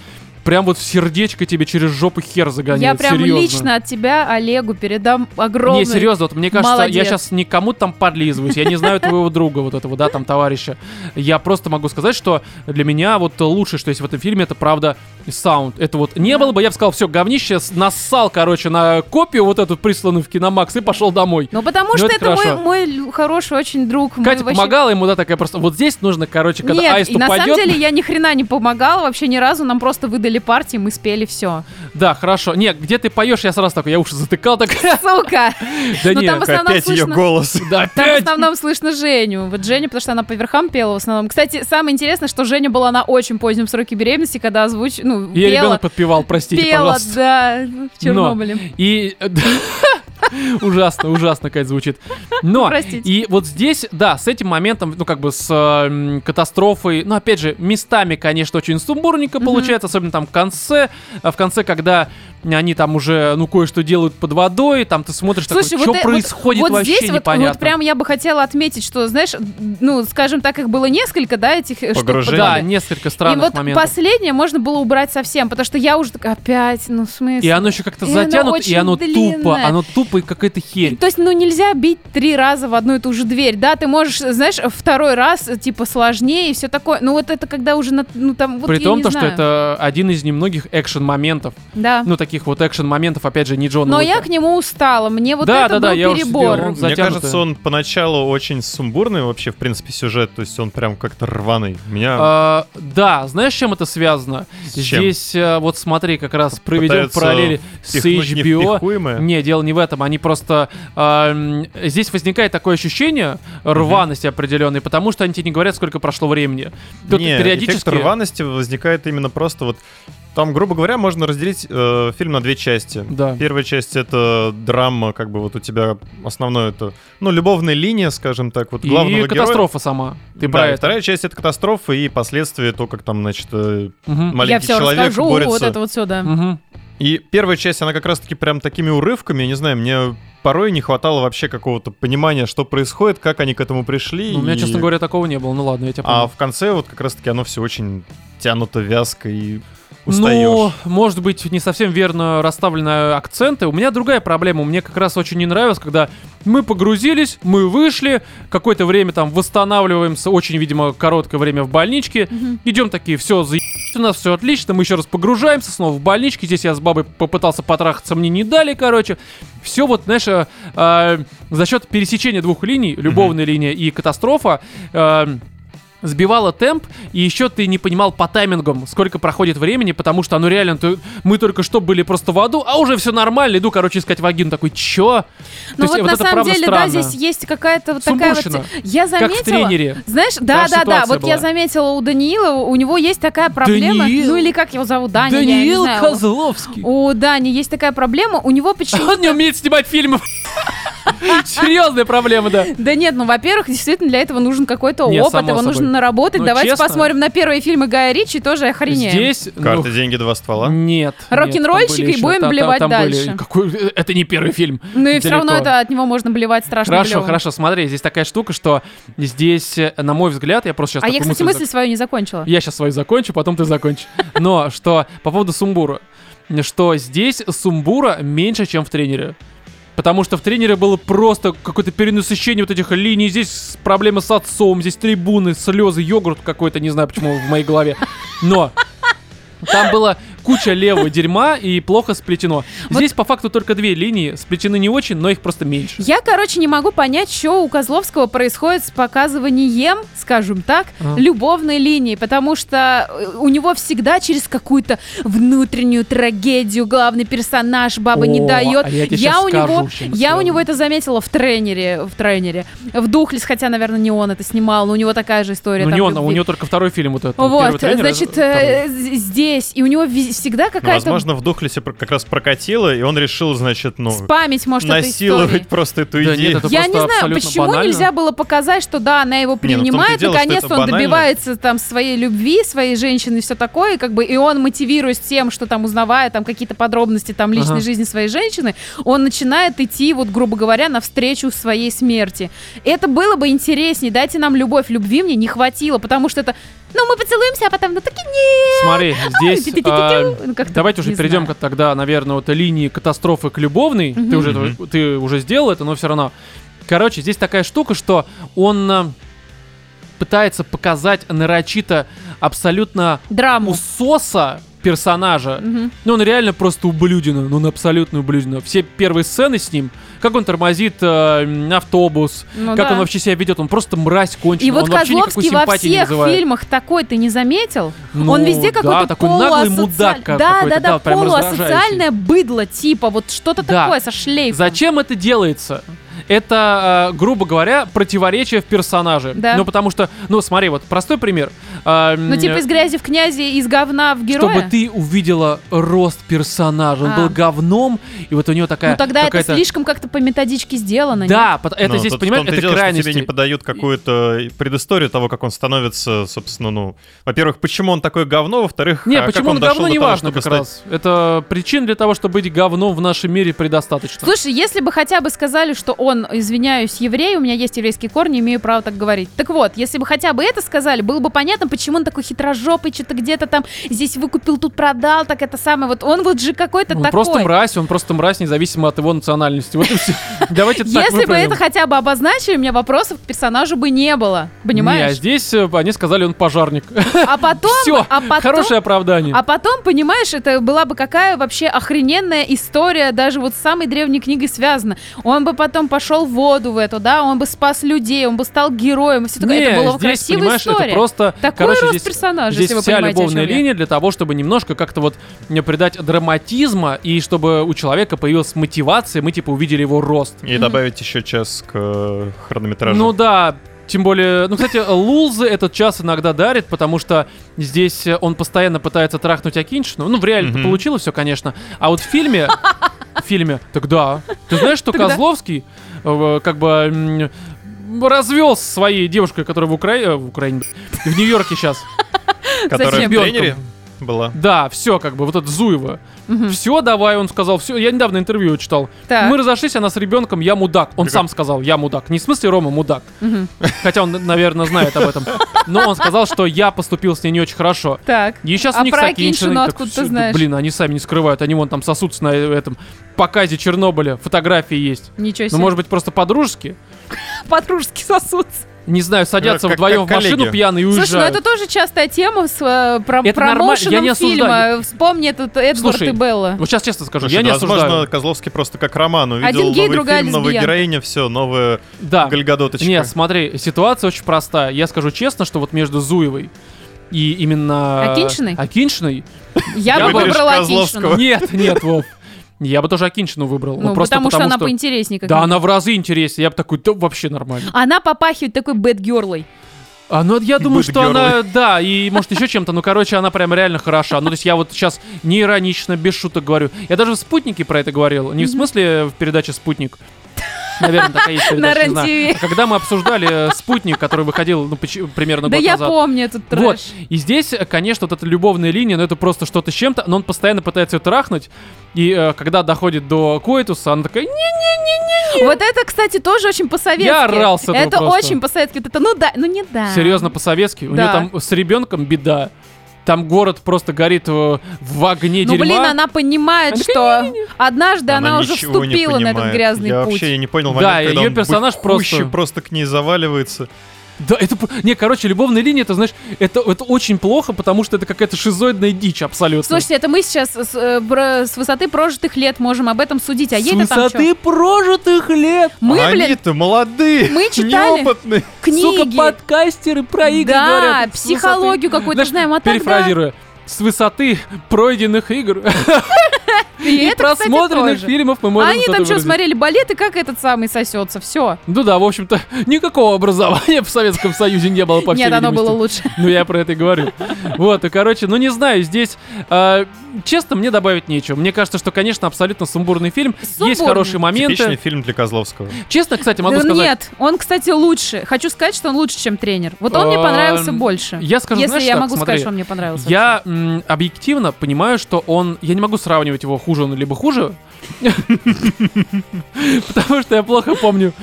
[SPEAKER 1] прям вот в сердечко тебе через жопу хер загоняет.
[SPEAKER 3] я прям
[SPEAKER 1] серьезно.
[SPEAKER 3] лично от тебя Олегу передам огромный.
[SPEAKER 1] Не, серьезно, вот мне кажется, я
[SPEAKER 3] Молодец.
[SPEAKER 1] сейчас никому там подлизываюсь, я не знаю твоего друга, вот этого, да, там, товарища. Я просто могу сказать, что для меня вот лучшее, что есть в этом фильме, это, правда, саунд. Это вот не было бы, я бы сказал, все, говнище, с- нассал, короче, на копию вот эту присланную в Киномакс и пошел домой.
[SPEAKER 3] Ну потому
[SPEAKER 1] Ну,
[SPEAKER 3] что
[SPEAKER 1] это
[SPEAKER 3] это, мой,
[SPEAKER 1] хорошо.
[SPEAKER 3] мой лю- хороший очень друг. мы
[SPEAKER 1] Катя
[SPEAKER 3] вообще-
[SPEAKER 1] помогала ему, да, такая просто, вот здесь нужно, короче, когда
[SPEAKER 3] Нет,
[SPEAKER 1] аист
[SPEAKER 3] и на
[SPEAKER 1] упадет,
[SPEAKER 3] самом деле я ни хрена не помогала вообще ни разу, нам просто выдали партии, мы спели все.
[SPEAKER 1] да, хорошо. Не, где ты поешь, я сразу такой, я уши затыкал, так,
[SPEAKER 3] Сука!
[SPEAKER 1] да
[SPEAKER 3] Ну,
[SPEAKER 1] не,
[SPEAKER 3] там в основном
[SPEAKER 2] Опять ее
[SPEAKER 3] слышно-
[SPEAKER 2] голос.
[SPEAKER 1] да
[SPEAKER 3] Там в
[SPEAKER 1] опять.
[SPEAKER 3] основном слышно Женю. Вот Женя, потому что она по верхам пела в основном. Кстати, самое интересное, что Женя была на очень позднем сроке беременности, когда озвуч... Ну,
[SPEAKER 1] Я
[SPEAKER 3] пела,
[SPEAKER 1] ребенок подпевал, простите,
[SPEAKER 3] пела,
[SPEAKER 1] пожалуйста.
[SPEAKER 3] да, в Чернобыле.
[SPEAKER 1] И... э, да. Ужасно, ужасно, Кать, звучит. Но,
[SPEAKER 3] Простите.
[SPEAKER 1] и вот здесь, да, с этим моментом, ну, как бы с э, м, катастрофой, ну, опять же, местами, конечно, очень сумбурненько получается, особенно там в конце, а в конце, когда они там уже, ну, кое-что делают под водой, там ты смотришь, такой, что
[SPEAKER 3] э-
[SPEAKER 1] происходит
[SPEAKER 3] вот
[SPEAKER 1] вообще
[SPEAKER 3] здесь вот-
[SPEAKER 1] непонятно.
[SPEAKER 3] Вот, прям я бы хотела отметить, что, знаешь, ну, скажем так, их было несколько, да, этих э, штук под
[SPEAKER 2] Погружение.
[SPEAKER 1] Да,
[SPEAKER 3] водой.
[SPEAKER 1] несколько
[SPEAKER 3] И
[SPEAKER 1] странных
[SPEAKER 3] вот
[SPEAKER 1] моментов.
[SPEAKER 3] последнее можно было убрать совсем, потому что я уже такая, опять, ну, в смысле?
[SPEAKER 1] И оно еще как-то
[SPEAKER 3] И оно
[SPEAKER 1] затянуто, и
[SPEAKER 3] очень
[SPEAKER 1] оно тупо,
[SPEAKER 3] длинное.
[SPEAKER 1] оно тупо и какая-то херь.
[SPEAKER 3] То есть, ну, нельзя бить три раза в одну и ту же дверь, да, ты можешь, знаешь, второй раз, э, типа, сложнее и все такое, ну, вот это когда уже, на- ну, там, вот
[SPEAKER 1] При
[SPEAKER 3] я
[SPEAKER 1] том,
[SPEAKER 3] не
[SPEAKER 1] то, что
[SPEAKER 3] знаю.
[SPEAKER 1] это один из немногих экшен-моментов.
[SPEAKER 3] Да.
[SPEAKER 1] Ну, таких вот экшен-моментов, опять же, не Джона
[SPEAKER 3] Но
[SPEAKER 1] Уика.
[SPEAKER 3] я к нему устала, мне вот
[SPEAKER 1] Да,
[SPEAKER 3] это
[SPEAKER 1] да, да,
[SPEAKER 3] был
[SPEAKER 1] я уж
[SPEAKER 3] перебор.
[SPEAKER 1] сделал.
[SPEAKER 2] Мне
[SPEAKER 1] Затянутое.
[SPEAKER 2] кажется, он поначалу очень сумбурный вообще, в принципе, сюжет. То есть он прям как-то рваный. Меня
[SPEAKER 1] А, да, знаешь, с чем это связано?
[SPEAKER 2] С чем?
[SPEAKER 1] Здесь э, вот смотри, как раз проведем
[SPEAKER 2] Пытаются
[SPEAKER 1] параллели с
[SPEAKER 2] впихнуть
[SPEAKER 1] HBO.
[SPEAKER 2] невпихуемое.
[SPEAKER 1] Не, дело не в этом. Они просто... а, м, здесь возникает такое ощущение рваности определенной, потому что они тебе не говорят, сколько прошло времени. Тут
[SPEAKER 2] Не,
[SPEAKER 1] периодически...
[SPEAKER 2] эффект рваности возникает именно просто вот... Там, грубо говоря, можно разделить э, фильм на две части.
[SPEAKER 1] Да.
[SPEAKER 2] Первая часть — это драма, как бы вот у тебя основное это... Ну, любовная линия, скажем так, вот
[SPEAKER 1] И
[SPEAKER 2] главного героя.
[SPEAKER 1] катастрофа сама. Ты
[SPEAKER 2] Да,
[SPEAKER 1] про
[SPEAKER 2] и
[SPEAKER 1] это.
[SPEAKER 2] вторая часть — это катастрофа и последствия, то, как там, значит, э,
[SPEAKER 1] Мгм.
[SPEAKER 3] Я
[SPEAKER 2] маленький
[SPEAKER 3] все
[SPEAKER 2] человек
[SPEAKER 3] расскажу,
[SPEAKER 2] борется.
[SPEAKER 3] вот это вот все, да.
[SPEAKER 1] Мгм.
[SPEAKER 2] И первая часть, она как раз-таки прям такими урывками, я не знаю, мне порой не хватало вообще какого-то понимания, что происходит, как они к этому пришли.
[SPEAKER 1] Ну, у меня,
[SPEAKER 2] и-
[SPEAKER 1] честно говоря, такого не было. Ну ладно, я тебя понял.
[SPEAKER 2] А в конце вот как раз-таки оно все очень тянуто, вязко и устаешь.
[SPEAKER 1] Ну, может быть, не совсем верно расставлены акценты. У меня другая проблема. Мне как раз очень не нравилось, когда мы погрузились, мы вышли, какое-то время там восстанавливаемся, очень, видимо, короткое время в больничке.
[SPEAKER 3] Мгм.
[SPEAKER 1] Идем такие, все, за у нас все отлично, мы еще раз погружаемся, снова в больничке. Здесь я с бабой попытался потрахаться, мне не дали, короче. Все вот, знаешь, э, э, за счет пересечения двух линий, любовная линия и катастрофа, э, сбивало темп, и еще ты не понимал по таймингам, сколько проходит времени, потому что, ну реально, ты- мы только что были просто в аду, а уже все нормально, иду, короче, искать вагину, такой, чё? То
[SPEAKER 3] Ну
[SPEAKER 1] есть,
[SPEAKER 3] вот, на
[SPEAKER 1] это
[SPEAKER 3] самом
[SPEAKER 1] правда
[SPEAKER 3] деле, да,
[SPEAKER 1] странно.
[SPEAKER 3] здесь есть какая-то вот такая вот...
[SPEAKER 1] Сумбурщина.
[SPEAKER 3] Я
[SPEAKER 1] Как
[SPEAKER 3] заметила...
[SPEAKER 1] в тренере.
[SPEAKER 3] Знаешь, да,
[SPEAKER 1] же
[SPEAKER 3] да, да.
[SPEAKER 1] ситуация
[SPEAKER 3] Вот я
[SPEAKER 1] была.
[SPEAKER 3] заметила у Даниила, у него есть такая проблема.
[SPEAKER 1] Даниил?
[SPEAKER 3] Ну или как его зовут? Даня, я не
[SPEAKER 1] Даниил
[SPEAKER 3] знаю.
[SPEAKER 1] Козловский.
[SPEAKER 3] У Дани есть такая проблема, у него почему...
[SPEAKER 1] Он не умеет снимать фильмы. Серьезная проблема, да.
[SPEAKER 3] Да нет, ну, во-первых, действительно, для этого нужен какой-то
[SPEAKER 1] Не,
[SPEAKER 3] опыт,
[SPEAKER 1] само
[SPEAKER 3] его нужно
[SPEAKER 1] собой.
[SPEAKER 3] наработать.
[SPEAKER 1] Ну,
[SPEAKER 3] Давайте
[SPEAKER 1] честно.
[SPEAKER 3] посмотрим на первые фильмы Гая Ричи, тоже охренеем.
[SPEAKER 1] Здесь... ну,
[SPEAKER 2] Карты, деньги, два ствола. Ну,
[SPEAKER 1] Нет.
[SPEAKER 3] Рок-н-ролльщик и будем блевать
[SPEAKER 1] блевать
[SPEAKER 3] дальше.
[SPEAKER 1] э, Это не первый фильм.
[SPEAKER 3] Ну и все
[SPEAKER 1] Далеко.
[SPEAKER 3] равно это от него можно блевать страшно
[SPEAKER 1] Хорошо,
[SPEAKER 3] клёво.
[SPEAKER 1] хорошо, смотри, здесь такая штука, что здесь, э, на мой взгляд, я просто сейчас...
[SPEAKER 3] А я, кстати, мысль свою не закончила.
[SPEAKER 1] Я сейчас свою закончу, потом ты закончишь. Но что по поводу сумбура, что здесь сумбура меньше, чем в тренере. Потому что в тренере было просто какое-то перенасыщение вот этих линий. Здесь с- проблемы с отцом, здесь трибуны, слезы, йогурт какой-то, не знаю почему в моей голове. Но там было куча левого дерьма и плохо сплетено.
[SPEAKER 3] Вот-
[SPEAKER 1] Здесь по факту только две линии. Сплетены не очень, но их просто меньше.
[SPEAKER 3] Я, короче, не могу понять, что у Козловского происходит с показыванием, скажем так,
[SPEAKER 1] А.
[SPEAKER 3] любовной линии, потому что э, у него всегда через какую-то внутреннюю трагедию главный персонаж баба не
[SPEAKER 1] О,
[SPEAKER 3] дает.
[SPEAKER 1] а я тебе щас
[SPEAKER 3] у
[SPEAKER 1] скажу,
[SPEAKER 3] него,
[SPEAKER 1] в чём
[SPEAKER 3] я
[SPEAKER 1] дело.
[SPEAKER 3] у него это заметила в тренере, в тренере, в Духлес, хотя, наверное, не он это снимал, но у него такая же история.
[SPEAKER 1] Ну
[SPEAKER 3] там
[SPEAKER 1] не он, а
[SPEAKER 3] любви.
[SPEAKER 1] у него только второй фильм вот этот. первый
[SPEAKER 3] Вот,
[SPEAKER 1] тренер,
[SPEAKER 3] значит,
[SPEAKER 1] второй.
[SPEAKER 3] э, з- здесь и у него ви- всегда
[SPEAKER 2] Ну,
[SPEAKER 3] какая-то
[SPEAKER 2] возможно, в Духлесе про- как раз прокатило, и он решил, значит, ну,
[SPEAKER 3] память может этой истории.
[SPEAKER 2] насиловать просто эту
[SPEAKER 1] Да нет,
[SPEAKER 2] идею.
[SPEAKER 1] это-
[SPEAKER 3] Я
[SPEAKER 1] просто
[SPEAKER 3] не знаю,
[SPEAKER 1] абсолютно
[SPEAKER 3] почему
[SPEAKER 1] банально.
[SPEAKER 3] нельзя было показать, что да, она его
[SPEAKER 2] Не, ну в том-то и
[SPEAKER 3] принимает,
[SPEAKER 2] дело, что это
[SPEAKER 3] наконец-то он
[SPEAKER 2] банально.
[SPEAKER 3] добивается там своей любви, своей женщины и все такое, как бы, и он мотивируясь тем, что там узнавая там какие-то подробности там личной
[SPEAKER 1] Ага.
[SPEAKER 3] жизни своей женщины, он начинает идти, вот, грубо говоря, навстречу своей смерти. Это было бы интереснее, дайте нам любовь, любви мне не хватило, потому что это, ну, мы поцелуемся, а потом, ну, таки нет.
[SPEAKER 1] Смотри, здесь... а,
[SPEAKER 3] Ну, как-то,
[SPEAKER 1] Давайте уже
[SPEAKER 3] не
[SPEAKER 1] перейдем
[SPEAKER 3] знаю.
[SPEAKER 1] к- тогда, наверное, от линии катастрофы к любовной. Ты, уже, это- ты уже сделал это, но все равно. Короче, здесь такая штука, что он э, пытается показать нарочито абсолютно
[SPEAKER 3] Драму.
[SPEAKER 1] усоса персонажа.
[SPEAKER 3] Мгм.
[SPEAKER 1] Ну, он реально просто ублюдина, ну, он абсолютно ублюдина. Все первые сцены с ним, как он тормозит э, м, автобус,
[SPEAKER 3] Ну
[SPEAKER 1] как
[SPEAKER 3] да.
[SPEAKER 1] он вообще себя ведет, он просто мразь конченый,
[SPEAKER 3] И вот
[SPEAKER 1] ну он вообще никакой
[SPEAKER 3] Козловский во
[SPEAKER 1] симпатии не
[SPEAKER 3] всех
[SPEAKER 1] вызывает.
[SPEAKER 3] фильмах такой ты не заметил?
[SPEAKER 1] Ну,
[SPEAKER 3] он везде
[SPEAKER 1] да,
[SPEAKER 3] какой-то
[SPEAKER 1] такой наглый
[SPEAKER 3] полуасоциаль-
[SPEAKER 1] мудак
[SPEAKER 3] Да,
[SPEAKER 1] как-
[SPEAKER 3] да, да,
[SPEAKER 1] какой-то, да, прям
[SPEAKER 3] полуасоциальное быдло, типа вот что-то
[SPEAKER 1] Да.
[SPEAKER 3] такое со шлейфом.
[SPEAKER 1] Зачем это делается? Это, э, грубо говоря, противоречие в персонаже.
[SPEAKER 3] Да.
[SPEAKER 1] Ну, потому что, ну, смотри, вот простой пример. Э,
[SPEAKER 3] Ну,
[SPEAKER 1] м,
[SPEAKER 3] типа из грязи в князи, из говна в героя.
[SPEAKER 1] Чтобы ты увидела рост персонажа. Он
[SPEAKER 3] А.
[SPEAKER 1] был говном, и вот у него такая...
[SPEAKER 3] ну тогда это
[SPEAKER 1] какая-то-
[SPEAKER 3] слишком как-то по методичке сделано. нет?
[SPEAKER 1] Да, пот- это
[SPEAKER 2] Ну,
[SPEAKER 1] здесь,
[SPEAKER 2] тут в
[SPEAKER 1] понимаешь,
[SPEAKER 2] том-то и
[SPEAKER 1] это
[SPEAKER 2] дело, что
[SPEAKER 1] крайность.
[SPEAKER 2] тебе не подают какую-то предысторию того, как он становится, собственно, ну... Во-первых, почему он такое говно, во-вторых...
[SPEAKER 1] Не,
[SPEAKER 2] а как
[SPEAKER 1] почему
[SPEAKER 2] он
[SPEAKER 1] он
[SPEAKER 2] дошел
[SPEAKER 1] говно
[SPEAKER 2] до
[SPEAKER 1] не
[SPEAKER 2] того,
[SPEAKER 1] важно
[SPEAKER 2] чтобы
[SPEAKER 1] как
[SPEAKER 2] стать-
[SPEAKER 1] раз. Это причин для того, чтобы быть говном в нашем мире предостаточно.
[SPEAKER 3] Слушай, если бы хотя бы сказали, что он, извиняюсь, еврей, у меня есть еврейские корни, имею право так говорить. Так вот, если бы хотя бы это сказали, было бы понятно, почему он такой хитрожопый, что-то где-то там здесь выкупил, тут продал, так это самое. Вот он вот же какой-то
[SPEAKER 1] Ну, он
[SPEAKER 3] такой.
[SPEAKER 1] просто мразь, он просто мразь, независимо от его национальности. Вот и все. Давайте так
[SPEAKER 3] Если бы
[SPEAKER 1] выправим.
[SPEAKER 3] это хотя бы обозначили, у меня вопросов к персонажу бы не было. Понимаешь?
[SPEAKER 1] Не, а здесь э, они сказали, он пожарник.
[SPEAKER 3] А потом,
[SPEAKER 1] Все,
[SPEAKER 3] а потом,
[SPEAKER 1] хорошее оправдание.
[SPEAKER 3] а потом, понимаешь, это была бы какая вообще охрененная история, даже вот с самой древней книгой связана. Он бы потом пошел в воду в эту, да, он бы спас людей, он бы стал героем, и все такое.
[SPEAKER 1] Не,
[SPEAKER 3] это была бы
[SPEAKER 1] здесь,
[SPEAKER 3] красивая
[SPEAKER 1] понимаешь,
[SPEAKER 3] история.
[SPEAKER 1] это просто...
[SPEAKER 3] Такой
[SPEAKER 1] короче,
[SPEAKER 3] рост
[SPEAKER 1] здесь,
[SPEAKER 3] персонажа,
[SPEAKER 1] здесь
[SPEAKER 3] если вы
[SPEAKER 1] вся
[SPEAKER 3] понимаете, о
[SPEAKER 1] любовная
[SPEAKER 3] чем я.
[SPEAKER 1] линия для того, чтобы немножко как-то вот не придать драматизма, и чтобы у человека появилась мотивация, мы типа увидели его рост.
[SPEAKER 2] И добавить еще час к э, хронометражу.
[SPEAKER 1] Ну да, тем более, ну, кстати, Лулзы этот час иногда дарит, потому что здесь э, он постоянно пытается трахнуть Акиншину. Ну, в реале
[SPEAKER 2] Мгм.
[SPEAKER 1] получилось все, конечно. А вот в фильме... В фильме... Тогда... Ты знаешь, что
[SPEAKER 3] Тогда.
[SPEAKER 1] Козловский э, как бы м, развел с своей девушкой, которая в Украине... В Украине... блин, В Нью-Йорке сейчас.
[SPEAKER 2] Которая в
[SPEAKER 1] Зачем?
[SPEAKER 2] тренере была.
[SPEAKER 1] Да, все, как бы, вот это Зуева.
[SPEAKER 3] Мгм.
[SPEAKER 1] Все, давай, он сказал, все. Я недавно интервью его читал.
[SPEAKER 3] Так.
[SPEAKER 1] Мы разошлись, она с ребенком, я мудак. Он
[SPEAKER 2] Прикольно.
[SPEAKER 1] сам сказал, я мудак. Не в смысле Рома мудак.
[SPEAKER 3] Мгм.
[SPEAKER 1] Хотя он, наверное, знает об этом. Но он сказал, что я поступил с ней не очень хорошо.
[SPEAKER 3] Так.
[SPEAKER 1] И сейчас
[SPEAKER 3] А
[SPEAKER 1] у них
[SPEAKER 3] про
[SPEAKER 1] с
[SPEAKER 3] Акиньшину
[SPEAKER 1] Акиньшиной так
[SPEAKER 3] откуда ты
[SPEAKER 1] всё-
[SPEAKER 3] знаешь?
[SPEAKER 1] Блин, они сами не скрывают. Они вон там сосутся на этом показе Чернобыля. Фотографии есть.
[SPEAKER 3] Ничего себе.
[SPEAKER 1] Ну, может быть, просто по-дружески?
[SPEAKER 3] Подружки сосутся.
[SPEAKER 1] не знаю, садятся
[SPEAKER 2] Э, Как-
[SPEAKER 1] вдвоем в
[SPEAKER 2] как
[SPEAKER 1] машину
[SPEAKER 2] коллеги.
[SPEAKER 1] пьяные и уезжают.
[SPEAKER 3] Слушай, ну это тоже частая тема с э, про,
[SPEAKER 1] Это нормально, я
[SPEAKER 3] промоушеном
[SPEAKER 1] не осуждаю.
[SPEAKER 3] фильма. Вспомни этот Эдвард
[SPEAKER 1] Слушай,
[SPEAKER 3] и Белла.
[SPEAKER 1] Вот сейчас честно скажу,
[SPEAKER 2] Слушай,
[SPEAKER 1] я
[SPEAKER 2] ну,
[SPEAKER 1] не
[SPEAKER 2] возможно,
[SPEAKER 1] осуждаю.
[SPEAKER 2] Козловский просто как роман увидел
[SPEAKER 3] Один гей,
[SPEAKER 2] новый
[SPEAKER 3] другая
[SPEAKER 2] фильм, новая
[SPEAKER 3] лесбиянка.
[SPEAKER 2] героиня, все, новая
[SPEAKER 1] Да.
[SPEAKER 2] гальгадоточка.
[SPEAKER 1] А, Нет, смотри, ситуация очень простая. Я скажу честно, что вот между Зуевой и именно...
[SPEAKER 3] Акиньшиной?
[SPEAKER 1] Акиньшиной?
[SPEAKER 3] Я,
[SPEAKER 1] я
[SPEAKER 3] бы
[SPEAKER 1] бы
[SPEAKER 3] выбрала
[SPEAKER 2] решил
[SPEAKER 3] Акиньшину.
[SPEAKER 2] Козловского.
[SPEAKER 1] Нет, нет, Вов. Я бы тоже Акиньшину выбрал.
[SPEAKER 3] Ну,
[SPEAKER 1] Ну, просто
[SPEAKER 3] потому, что она поинтереснее. как
[SPEAKER 1] Да,
[SPEAKER 3] минимум.
[SPEAKER 1] она в разы интереснее. Я бы такой, да вообще нормально.
[SPEAKER 3] Она попахивает такой бэдгерлой.
[SPEAKER 1] А, ну, я думаю,
[SPEAKER 2] Бэдгерлой.
[SPEAKER 1] что она, да, и может еще чем-то, ну, короче, она прям реально хороша. Ну, то есть я вот сейчас не иронично, без шуток говорю. Я даже в «Спутнике» про это говорил. Не в смысле в передаче «Спутник». Наверное, такая есть передача,
[SPEAKER 3] На
[SPEAKER 1] не знаю.
[SPEAKER 3] РЕН-ТВ.
[SPEAKER 1] А Когда мы обсуждали э, «Спутник», который выходил, ну, поч- примерно
[SPEAKER 3] Да
[SPEAKER 1] год
[SPEAKER 3] я
[SPEAKER 1] назад.
[SPEAKER 3] помню этот трэш.
[SPEAKER 1] Вот. И здесь, э, конечно, вот эта любовная линия, но это просто что-то с чем-то, но он постоянно пытается ее трахнуть. И э, когда доходит до коитуса, она такая, не,
[SPEAKER 3] Вот это, кстати, тоже очень по-советски.
[SPEAKER 1] Я орал с этого
[SPEAKER 3] Это
[SPEAKER 1] просто.
[SPEAKER 3] очень по-советски. Вот Это, ну да, ну не да.
[SPEAKER 1] серьезно, по-советски, у нее
[SPEAKER 3] Да.
[SPEAKER 1] там с ребенком беда. Там город просто горит э, в огне
[SPEAKER 3] Ну,
[SPEAKER 1] дерьма.
[SPEAKER 3] блин, она понимает,
[SPEAKER 1] Она
[SPEAKER 3] что однажды она уже
[SPEAKER 2] ничего не
[SPEAKER 3] вступила на этот
[SPEAKER 2] понимает.
[SPEAKER 3] грязный
[SPEAKER 2] я
[SPEAKER 3] путь.
[SPEAKER 2] вообще я не понял
[SPEAKER 1] Да,
[SPEAKER 2] момент, когда
[SPEAKER 1] её
[SPEAKER 2] он
[SPEAKER 1] персонаж
[SPEAKER 2] быкущий
[SPEAKER 1] просто-
[SPEAKER 2] просто к ней заваливается.
[SPEAKER 1] Да, это... п- Не, короче, любовная линия, это, знаешь, это, это очень плохо, потому что это какая-то шизоидная дичь абсолютно.
[SPEAKER 3] Слушайте, это мы сейчас с, э, бро- с высоты прожитых лет можем об этом судить, а
[SPEAKER 1] с
[SPEAKER 3] ей-то там
[SPEAKER 1] высоты
[SPEAKER 3] чё?
[SPEAKER 1] прожитых лет.
[SPEAKER 3] Мы,
[SPEAKER 2] А
[SPEAKER 3] блин,
[SPEAKER 2] Они-то молодые,
[SPEAKER 3] Мы читали.
[SPEAKER 2] неопытные.
[SPEAKER 1] Сука,
[SPEAKER 3] книги,
[SPEAKER 1] подкастеры про игры
[SPEAKER 3] Да,
[SPEAKER 1] говорят. С высоты.
[SPEAKER 3] психологию какую-то
[SPEAKER 1] Знаешь,
[SPEAKER 3] знаем, а так
[SPEAKER 1] Перефразируя. С высоты пройденных игр
[SPEAKER 3] и
[SPEAKER 1] и
[SPEAKER 3] это, кстати,
[SPEAKER 1] просмотренных
[SPEAKER 3] тоже.
[SPEAKER 1] фильмов мы
[SPEAKER 3] А
[SPEAKER 1] можем
[SPEAKER 3] они
[SPEAKER 1] вот
[SPEAKER 3] там
[SPEAKER 1] это
[SPEAKER 3] что,
[SPEAKER 1] выразить.
[SPEAKER 3] смотрели балет, и как этот самый сосется, все.
[SPEAKER 1] Ну да, в общем-то, никакого образования в Советском Союзе не было, по всей
[SPEAKER 3] Нет, оно было
[SPEAKER 1] видимости.
[SPEAKER 3] лучше.
[SPEAKER 1] Ну, я про это и говорю. Вот, и, короче, ну, не знаю, здесь, э, честно, мне добавить нечего. Мне кажется, что, конечно, абсолютно сумбурный фильм. Есть
[SPEAKER 3] Сумбурный. Ну,
[SPEAKER 1] хорошие моменты.
[SPEAKER 2] Типичный фильм для Козловского.
[SPEAKER 1] Честно, кстати, могу
[SPEAKER 3] Да
[SPEAKER 1] сказать.
[SPEAKER 3] Нет, он, кстати, лучше. Хочу сказать, что он лучше, чем тренер. Вот он мне
[SPEAKER 1] Эм,
[SPEAKER 3] понравился больше.
[SPEAKER 1] я скажу,
[SPEAKER 3] Если
[SPEAKER 1] знаешь,
[SPEAKER 3] я
[SPEAKER 1] так,
[SPEAKER 3] могу
[SPEAKER 1] смотри,
[SPEAKER 3] сказать, что он мне понравился.
[SPEAKER 1] Я м, объективно понимаю, что он... Я не могу сравнивать его хуже он либо хуже. Потому что я плохо помню,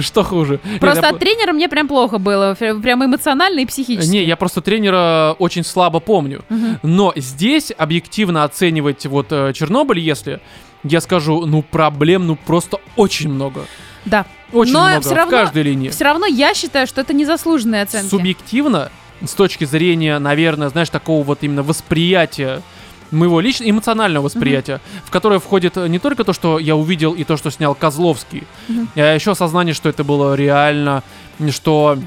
[SPEAKER 1] что хуже. Нет,
[SPEAKER 3] Просто
[SPEAKER 1] я
[SPEAKER 3] от
[SPEAKER 1] пл-
[SPEAKER 3] тренера мне прям плохо было. фе- Прям эмоционально и психически.
[SPEAKER 1] Не, я просто тренера очень слабо помню.
[SPEAKER 3] Мгм.
[SPEAKER 1] Но здесь объективно оценивать вот э, Чернобыль, если я скажу, ну проблем, ну просто очень много.
[SPEAKER 3] Да.
[SPEAKER 1] Очень
[SPEAKER 3] Но
[SPEAKER 1] много
[SPEAKER 3] всё равно-
[SPEAKER 1] в каждой линии.
[SPEAKER 3] Все равно я считаю, что это незаслуженные оценки.
[SPEAKER 1] Субъективно, с точки зрения, наверное, знаешь, такого вот именно восприятия моего личного эмоционального восприятия, в которое входит э, не только то, что я увидел и то, что снял Козловский,
[SPEAKER 3] Мгм.
[SPEAKER 1] а еще осознание, что это было реально, что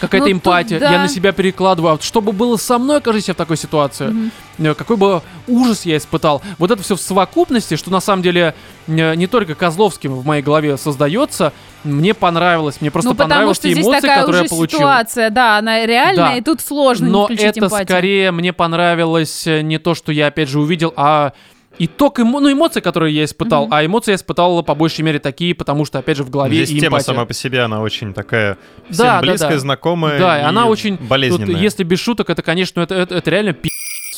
[SPEAKER 1] какая-то
[SPEAKER 3] Ну, тут
[SPEAKER 1] эмпатия,
[SPEAKER 3] да.
[SPEAKER 1] я на себя перекладываю, А вот что бы было со мной, окажись я в такой ситуации,
[SPEAKER 3] Мгм.
[SPEAKER 1] Э, какой бы ужас я испытал. Вот это все в совокупности, что на самом деле э, не только Козловским в моей голове создается, мне понравилось, мне просто
[SPEAKER 3] ну, потому
[SPEAKER 1] понравились
[SPEAKER 3] что
[SPEAKER 1] те
[SPEAKER 3] здесь
[SPEAKER 1] эмоции,
[SPEAKER 3] такая
[SPEAKER 1] которые
[SPEAKER 3] уже
[SPEAKER 1] я получил.
[SPEAKER 3] ситуация, да, она реальная,
[SPEAKER 1] Да.
[SPEAKER 3] и тут сложно не
[SPEAKER 1] Но
[SPEAKER 3] включить
[SPEAKER 1] это
[SPEAKER 3] эмпатию.
[SPEAKER 1] скорее мне понравилось э, не то, что я опять же увидел, а итог, эмо- ну, эмоции, которые я испытал.
[SPEAKER 3] Мгм.
[SPEAKER 1] А эмоции я испытал по большей мере такие, потому что опять же в голове
[SPEAKER 2] Здесь
[SPEAKER 1] и
[SPEAKER 2] тема
[SPEAKER 1] эмпатия.
[SPEAKER 2] сама по себе, она очень такая всем
[SPEAKER 1] Да, да,
[SPEAKER 2] близкая,
[SPEAKER 1] да.
[SPEAKER 2] знакомая
[SPEAKER 1] Да, и
[SPEAKER 2] и
[SPEAKER 1] она очень тут,
[SPEAKER 2] болезненная.
[SPEAKER 1] если без шуток, это, конечно, это, это, это реально пи***ц.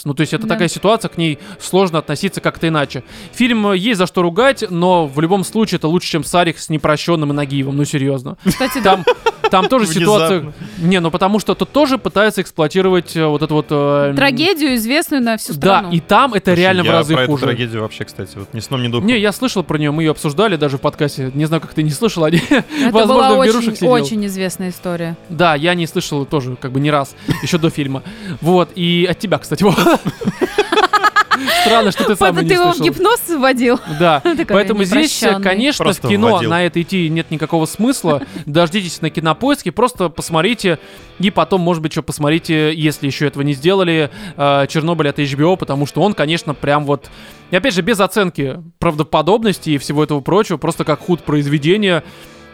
[SPEAKER 1] Ну, то есть это
[SPEAKER 3] Да.
[SPEAKER 1] такая ситуация, к ней сложно относиться как-то иначе. Фильм э, есть за что ругать, но в любом случае это лучше, чем Сарик с непрощенным и Нагиевым, ну серьезно.
[SPEAKER 3] Кстати, да.
[SPEAKER 1] Там, там тоже ситуация...
[SPEAKER 2] Внезапно.
[SPEAKER 1] Не, ну потому что тут тоже пытаются эксплуатировать э, вот это вот... э, м,
[SPEAKER 3] Трагедию, известную на всю
[SPEAKER 1] Да,
[SPEAKER 3] страну.
[SPEAKER 1] и там это
[SPEAKER 2] Слушай,
[SPEAKER 1] реально в
[SPEAKER 2] я
[SPEAKER 1] разы
[SPEAKER 2] про
[SPEAKER 1] хуже.
[SPEAKER 2] эту трагедию вообще, кстати, вот ни сном, ни духом.
[SPEAKER 1] Не, я слышал про нее, мы ее обсуждали даже в подкасте. Не знаю, как ты не слышал, они,
[SPEAKER 3] Это
[SPEAKER 1] возможно,
[SPEAKER 3] была
[SPEAKER 1] в берушах
[SPEAKER 3] очень,
[SPEAKER 1] сидел.
[SPEAKER 3] очень известная история.
[SPEAKER 1] Да, я не слышал тоже, как бы не раз, еще до фильма. Вот, и от тебя, кстати. вот. Странно, что ты сам
[SPEAKER 3] Папа,
[SPEAKER 1] её
[SPEAKER 3] ты
[SPEAKER 1] не
[SPEAKER 3] его в
[SPEAKER 1] слышал.
[SPEAKER 3] гипноз вводил?
[SPEAKER 1] Да,
[SPEAKER 3] Такой
[SPEAKER 1] поэтому здесь, э,
[SPEAKER 3] непрощенный.
[SPEAKER 1] конечно,
[SPEAKER 2] Просто
[SPEAKER 1] в кино
[SPEAKER 2] вводил.
[SPEAKER 1] на это идти нет никакого смысла. Дождитесь на кинопоиске, просто посмотрите, и потом, может быть, что посмотрите, если еще этого не сделали, э, Чернобыль от HBO, потому что он, конечно, прям вот... И опять же, без оценки правдоподобности и всего этого прочего, просто как худ произведения,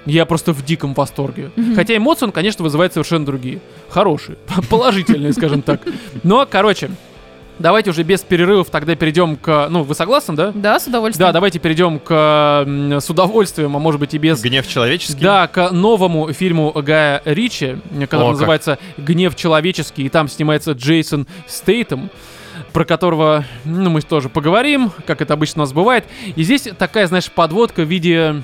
[SPEAKER 1] я просто в диком восторге. Хотя эмоции он, конечно, вызывает совершенно другие. Хорошие, положительные, скажем так. Но, короче, давайте уже без перерывов тогда перейдем к... Ну, вы согласны, да?
[SPEAKER 3] Да, с удовольствием.
[SPEAKER 1] Да, давайте перейдем к э, м, с удовольствием, а может быть и без.
[SPEAKER 2] Гнев человеческий.
[SPEAKER 1] Да, к новому фильму Гая Ричи, который
[SPEAKER 2] О, как.
[SPEAKER 1] называется «Гнев человеческий», и там снимается Джейсон Стейтем, про которого, ну, мы тоже поговорим, как это обычно у нас бывает. И здесь такая, знаешь, подводка в виде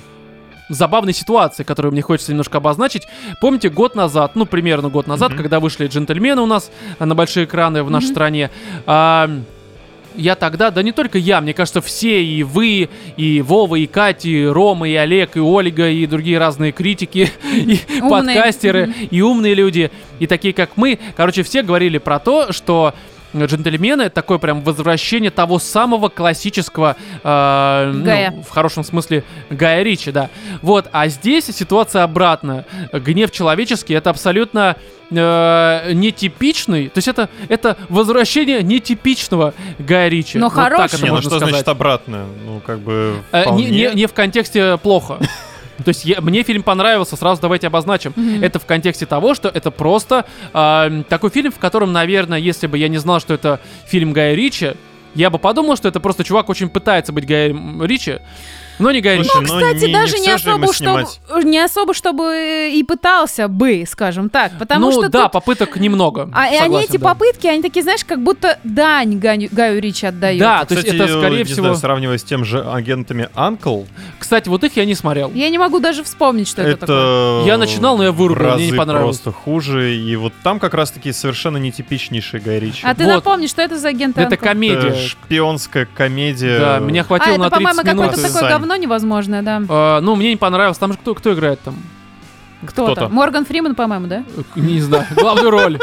[SPEAKER 1] забавной ситуации, которую мне хочется немножко обозначить. Помните, год назад, ну, примерно год назад,
[SPEAKER 2] Мгм.
[SPEAKER 1] э, когда вышли «Джентльмены» у нас а, на большие экраны в нашей стране, а, я тогда, да не только я, мне кажется, все, и вы, и Вова, и Катя, и Рома, и Олег, и Ольга, и другие разные критики, и
[SPEAKER 3] Умные.
[SPEAKER 1] подкастеры, и умные люди, и такие, как мы. Короче, все говорили про то, что джентльмены это такое прям возвращение того самого классического э, ну,
[SPEAKER 3] Гая.
[SPEAKER 1] в хорошем смысле Гая Ричи, да. Вот, а здесь ситуация обратная. Гнев человеческий это абсолютно э, нетипичный, то есть это, это возвращение нетипичного Гая Ричи.
[SPEAKER 3] Но
[SPEAKER 1] Вот так
[SPEAKER 3] хороший.
[SPEAKER 1] это
[SPEAKER 2] Не, ну
[SPEAKER 1] можно
[SPEAKER 2] что
[SPEAKER 1] сказать.
[SPEAKER 2] значит обратное? Ну, как бы
[SPEAKER 1] Э, не,
[SPEAKER 2] вполне.
[SPEAKER 1] не- не в контексте плохо. То есть я- мне фильм понравился, сразу давайте обозначим.
[SPEAKER 3] Мгм.
[SPEAKER 1] Это в контексте того, что это просто э, такой фильм, в котором, наверное, если бы я не знал, что это фильм Гая Ричи, я бы подумал, что это просто чувак очень пытается быть Гаем Ричи, но не Гай Ричи.
[SPEAKER 2] Слушай, ну,
[SPEAKER 3] Кстати, даже не,
[SPEAKER 2] всё же
[SPEAKER 3] особо,
[SPEAKER 2] ему
[SPEAKER 3] чтобы,
[SPEAKER 2] снимать.
[SPEAKER 3] не особо, чтобы и пытался бы, скажем так. Потому
[SPEAKER 1] ну
[SPEAKER 3] что
[SPEAKER 1] да,
[SPEAKER 3] тут-
[SPEAKER 1] попыток немного.
[SPEAKER 3] а и они
[SPEAKER 1] согласен,
[SPEAKER 3] эти
[SPEAKER 1] да.
[SPEAKER 3] попытки, они такие, знаешь, как будто дань Ганю- Гаю Ричи отдают.
[SPEAKER 1] Да, то есть
[SPEAKER 2] Кстати,
[SPEAKER 1] это скорее
[SPEAKER 2] не
[SPEAKER 1] всего.
[SPEAKER 2] знаю, сравнивая с тем же агентами Анкл,
[SPEAKER 1] Кстати, вот их я не смотрел.
[SPEAKER 3] Я не могу даже вспомнить, что это, такое.
[SPEAKER 2] это...
[SPEAKER 1] Я начинал, но я вырубил,
[SPEAKER 2] в
[SPEAKER 1] мне не
[SPEAKER 2] разы
[SPEAKER 1] понравилось.
[SPEAKER 2] просто хуже. И вот там как раз-таки совершенно нетипичнейший Гай Ричи.
[SPEAKER 3] А ты
[SPEAKER 1] вот.
[SPEAKER 3] напомни, что это за агент
[SPEAKER 1] Это
[SPEAKER 3] Анкл?
[SPEAKER 2] Это
[SPEAKER 1] комедия.
[SPEAKER 2] шпионская комедия.
[SPEAKER 1] Да, меня
[SPEAKER 3] А,
[SPEAKER 1] хватило
[SPEAKER 3] это,
[SPEAKER 1] на 30
[SPEAKER 3] по-моему,
[SPEAKER 1] минут.
[SPEAKER 3] какое-то такое
[SPEAKER 2] Сами.
[SPEAKER 3] говно невозможное, да.
[SPEAKER 1] Э, ну, мне не понравилось. Там же кто, кто играет там?
[SPEAKER 3] Кто-то.
[SPEAKER 2] кто-то.
[SPEAKER 3] Морган Фриман, по-моему, да?
[SPEAKER 1] Э, Не знаю. Главную роль.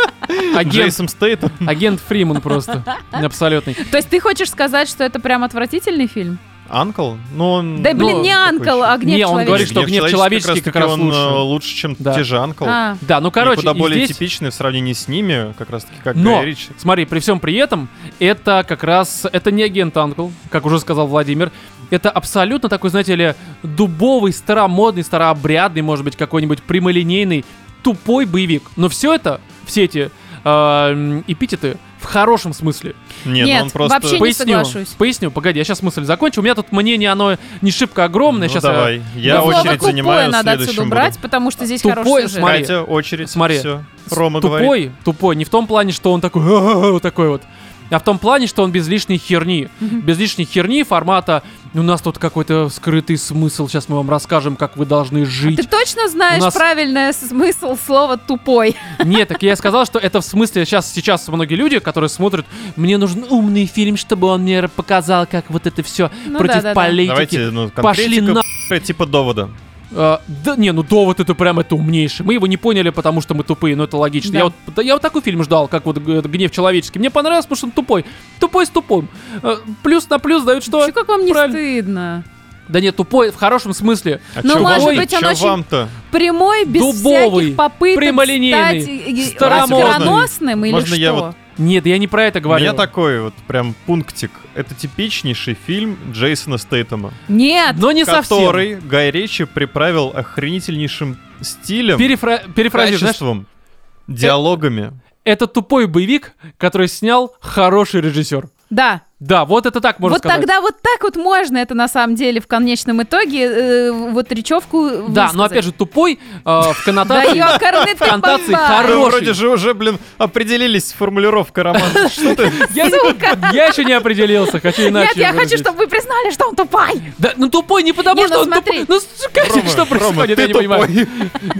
[SPEAKER 1] Агент,
[SPEAKER 2] Джейсон Стейтон.
[SPEAKER 1] агент Фриман просто. Абсолютный.
[SPEAKER 3] То есть ты хочешь сказать, что это прям отвратительный фильм?
[SPEAKER 2] Анкл? Ну, он...
[SPEAKER 3] Да, блин,
[SPEAKER 1] ну,
[SPEAKER 3] не
[SPEAKER 2] такой
[SPEAKER 3] Анкл,
[SPEAKER 2] еще.
[SPEAKER 3] а гнев
[SPEAKER 1] Не, он
[SPEAKER 3] человеческий.
[SPEAKER 1] говорит, что «Гнев человеческий» как раз
[SPEAKER 2] он,
[SPEAKER 1] лучше.
[SPEAKER 2] э, лучше, чем
[SPEAKER 1] Да.
[SPEAKER 2] те же Анкл.
[SPEAKER 3] А,
[SPEAKER 1] Да, ну короче,
[SPEAKER 2] и куда
[SPEAKER 1] и
[SPEAKER 2] более
[SPEAKER 1] здесь-
[SPEAKER 2] типичный в сравнении с ними, как раз-таки как
[SPEAKER 1] Но,
[SPEAKER 2] Гай Ричи.
[SPEAKER 1] смотри, при всем при этом, это как раз, это не агент Анкл, как уже сказал Владимир, это абсолютно такой, знаете ли, дубовый, старомодный, старообрядный, может быть, какой-нибудь прямолинейный, тупой боевик. Но все это, все эти э, м, эпитеты, в хорошем смысле.
[SPEAKER 2] Не,
[SPEAKER 3] Нет,
[SPEAKER 2] ну он просто...
[SPEAKER 3] вообще Я не соглашусь.
[SPEAKER 1] поясню, погоди, я сейчас мысль закончу. У меня тут мнение, оно не шибко огромное.
[SPEAKER 2] Ну,
[SPEAKER 1] сейчас я-
[SPEAKER 2] давай. Я
[SPEAKER 3] ну, слово
[SPEAKER 2] очередь
[SPEAKER 3] «тупое»
[SPEAKER 2] занимаю
[SPEAKER 3] надо отсюда
[SPEAKER 2] следующим буду.
[SPEAKER 3] убрать, потому что здесь
[SPEAKER 1] Тупое,
[SPEAKER 3] хороший сюжет.
[SPEAKER 1] смотри.
[SPEAKER 2] Катя, очередь.
[SPEAKER 1] Смотри.
[SPEAKER 2] Все. Рома
[SPEAKER 1] тупой,
[SPEAKER 2] говорит.
[SPEAKER 1] тупой, не в том плане, что он такой, «Ха-ха-ха», вот такой вот, а в том плане, что он без лишней херни, без лишней херни формата. У нас тут какой-то скрытый смысл. Сейчас мы вам расскажем, как вы должны
[SPEAKER 3] Ты
[SPEAKER 1] жить.
[SPEAKER 3] точно знаешь
[SPEAKER 1] У нас-
[SPEAKER 3] правильный смысл слова «тупой»?
[SPEAKER 1] Нет, так я и сказал, что это в смысле сейчас сейчас многие люди, которые смотрят, мне нужен умный фильм, чтобы он мне показал, как вот это все
[SPEAKER 3] Ну
[SPEAKER 1] против
[SPEAKER 3] да-да-да.
[SPEAKER 1] политики.
[SPEAKER 2] Давайте, ну,
[SPEAKER 1] Пошли
[SPEAKER 2] конкретика, б***ь, типа довода.
[SPEAKER 1] Э, да, не, ну довод это прям это умнейший. Мы его не поняли, потому что мы тупые, но это логично.
[SPEAKER 3] Да.
[SPEAKER 1] Я, вот, да, я вот такой фильм ждал, как вот г- гнев человеческий. Мне понравилось, потому что он тупой. Тупой с тупым. Э, плюс на плюс дают что?
[SPEAKER 3] Чё, как вам не
[SPEAKER 1] Правильно.
[SPEAKER 3] стыдно?
[SPEAKER 1] Да нет, тупой в хорошем смысле.
[SPEAKER 2] А
[SPEAKER 3] Ну,
[SPEAKER 2] чё
[SPEAKER 1] может
[SPEAKER 2] вам-
[SPEAKER 3] быть, он
[SPEAKER 2] чё
[SPEAKER 3] очень
[SPEAKER 2] вам-то?
[SPEAKER 3] Прямой, без
[SPEAKER 1] Дубовый,
[SPEAKER 3] всяких попыток
[SPEAKER 1] прямолинейный,
[SPEAKER 3] стать э,
[SPEAKER 1] старомодный.
[SPEAKER 3] оскароносным или
[SPEAKER 2] Можно
[SPEAKER 3] что?
[SPEAKER 2] я вот-
[SPEAKER 1] Нет, я не про это
[SPEAKER 2] У
[SPEAKER 1] говорю.
[SPEAKER 2] меня такой вот прям пунктик. Это типичнейший фильм Джейсона Стейтема,
[SPEAKER 3] Нет,
[SPEAKER 1] Но не
[SPEAKER 2] который Гай Ричи приправил охренительнейшим
[SPEAKER 1] совсем.
[SPEAKER 2] стилем,
[SPEAKER 1] Перефра- перефразирую, знаешь,
[SPEAKER 2] качеством, диалогами.
[SPEAKER 1] это тупой боевик, который снял хороший режиссер.
[SPEAKER 3] да.
[SPEAKER 1] Да, вот это так можно
[SPEAKER 3] вот
[SPEAKER 1] сказать.
[SPEAKER 3] тогда вот так вот можно это на самом деле в конечном итоге э, вот речевку
[SPEAKER 1] Да, но опять же, тупой э, в коннотации. Коннотации
[SPEAKER 2] Да
[SPEAKER 1] хороший.
[SPEAKER 2] вроде же уже, блин, определились с формулировкой романа. Что ты?
[SPEAKER 1] Я, я еще не определился, хочу иначе.
[SPEAKER 3] Нет, я
[SPEAKER 1] выразить.
[SPEAKER 3] хочу, чтобы вы признали, что он тупой.
[SPEAKER 1] Да, ну тупой не потому,
[SPEAKER 3] Не,
[SPEAKER 1] что
[SPEAKER 3] ну
[SPEAKER 1] он
[SPEAKER 3] смотри.
[SPEAKER 1] тупой. Ну, сука,
[SPEAKER 2] Рома,
[SPEAKER 1] что происходит, я
[SPEAKER 2] Рома,
[SPEAKER 1] не
[SPEAKER 2] ты
[SPEAKER 1] понимаю.
[SPEAKER 2] тупой.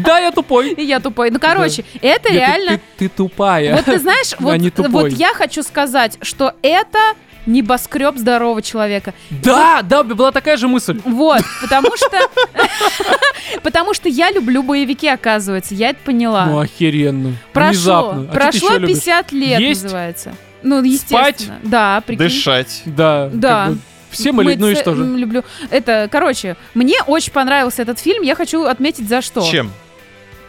[SPEAKER 1] Да, я тупой.
[SPEAKER 3] И я тупой. Ну, короче, это
[SPEAKER 1] Нет, ты-
[SPEAKER 3] реально...
[SPEAKER 1] Ты, ты тупая.
[SPEAKER 3] Вот ты знаешь,
[SPEAKER 1] А не
[SPEAKER 3] вот,
[SPEAKER 1] тупой.
[SPEAKER 3] вот я хочу сказать, что это небоскреб здорового человека.
[SPEAKER 1] Да, да, у меня была такая же мысль.
[SPEAKER 3] Вот, потому что... Потому что я люблю боевики, оказывается. Я это
[SPEAKER 1] Ну,
[SPEAKER 3] поняла.
[SPEAKER 1] охеренно.
[SPEAKER 3] А.
[SPEAKER 1] Внезапно.
[SPEAKER 3] Прошло,
[SPEAKER 1] А что ты
[SPEAKER 3] прошло
[SPEAKER 1] ещё любишь?
[SPEAKER 3] 50 лет,
[SPEAKER 1] Есть?
[SPEAKER 3] называется. Ну, естественно. Да, прикинь.
[SPEAKER 2] Дышать.
[SPEAKER 1] Да.
[SPEAKER 3] Да.
[SPEAKER 1] как бы Все мы
[SPEAKER 3] Мы
[SPEAKER 1] одно и
[SPEAKER 3] ц-
[SPEAKER 1] что же.
[SPEAKER 3] м, Люблю. Это, короче, мне очень понравился этот фильм. Я хочу отметить за что.
[SPEAKER 2] Чем?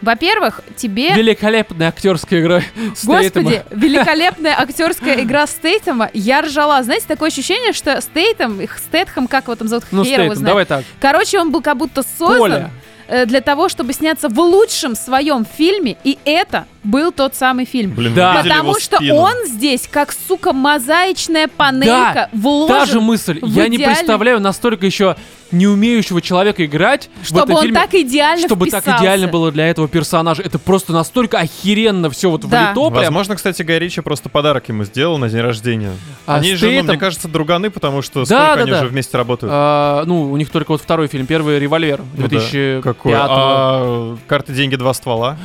[SPEAKER 3] Во-первых, тебе
[SPEAKER 1] Великолепная актерская игра.
[SPEAKER 3] Господи, великолепная актерская игра Стейтема. Я ржала. Знаете, такое ощущение, что Стейтем, их Стейтхем, как его там зовут,
[SPEAKER 1] Ну,
[SPEAKER 3] хер его
[SPEAKER 1] Стейтем,
[SPEAKER 3] знает.
[SPEAKER 1] давай так.
[SPEAKER 3] Короче, он был как будто
[SPEAKER 1] Коля.
[SPEAKER 3] создан э, для того, чтобы сняться в лучшем своем фильме, и это был тот самый фильм.
[SPEAKER 2] Блин,
[SPEAKER 1] Да.
[SPEAKER 2] вы видели его
[SPEAKER 3] Потому что
[SPEAKER 2] спину?
[SPEAKER 3] он здесь, как, сука, мозаичная панелька, вложен,
[SPEAKER 1] Та же мысль.
[SPEAKER 3] в
[SPEAKER 1] Я не
[SPEAKER 3] идеальный-
[SPEAKER 1] представляю настолько еще не умеющего человека играть в
[SPEAKER 3] чтобы
[SPEAKER 1] этом
[SPEAKER 3] он
[SPEAKER 1] фильме.
[SPEAKER 3] так идеально
[SPEAKER 1] чтобы так
[SPEAKER 3] вписался.
[SPEAKER 1] идеально было для этого персонажа. Это просто настолько охеренно все вот
[SPEAKER 3] Да.
[SPEAKER 1] влито прям.
[SPEAKER 2] Возможно, кстати, Гай Ричи просто подарок ему сделал на день рождения.
[SPEAKER 1] А
[SPEAKER 2] они
[SPEAKER 1] с
[SPEAKER 2] же, ну,
[SPEAKER 1] Тейтом-
[SPEAKER 2] мне кажется, друганы, потому что
[SPEAKER 1] Да,
[SPEAKER 2] сколько
[SPEAKER 1] да,
[SPEAKER 2] они
[SPEAKER 1] да.
[SPEAKER 2] уже вместе работают.
[SPEAKER 1] А, ну, у них только вот второй фильм, первый «Револьвер»
[SPEAKER 2] Ну да.
[SPEAKER 1] 2005
[SPEAKER 2] Какой? А, карты, деньги, два ствола.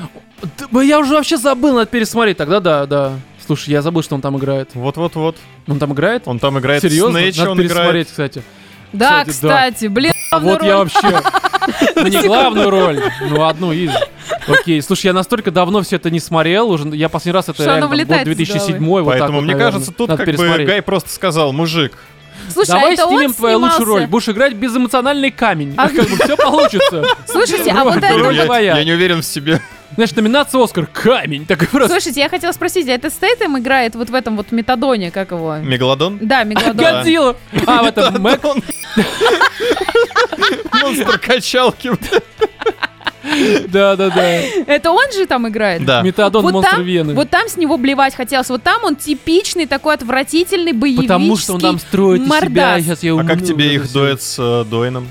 [SPEAKER 1] Э, Да, Я уже вообще забыл, надо пересмотреть, тогда да, да. Слушай, я забыл, что он там играет.
[SPEAKER 2] Вот-вот-вот.
[SPEAKER 1] Он там играет?
[SPEAKER 2] Он там играет
[SPEAKER 1] Серьезно?
[SPEAKER 2] Снэч,
[SPEAKER 1] Надо
[SPEAKER 2] он играет.
[SPEAKER 1] пересмотреть, кстати.
[SPEAKER 3] Да,
[SPEAKER 1] Кстати, да.
[SPEAKER 3] кстати, блин,
[SPEAKER 1] А вот
[SPEAKER 3] главную
[SPEAKER 1] я
[SPEAKER 3] роль.
[SPEAKER 1] вообще... Ну не главную роль, ну одну из. Окей, слушай, я настолько давно все это не смотрел, уже я последний раз это
[SPEAKER 3] Что
[SPEAKER 1] реально
[SPEAKER 3] оно
[SPEAKER 1] там год
[SPEAKER 3] вылетает из
[SPEAKER 1] 2007
[SPEAKER 3] головы.
[SPEAKER 1] вот так
[SPEAKER 2] Поэтому,
[SPEAKER 1] вот,
[SPEAKER 2] мне
[SPEAKER 1] наверное.
[SPEAKER 2] кажется, тут
[SPEAKER 1] Надо
[SPEAKER 2] как бы
[SPEAKER 1] пересмотреть.
[SPEAKER 2] Гай просто сказал, мужик,
[SPEAKER 3] Слушай, а
[SPEAKER 1] Давай
[SPEAKER 3] это он
[SPEAKER 1] снимем твою
[SPEAKER 3] снимался.
[SPEAKER 1] лучшую роль. Будешь играть безэмоциональный камень.
[SPEAKER 3] А-
[SPEAKER 1] Как бы все получится.
[SPEAKER 3] Слушайте, а вот
[SPEAKER 1] Роль
[SPEAKER 3] это...
[SPEAKER 1] героя.
[SPEAKER 2] я,
[SPEAKER 1] твоя.
[SPEAKER 2] я не уверен в себе.
[SPEAKER 1] Знаешь, номинация Оскар. Камень. Такой просто.
[SPEAKER 3] Слушайте, я хотела спросить, а это Стейтем играет вот в этом вот метадоне, как его?
[SPEAKER 2] Мегалодон?
[SPEAKER 3] Да, Мегалодон.
[SPEAKER 2] Да.
[SPEAKER 1] Годзилла. А, в этом Мэг.
[SPEAKER 2] Он- Монстр качалки.
[SPEAKER 1] Да, да, да.
[SPEAKER 3] Это он же там играет?
[SPEAKER 2] Да.
[SPEAKER 1] Метадон
[SPEAKER 3] Вот
[SPEAKER 1] Монстр
[SPEAKER 3] там,
[SPEAKER 1] Вены.
[SPEAKER 3] вот там с него блевать хотелось. Вот там он типичный такой отвратительный боевический
[SPEAKER 1] Потому что он там строит из себя.
[SPEAKER 3] мордас.
[SPEAKER 1] Сейчас я
[SPEAKER 2] А
[SPEAKER 1] умру,
[SPEAKER 2] как
[SPEAKER 1] вот
[SPEAKER 2] тебе
[SPEAKER 1] это
[SPEAKER 2] их
[SPEAKER 1] всё.
[SPEAKER 2] дуэт с э, Дуэйном?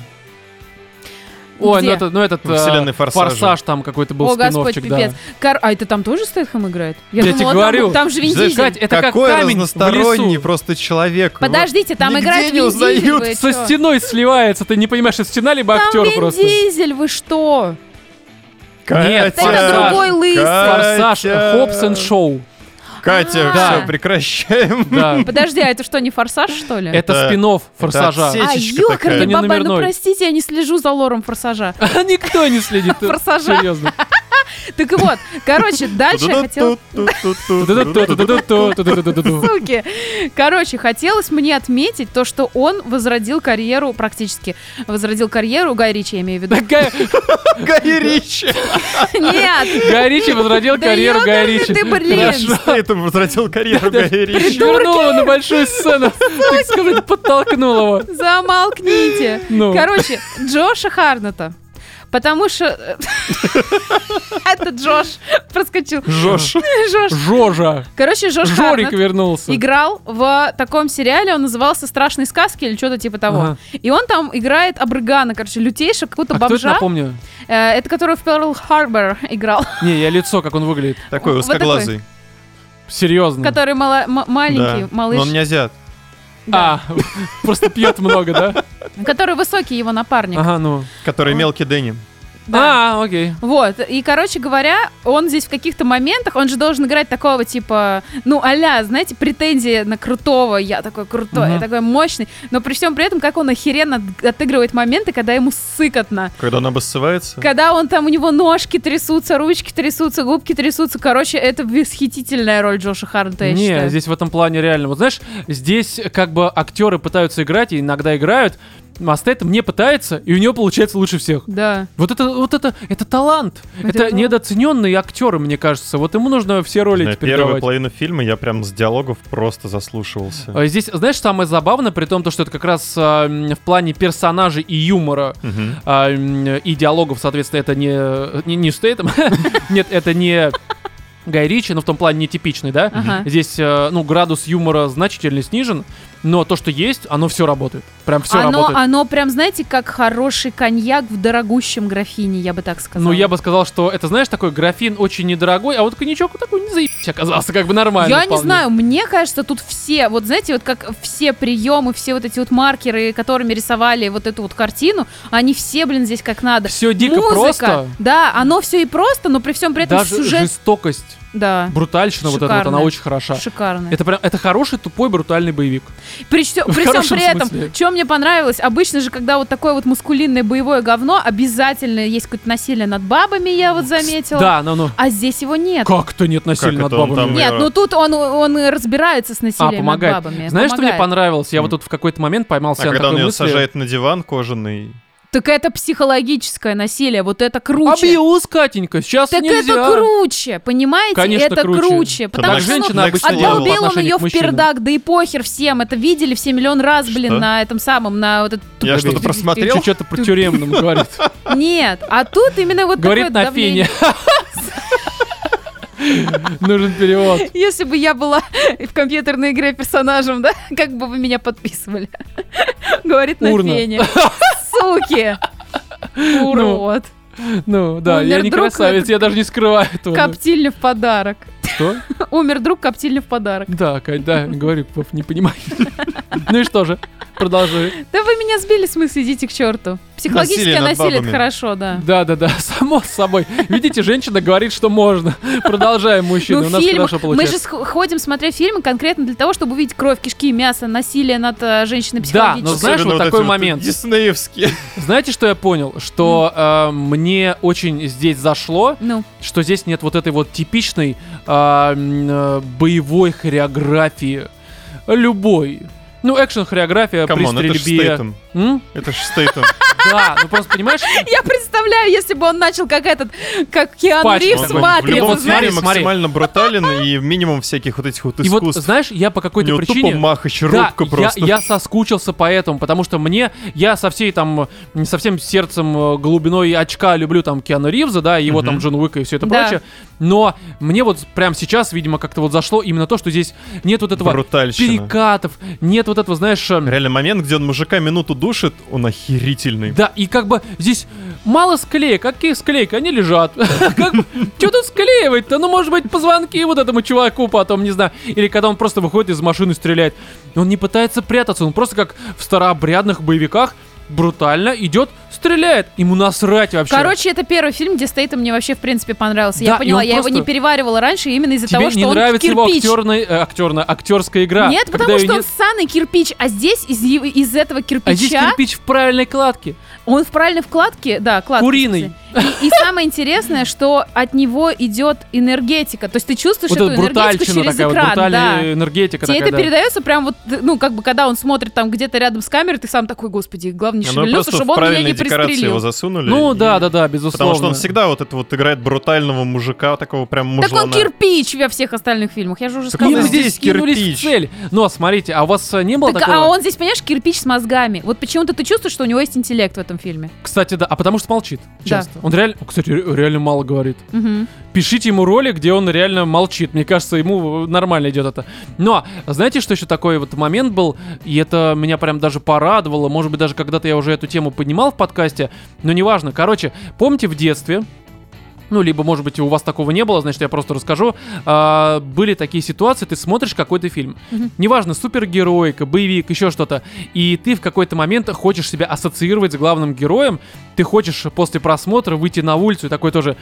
[SPEAKER 1] Ой, ну
[SPEAKER 3] Где?
[SPEAKER 1] этот, ну этот
[SPEAKER 2] Во вселенной
[SPEAKER 1] э,
[SPEAKER 2] Форсажа.
[SPEAKER 1] форсаж там какой-то был
[SPEAKER 3] О, Господь,
[SPEAKER 1] спиновчик, да.
[SPEAKER 3] пипец. Кар- А это там тоже Стэтхэм играет?
[SPEAKER 1] Я тебе
[SPEAKER 3] думала, там-
[SPEAKER 1] говорю.
[SPEAKER 3] Там, же Вин
[SPEAKER 2] Знаешь,
[SPEAKER 3] Дизель.
[SPEAKER 1] Кать, это как
[SPEAKER 2] Какой
[SPEAKER 1] камень в
[SPEAKER 2] разносторонний
[SPEAKER 1] лесу.
[SPEAKER 2] просто человек.
[SPEAKER 3] Подождите, там
[SPEAKER 2] Нигде
[SPEAKER 3] играет
[SPEAKER 2] не
[SPEAKER 3] Вин
[SPEAKER 2] узнают.
[SPEAKER 3] Дизель. вы
[SPEAKER 1] Со
[SPEAKER 3] чё?
[SPEAKER 1] стеной сливается, ты не понимаешь, это стена либо
[SPEAKER 3] Там
[SPEAKER 1] актер
[SPEAKER 3] Вин
[SPEAKER 1] просто.
[SPEAKER 3] Дизель, вы что?
[SPEAKER 1] Нет,
[SPEAKER 3] Это
[SPEAKER 1] Форсаж.
[SPEAKER 3] другой лысый.
[SPEAKER 1] Форсаж, Хоббс энд Шоу.
[SPEAKER 2] Катя,
[SPEAKER 1] Да.
[SPEAKER 2] все, прекращаем.
[SPEAKER 1] Да.
[SPEAKER 3] Подожди, а это что, не форсаж, что ли?
[SPEAKER 1] Это
[SPEAKER 2] Это-
[SPEAKER 1] спинов форсажа.
[SPEAKER 2] отсечь.
[SPEAKER 3] А,
[SPEAKER 2] Сетечка такая.
[SPEAKER 3] ёкарный
[SPEAKER 1] Это не
[SPEAKER 3] бабай,
[SPEAKER 1] номер
[SPEAKER 3] ну
[SPEAKER 1] ноль.
[SPEAKER 3] простите, я не слежу за лором форсажа.
[SPEAKER 1] А Никто не следит.
[SPEAKER 3] Форсажа.
[SPEAKER 1] Серьезно.
[SPEAKER 3] Так вот, короче, дальше я хотела...
[SPEAKER 1] Ту-ту-ту-ту-ту-ту-ту-ту-ту-ту.
[SPEAKER 3] Суки. Короче, хотелось мне отметить то, что он возродил карьеру, практически возродил карьеру Гай Ричи, я имею в виду.
[SPEAKER 1] Гай
[SPEAKER 2] Гай Ричи.
[SPEAKER 3] Нет,
[SPEAKER 1] Гай Ричи возродил
[SPEAKER 3] Да
[SPEAKER 1] карьеру
[SPEAKER 3] ёкарный
[SPEAKER 1] Гай Ричи.
[SPEAKER 3] ты, блин.
[SPEAKER 1] Хорошо.
[SPEAKER 2] Это возродил карьеру Гай Ричи.
[SPEAKER 1] Вернул его на большую сцену. Так сказать, подтолкнул его.
[SPEAKER 3] замолкните.
[SPEAKER 1] Ну.
[SPEAKER 3] Короче, Джоша Харната. Потому что... Это Джош проскочил.
[SPEAKER 2] Жош.
[SPEAKER 3] Джош.
[SPEAKER 1] Жожа.
[SPEAKER 3] Короче, Джош
[SPEAKER 1] Жорик
[SPEAKER 3] Харнет
[SPEAKER 1] вернулся.
[SPEAKER 3] играл в таком сериале, он назывался «Страшные сказки» или что-то типа того.
[SPEAKER 1] Ага.
[SPEAKER 3] И он там играет Абрыгана, короче, лютейшего какого-то
[SPEAKER 1] А кто это,
[SPEAKER 3] бомжа.
[SPEAKER 1] напомню?
[SPEAKER 3] Э, это который в Перл Харбор играл,
[SPEAKER 1] Не, я лицо, как он выглядит.
[SPEAKER 2] Такой
[SPEAKER 3] Вот такой.
[SPEAKER 2] узкоглазый.
[SPEAKER 1] Серьезно.
[SPEAKER 3] который мала- м- маленький
[SPEAKER 2] Да.
[SPEAKER 3] малыш,
[SPEAKER 2] Но он не азиат.
[SPEAKER 3] да.
[SPEAKER 1] А, просто пьет много, да?
[SPEAKER 3] который высокий его напарник.
[SPEAKER 1] Ага, ну.
[SPEAKER 2] Который мелкий Дэнни.
[SPEAKER 3] Да.
[SPEAKER 1] А, окей.
[SPEAKER 3] Вот, и, короче говоря, он здесь в каких-то моментах, он же должен играть такого типа, ну, а знаете, претензии на крутого, я такой крутой, я
[SPEAKER 1] Мгм.
[SPEAKER 3] такой мощный, но при всем при этом, как он охеренно от- отыгрывает моменты, когда ему сыкотно.
[SPEAKER 2] Когда он обоссывается.
[SPEAKER 3] Когда он там, у него ножки трясутся, ручки трясутся, губки трясутся. Короче, это восхитительная роль Джоша Харнта, я
[SPEAKER 1] Не,
[SPEAKER 3] считаю.
[SPEAKER 1] здесь в этом плане реально. Вот знаешь, здесь как бы актеры пытаются играть, и иногда играют, а Стэттем не пытается, и у него получается лучше всех.
[SPEAKER 3] Да.
[SPEAKER 1] Вот это, вот это, это талант.
[SPEAKER 3] Это
[SPEAKER 1] Это,
[SPEAKER 3] талант.
[SPEAKER 1] недооцененный актер, мне кажется. Вот ему нужно все роли
[SPEAKER 2] На
[SPEAKER 1] теперь
[SPEAKER 2] первую
[SPEAKER 1] давать.
[SPEAKER 2] половину фильма я прям с диалогов просто заслушивался.
[SPEAKER 1] А Здесь, знаешь, самое забавное, при том, то, что это как раз а, м, в плане персонажей и юмора,
[SPEAKER 2] Мгм.
[SPEAKER 1] а, м, и диалогов, соответственно, это не, не, не Стейтем. Нет, это не Гай Ричи, но в том плане нетипичный, да?
[SPEAKER 3] Ага.
[SPEAKER 1] Здесь, э, ну, градус юмора значительно снижен, но то, что есть, оно все работает. Прям все
[SPEAKER 3] оно,
[SPEAKER 1] работает.
[SPEAKER 3] оно прям, знаете, как хороший коньяк в дорогущем графине, я бы так сказала.
[SPEAKER 1] Ну, я бы сказал, что это, знаешь, такой графин очень недорогой, а вот коньячок вот такой не заебись оказался, как бы нормально.
[SPEAKER 3] Я не
[SPEAKER 1] вполне.
[SPEAKER 3] знаю, мне кажется, тут все, вот знаете, вот как все приемы, все вот эти вот маркеры, которыми рисовали вот эту вот картину, они все, блин, здесь как надо.
[SPEAKER 1] Все дико
[SPEAKER 3] Музыка,
[SPEAKER 1] просто.
[SPEAKER 3] Да, оно все и просто, но при всем при этом
[SPEAKER 1] Даже
[SPEAKER 3] сюжет,
[SPEAKER 1] жестокость,
[SPEAKER 3] да,
[SPEAKER 1] брутальщина вот эта вот, она
[SPEAKER 3] Шикарная.
[SPEAKER 1] очень хороша.
[SPEAKER 3] шикарный.
[SPEAKER 1] Это прям, это хороший, тупой, брутальный боевик.
[SPEAKER 3] При, всё-
[SPEAKER 1] В
[SPEAKER 3] при всем
[SPEAKER 1] хорошем
[SPEAKER 3] при этом,
[SPEAKER 1] смысле.
[SPEAKER 3] что мне понравилось, обычно же, когда вот такое вот мускулинное боевое говно, обязательно есть какое-то насилие над бабами, я вот заметила.
[SPEAKER 1] Да, ну, ну.
[SPEAKER 3] А здесь его нет.
[SPEAKER 1] Как-то нет насилия
[SPEAKER 2] Как
[SPEAKER 1] над
[SPEAKER 2] это он
[SPEAKER 1] бабами.
[SPEAKER 2] там
[SPEAKER 3] Нет,
[SPEAKER 2] Мира.
[SPEAKER 3] ну тут он, он и разбирается с
[SPEAKER 1] А,
[SPEAKER 3] насилием над
[SPEAKER 1] Э, помогает.
[SPEAKER 3] бабами.
[SPEAKER 1] Знаешь, что мне
[SPEAKER 3] помогает.
[SPEAKER 1] понравилось? Я вот
[SPEAKER 2] М.
[SPEAKER 1] тут в какой-то момент поймал
[SPEAKER 2] А
[SPEAKER 1] себя на
[SPEAKER 2] когда он
[SPEAKER 1] такой
[SPEAKER 2] ее
[SPEAKER 1] мысли.
[SPEAKER 2] сажает на диван кожаный,
[SPEAKER 3] Так это психологическое насилие, вот это круче.
[SPEAKER 1] Абьюз, «А Катенька, сейчас
[SPEAKER 3] Так
[SPEAKER 1] нельзя.
[SPEAKER 3] это круче, понимаете?
[SPEAKER 1] Конечно,
[SPEAKER 3] это круче.
[SPEAKER 1] круче.
[SPEAKER 3] Потому
[SPEAKER 2] Так,
[SPEAKER 3] что
[SPEAKER 1] женщина
[SPEAKER 3] ну,
[SPEAKER 2] обычно делала
[SPEAKER 3] отдолбил
[SPEAKER 1] по
[SPEAKER 3] он ее
[SPEAKER 1] отношению к
[SPEAKER 3] в
[SPEAKER 1] мужчинам.
[SPEAKER 3] пердак, да и похер всем. Это видели все миллион раз, блин,
[SPEAKER 2] Что?
[SPEAKER 3] на этом самом, на вот этот...
[SPEAKER 2] Я что-то
[SPEAKER 1] Погоди.
[SPEAKER 2] просмотрел?
[SPEAKER 1] Что-то про тюремном говорит.
[SPEAKER 3] Нет, а тут именно вот
[SPEAKER 1] Говорит
[SPEAKER 3] такое
[SPEAKER 1] на
[SPEAKER 3] давление.
[SPEAKER 1] фене. Нужен перевод.
[SPEAKER 3] Если бы я была в компьютерной игре персонажем, да, как бы вы меня подписывали? Говорит на
[SPEAKER 1] Урна.
[SPEAKER 3] фене. Суки! Урод.
[SPEAKER 1] Ну, да, я
[SPEAKER 3] Умер
[SPEAKER 1] не
[SPEAKER 3] друг,
[SPEAKER 1] красавец,
[SPEAKER 3] этот-
[SPEAKER 1] я даже не скрываю этого. Ну,
[SPEAKER 3] Коптильня в подарок.
[SPEAKER 1] Что?
[SPEAKER 3] Умер друг, коптильня в подарок.
[SPEAKER 1] Да, Кать, да, говорю, Пов, не понимаю. Ну и что же? продолжи.
[SPEAKER 3] Да вы меня сбили с мысли, идите к черту.
[SPEAKER 2] Насилие
[SPEAKER 3] Психологическое
[SPEAKER 2] над
[SPEAKER 3] насилие, это
[SPEAKER 2] бабами.
[SPEAKER 3] хорошо, да.
[SPEAKER 1] Да, да, да, само собой. Видите, женщина говорит, что можно. Продолжаем, мужчины, у нас
[SPEAKER 3] фильм-
[SPEAKER 1] хорошо
[SPEAKER 3] Ну, Мы же
[SPEAKER 1] получается.
[SPEAKER 3] сх- ходим смотреть фильмы конкретно для того, чтобы увидеть кровь, кишки, мясо, насилие над э,
[SPEAKER 1] Да,
[SPEAKER 3] женщиной
[SPEAKER 1] но
[SPEAKER 3] психологически.
[SPEAKER 1] Ну, знаешь,
[SPEAKER 2] Особенно
[SPEAKER 1] вот
[SPEAKER 2] эти
[SPEAKER 1] такой момент.
[SPEAKER 2] Диснеевские.
[SPEAKER 1] Знаете, что я понял? Что э, мне очень здесь зашло,
[SPEAKER 3] Ну,
[SPEAKER 1] что здесь нет вот этой вот типичной а, м, э, боевой хореографии. Любой. Ну, экшн-хореография при
[SPEAKER 2] Камон, это ж
[SPEAKER 1] стрельбе.
[SPEAKER 2] Стейтон.
[SPEAKER 1] М?
[SPEAKER 2] Это ж Стейтон.
[SPEAKER 1] Да, ну просто понимаешь,
[SPEAKER 3] я представляю, если бы он начал как этот, как Киану
[SPEAKER 1] Пачку
[SPEAKER 3] Ривз,
[SPEAKER 1] такой. Смотри,
[SPEAKER 2] Он В
[SPEAKER 3] Матрица,
[SPEAKER 2] любом
[SPEAKER 1] вот смотри,
[SPEAKER 2] фильме
[SPEAKER 3] знаешь.
[SPEAKER 1] смотри.
[SPEAKER 2] максимально брутален и минимум всяких вот этих вот
[SPEAKER 1] и вот,
[SPEAKER 2] искусств.
[SPEAKER 1] знаешь, я по
[SPEAKER 2] У него
[SPEAKER 1] какой-то
[SPEAKER 2] тупо
[SPEAKER 1] причине...
[SPEAKER 2] махач,
[SPEAKER 1] Да,
[SPEAKER 2] рубка
[SPEAKER 1] я-
[SPEAKER 2] просто.
[SPEAKER 1] Я, соскучился по этому, потому что мне, я со всей там, не со всем сердцем, э, глубиной очка люблю там Киану Ривза, да, и его
[SPEAKER 2] Мгм.
[SPEAKER 1] там Джон Уика и все это
[SPEAKER 3] Да.
[SPEAKER 1] прочее, но мне вот прям сейчас, видимо, как-то вот зашло именно то, что здесь нет вот этого
[SPEAKER 2] Брутальщина.
[SPEAKER 1] перекатов, нет вот этого, знаешь, э,
[SPEAKER 2] Реально момент, где он мужика минуту душит, он охерительный.
[SPEAKER 1] Да, и как бы здесь мало склеек. А Какие склейки? Они лежат. Как бы, что тут склеивать-то? Ну, может быть, позвонки вот этому чуваку потом, не знаю. Или когда он просто выходит из машины и стреляет. Он не пытается прятаться, он просто как в старообрядных боевиках брутально идет, стреляет. Ему насрать вообще.
[SPEAKER 3] Короче, это первый фильм, где Стейтон мне вообще в принципе понравился.
[SPEAKER 1] Да,
[SPEAKER 3] я
[SPEAKER 1] и
[SPEAKER 3] поняла,
[SPEAKER 1] он
[SPEAKER 3] я
[SPEAKER 1] просто-
[SPEAKER 3] его не переваривала раньше именно из-за
[SPEAKER 1] тебе
[SPEAKER 3] того, что
[SPEAKER 1] не
[SPEAKER 3] он
[SPEAKER 1] нравится его
[SPEAKER 3] кирпич.
[SPEAKER 1] актерная, э, актерная, актерская игра.
[SPEAKER 3] Нет,
[SPEAKER 1] Когда
[SPEAKER 3] потому
[SPEAKER 1] её
[SPEAKER 3] что он
[SPEAKER 1] нет-
[SPEAKER 3] ссаный кирпич, а здесь из, его- из этого кирпича
[SPEAKER 1] А здесь кирпич в правильной кладке.
[SPEAKER 3] он в правильной вкладке, да, кладке.
[SPEAKER 1] Куриный.
[SPEAKER 3] кстати. И, и самое интересное, что от него идет энергетика, то есть ты чувствуешь
[SPEAKER 1] Вот
[SPEAKER 3] эту
[SPEAKER 1] эта
[SPEAKER 3] энергетику
[SPEAKER 1] брутальщина
[SPEAKER 3] через
[SPEAKER 1] такая, вот
[SPEAKER 3] экран, да.
[SPEAKER 1] брутальная энергетика
[SPEAKER 3] Тебе
[SPEAKER 1] такая,
[SPEAKER 3] это
[SPEAKER 1] да.
[SPEAKER 3] передается прям вот, ну, как бы, когда он смотрит там где-то рядом с камерой, ты сам такой, господи, главное не
[SPEAKER 2] Оно
[SPEAKER 3] шевельнуться,
[SPEAKER 2] ну, просто в
[SPEAKER 3] чтобы он меня
[SPEAKER 2] правильные
[SPEAKER 3] не
[SPEAKER 2] декорации его
[SPEAKER 3] пристрелил.
[SPEAKER 2] засунули.
[SPEAKER 1] Ну
[SPEAKER 2] и-
[SPEAKER 1] да, да, да, безусловно.
[SPEAKER 2] Потому что он всегда вот это вот играет брутального мужика, такого прям
[SPEAKER 3] Так
[SPEAKER 2] мужлана.
[SPEAKER 3] он кирпич во всех остальных фильмах, я же уже
[SPEAKER 2] Так
[SPEAKER 3] сказала.
[SPEAKER 1] И мы
[SPEAKER 2] он
[SPEAKER 1] здесь
[SPEAKER 2] здесь
[SPEAKER 1] кинулись
[SPEAKER 2] кирпич.
[SPEAKER 1] в цель. Но смотрите, а у вас э, не было
[SPEAKER 3] Так,
[SPEAKER 1] такого?
[SPEAKER 3] а он здесь, понимаешь, кирпич с мозгами. Вот почему-то ты чувствуешь, что у него есть интеллект в этом фильме.
[SPEAKER 1] Кстати, да. А потому что молчит.
[SPEAKER 3] Да.
[SPEAKER 1] Часто. Он реально, о, кстати, ре- реально мало говорит.
[SPEAKER 3] Мгм.
[SPEAKER 1] Пишите ему ролик, где он реально молчит. Мне кажется, ему э, нормально идет это. Но знаете, что еще такой вот момент был? И это меня прям даже порадовало. Может быть, даже когда-то я уже эту тему поднимал в подкасте. Но неважно. Короче, помните в детстве, ну, либо, может быть, у вас такого не было, значит, я просто расскажу. А, были такие ситуации, ты смотришь какой-то фильм.
[SPEAKER 3] Мгм.
[SPEAKER 1] Неважно, супергероика, боевик, еще что-то. И ты в какой-то момент хочешь себя ассоциировать с главным героем. Ты хочешь после просмотра выйти на улицу и такой тоже...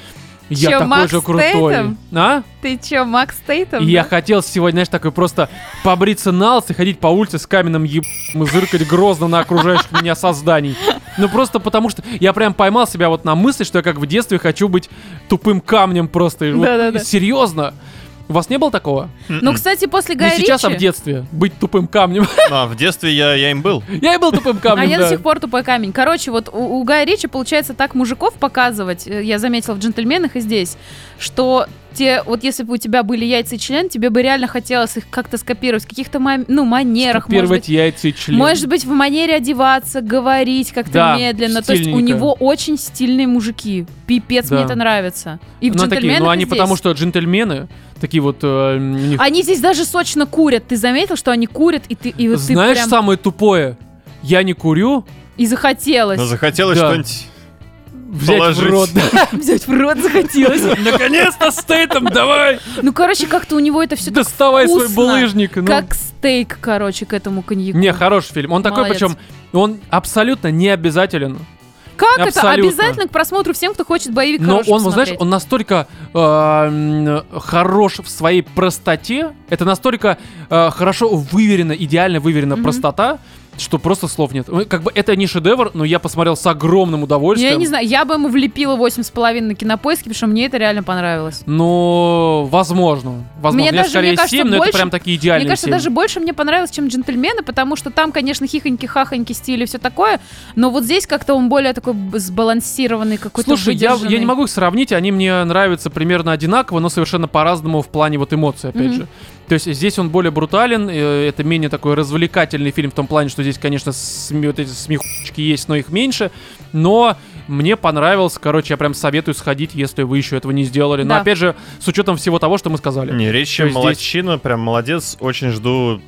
[SPEAKER 1] Я
[SPEAKER 3] Чё,
[SPEAKER 1] такой
[SPEAKER 3] Макс
[SPEAKER 1] же крутой.
[SPEAKER 3] Стейтем?
[SPEAKER 1] А?
[SPEAKER 3] Ты че, Макс Тейтом?
[SPEAKER 1] И я хотел сегодня, знаешь, такой просто побриться на лысо и ходить по улице с каменным ебаным и зыркать грозно на окружающих меня созданий. Ну просто потому что я прям поймал себя вот на мысли, что я как в детстве хочу быть тупым камнем просто. И вот
[SPEAKER 3] Да-да-да.
[SPEAKER 1] Серьезно. У вас не было такого?
[SPEAKER 2] М-м.
[SPEAKER 3] Ну, кстати, после Гая
[SPEAKER 1] не сейчас, а в
[SPEAKER 3] Ричи-
[SPEAKER 1] детстве. Быть тупым камнем.
[SPEAKER 2] А, в детстве я, я им был.
[SPEAKER 1] я и был тупым камнем,
[SPEAKER 3] А я
[SPEAKER 1] да.
[SPEAKER 3] до сих пор тупой камень. Короче, вот у, у Гая Ричи получается так мужиков показывать, э, я заметила в «Джентльменах» и здесь, что те, вот если бы у тебя были яйца и член, тебе бы реально хотелось их как-то скопировать в каких-то мом- ну, манерах, может
[SPEAKER 1] Скопировать
[SPEAKER 3] быть.
[SPEAKER 1] Типа яйца и член.
[SPEAKER 3] Может быть, в манере одеваться, говорить как-то
[SPEAKER 1] Да,
[SPEAKER 3] медленно. То есть у
[SPEAKER 1] стильненько.
[SPEAKER 3] него очень стильные мужики. Пипец,
[SPEAKER 1] Да.
[SPEAKER 3] мне это нравится. И в
[SPEAKER 1] Ну, такие,
[SPEAKER 3] «Джентльменах»
[SPEAKER 1] ну
[SPEAKER 3] и
[SPEAKER 1] они
[SPEAKER 3] здесь. А
[SPEAKER 1] потому что джентльмены, такие вот э, у них
[SPEAKER 3] Они здесь даже сочно курят. Ты заметил, что они курят, и ты и вот ты
[SPEAKER 1] Знаешь
[SPEAKER 3] прям-
[SPEAKER 1] самое тупое? Я не курю,
[SPEAKER 3] и захотелось.
[SPEAKER 2] Но захотелось
[SPEAKER 1] Да.
[SPEAKER 2] что-нибудь...
[SPEAKER 1] взять в
[SPEAKER 2] Положить.
[SPEAKER 1] рот.
[SPEAKER 3] Взять в рот захотелось.
[SPEAKER 1] Наконец-то Стейтом, давай!
[SPEAKER 3] Ну, короче, как-то у него это все
[SPEAKER 1] Доставай свой
[SPEAKER 3] вкусно,
[SPEAKER 1] булыжник. ну.
[SPEAKER 3] как стейк, короче, к этому коньяку.
[SPEAKER 1] Не, хороший фильм. Он такой,
[SPEAKER 3] Молодец.
[SPEAKER 1] причем, он абсолютно не обязателен.
[SPEAKER 3] как
[SPEAKER 1] абсолютно.
[SPEAKER 3] это? Обязательно к просмотру всем, кто хочет боевик
[SPEAKER 1] Но
[SPEAKER 3] хороший
[SPEAKER 1] он, вот знаешь,
[SPEAKER 3] посмотреть.
[SPEAKER 1] он настолько э, м, хорош в своей простоте, это настолько э, хорошо выверено, идеально выверена
[SPEAKER 3] Мгм.
[SPEAKER 1] простота, что просто слов нет. Ну, Как бы это не шедевр, но я посмотрел с огромным удовольствием.
[SPEAKER 3] Я не знаю, я бы ему влепила 8,5 на кинопоиске, потому что мне это реально понравилось.
[SPEAKER 1] Но возможно. Возможно.
[SPEAKER 3] Мне
[SPEAKER 1] я
[SPEAKER 3] даже,
[SPEAKER 1] скорее
[SPEAKER 3] мне кажется,
[SPEAKER 1] 7, но это
[SPEAKER 3] больше-
[SPEAKER 1] прям такие идеальные
[SPEAKER 3] Мне кажется,
[SPEAKER 1] 7.
[SPEAKER 3] даже больше мне понравилось, чем джентльмены, потому что там, конечно, хихоньки, хахоньки, стиль и все такое, но вот здесь как-то он более такой б- сбалансированный, какой-то
[SPEAKER 1] Слушай, я, я не
[SPEAKER 3] выдержанный.
[SPEAKER 1] могу их сравнить, они мне нравятся примерно одинаково, но совершенно по-разному в плане вот эмоций, опять
[SPEAKER 3] Мгм.
[SPEAKER 1] же. То есть здесь он более брутален, э, это менее такой развлекательный фильм в том плане, что здесь, конечно, сме- вот эти смехучки есть, но их меньше, но мне понравился, короче, я прям советую сходить, если вы еще этого не сделали. Но
[SPEAKER 3] Да.
[SPEAKER 1] опять же, с учетом всего того, что мы сказали.
[SPEAKER 2] Не, речь
[SPEAKER 1] То есть здесь-
[SPEAKER 2] молодчина, прям молодец. Очень жду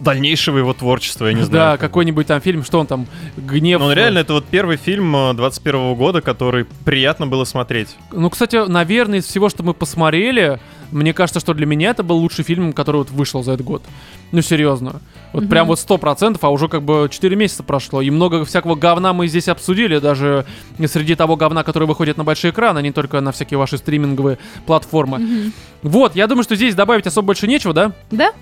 [SPEAKER 2] дальнейшего его творчества, я не
[SPEAKER 1] Да,
[SPEAKER 2] знаю.
[SPEAKER 1] какой-нибудь там фильм, что он там, гнев.
[SPEAKER 2] Ну, он реально, это вот первый фильм э, 21 года, который приятно было смотреть.
[SPEAKER 1] Ну, кстати, наверное, из всего, что мы посмотрели, мне кажется, что для меня это был лучший фильм, который вот вышел за этот год. Ну, серьезно. Вот прям вот сто процентов, а уже как бы 4 месяца прошло. И много всякого говна мы здесь обсудили, даже среди того говна, который выходит на большие экраны, а не только на всякие ваши стриминговые платформы. Вот, я думаю, что здесь добавить особо больше нечего, да?
[SPEAKER 3] Да?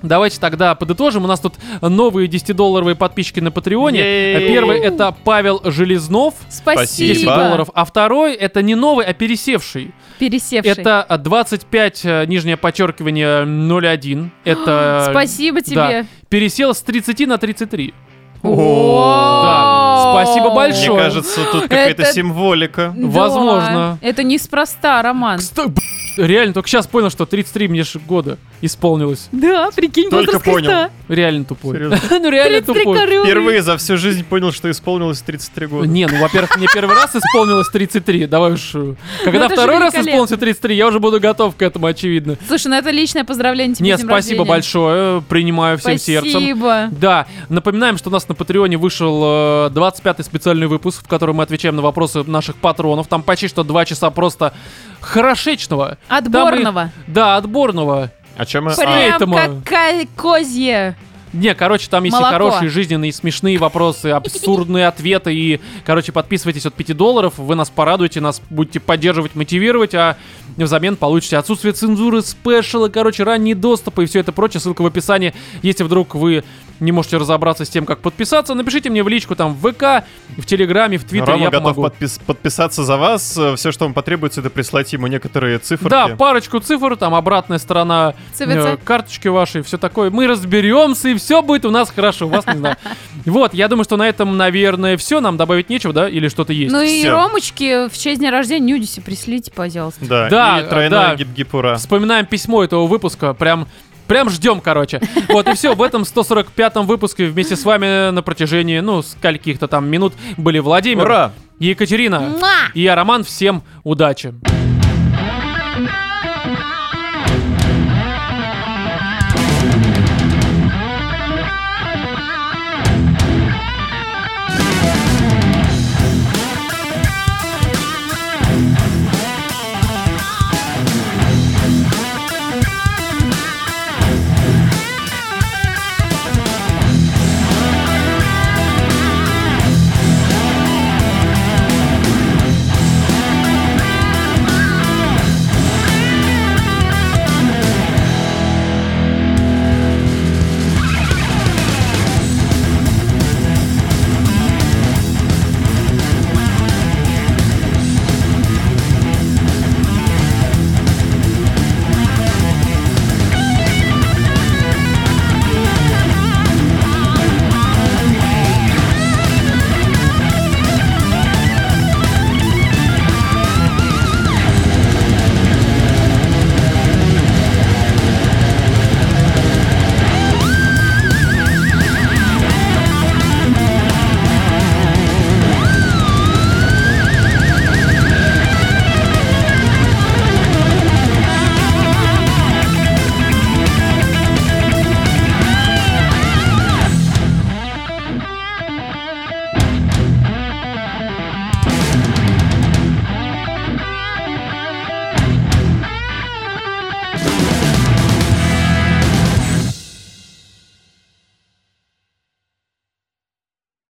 [SPEAKER 1] Давайте тогда подытожим. У нас тут новые 10-долларовые подписчики на Патреоне.
[SPEAKER 2] Е-е-е.
[SPEAKER 1] Первый это Павел Железнов.
[SPEAKER 3] Спасибо.
[SPEAKER 1] 10 долларов. А второй это не новый, а пересевший.
[SPEAKER 3] Пересевший.
[SPEAKER 1] Это а, 25, э, нижнее подчеркивание, 01. Это...
[SPEAKER 3] Спасибо тебе.
[SPEAKER 1] э, Да. Пересел с 30 на 33.
[SPEAKER 3] О.
[SPEAKER 1] Да. Спасибо
[SPEAKER 2] Мне
[SPEAKER 1] большое. Шо?
[SPEAKER 2] кажется, тут какая-то
[SPEAKER 3] Это-
[SPEAKER 2] символика.
[SPEAKER 3] Да.
[SPEAKER 1] Возможно.
[SPEAKER 3] Это неспроста, Роман.
[SPEAKER 1] Кста- б- Реально, только сейчас понял, что 33 мне же года исполнилось.
[SPEAKER 3] Да, прикинь,
[SPEAKER 2] Только
[SPEAKER 3] возраст
[SPEAKER 2] понял.
[SPEAKER 3] Христа.
[SPEAKER 1] Реально тупой.
[SPEAKER 2] Серьезно.
[SPEAKER 1] Ну реально
[SPEAKER 3] 33
[SPEAKER 1] тупой.
[SPEAKER 3] коры
[SPEAKER 2] Впервые за всю жизнь понял, что исполнилось 33 года.
[SPEAKER 1] Не, ну, во-первых, мне первый раз исполнилось 33, давай уж... э, Когда
[SPEAKER 3] Ну, это же
[SPEAKER 1] второй раз
[SPEAKER 3] великолепно.
[SPEAKER 1] исполнится 33, я уже буду готов к этому, очевидно.
[SPEAKER 3] Слушай, ну это личное поздравление тебе.
[SPEAKER 1] Нет,
[SPEAKER 3] с днем
[SPEAKER 1] спасибо
[SPEAKER 3] рождения.
[SPEAKER 1] большое, принимаю всем сердцем.
[SPEAKER 3] Спасибо.
[SPEAKER 1] Да, напоминаем, что у нас на Патреоне вышел э, 25-й специальный выпуск, в котором мы отвечаем на вопросы наших патронов. Там почти что два часа просто хорошечного.
[SPEAKER 3] Отборного.
[SPEAKER 1] Там и- да, отборного.
[SPEAKER 2] О чем мы?
[SPEAKER 1] Прям
[SPEAKER 2] А,
[SPEAKER 1] этому.
[SPEAKER 3] Прям как козье.
[SPEAKER 1] Не, короче, там есть и
[SPEAKER 3] Молоко.
[SPEAKER 1] хорошие, жизненные, и смешные вопросы, абсурдные ответы. И, короче, подписывайтесь от 5 долларов, вы нас порадуете, нас будете поддерживать, мотивировать, а взамен получите отсутствие цензуры, спешалы, короче, ранний доступ и все это прочее. Ссылка в описании. Если вдруг вы не можете разобраться с тем, как подписаться, напишите мне в личку там в ВК, в Телеграме, в Твиттере,
[SPEAKER 2] Рома
[SPEAKER 1] я
[SPEAKER 2] готов
[SPEAKER 1] помогу.
[SPEAKER 2] подпис- подписаться за вас. Все, что вам потребуется, это прислать ему некоторые цифры.
[SPEAKER 1] Да, парочку цифр, там обратная сторона
[SPEAKER 3] Циферца.
[SPEAKER 1] э, карточки вашей, все такое. Мы разберемся, и все будет у нас хорошо, вас не знаю. Вот, я думаю, что на этом, наверное, все. Нам добавить нечего, да? Или что-то есть?
[SPEAKER 3] Ну и
[SPEAKER 2] всё.
[SPEAKER 3] Ромочки в честь дня рождения нюдиси пришлите, пожалуйста.
[SPEAKER 2] Да,
[SPEAKER 1] Да,
[SPEAKER 2] и тройное
[SPEAKER 1] да.
[SPEAKER 2] гип-гип ура.
[SPEAKER 1] Вспоминаем письмо этого выпуска, прям... Прям ждем, короче. Вот и все. В этом 145-м выпуске вместе с вами на протяжении, ну, скольких-то там минут были Владимир,
[SPEAKER 2] Ура!
[SPEAKER 1] Екатерина
[SPEAKER 3] Муа!
[SPEAKER 1] и я, Роман. Всем удачи!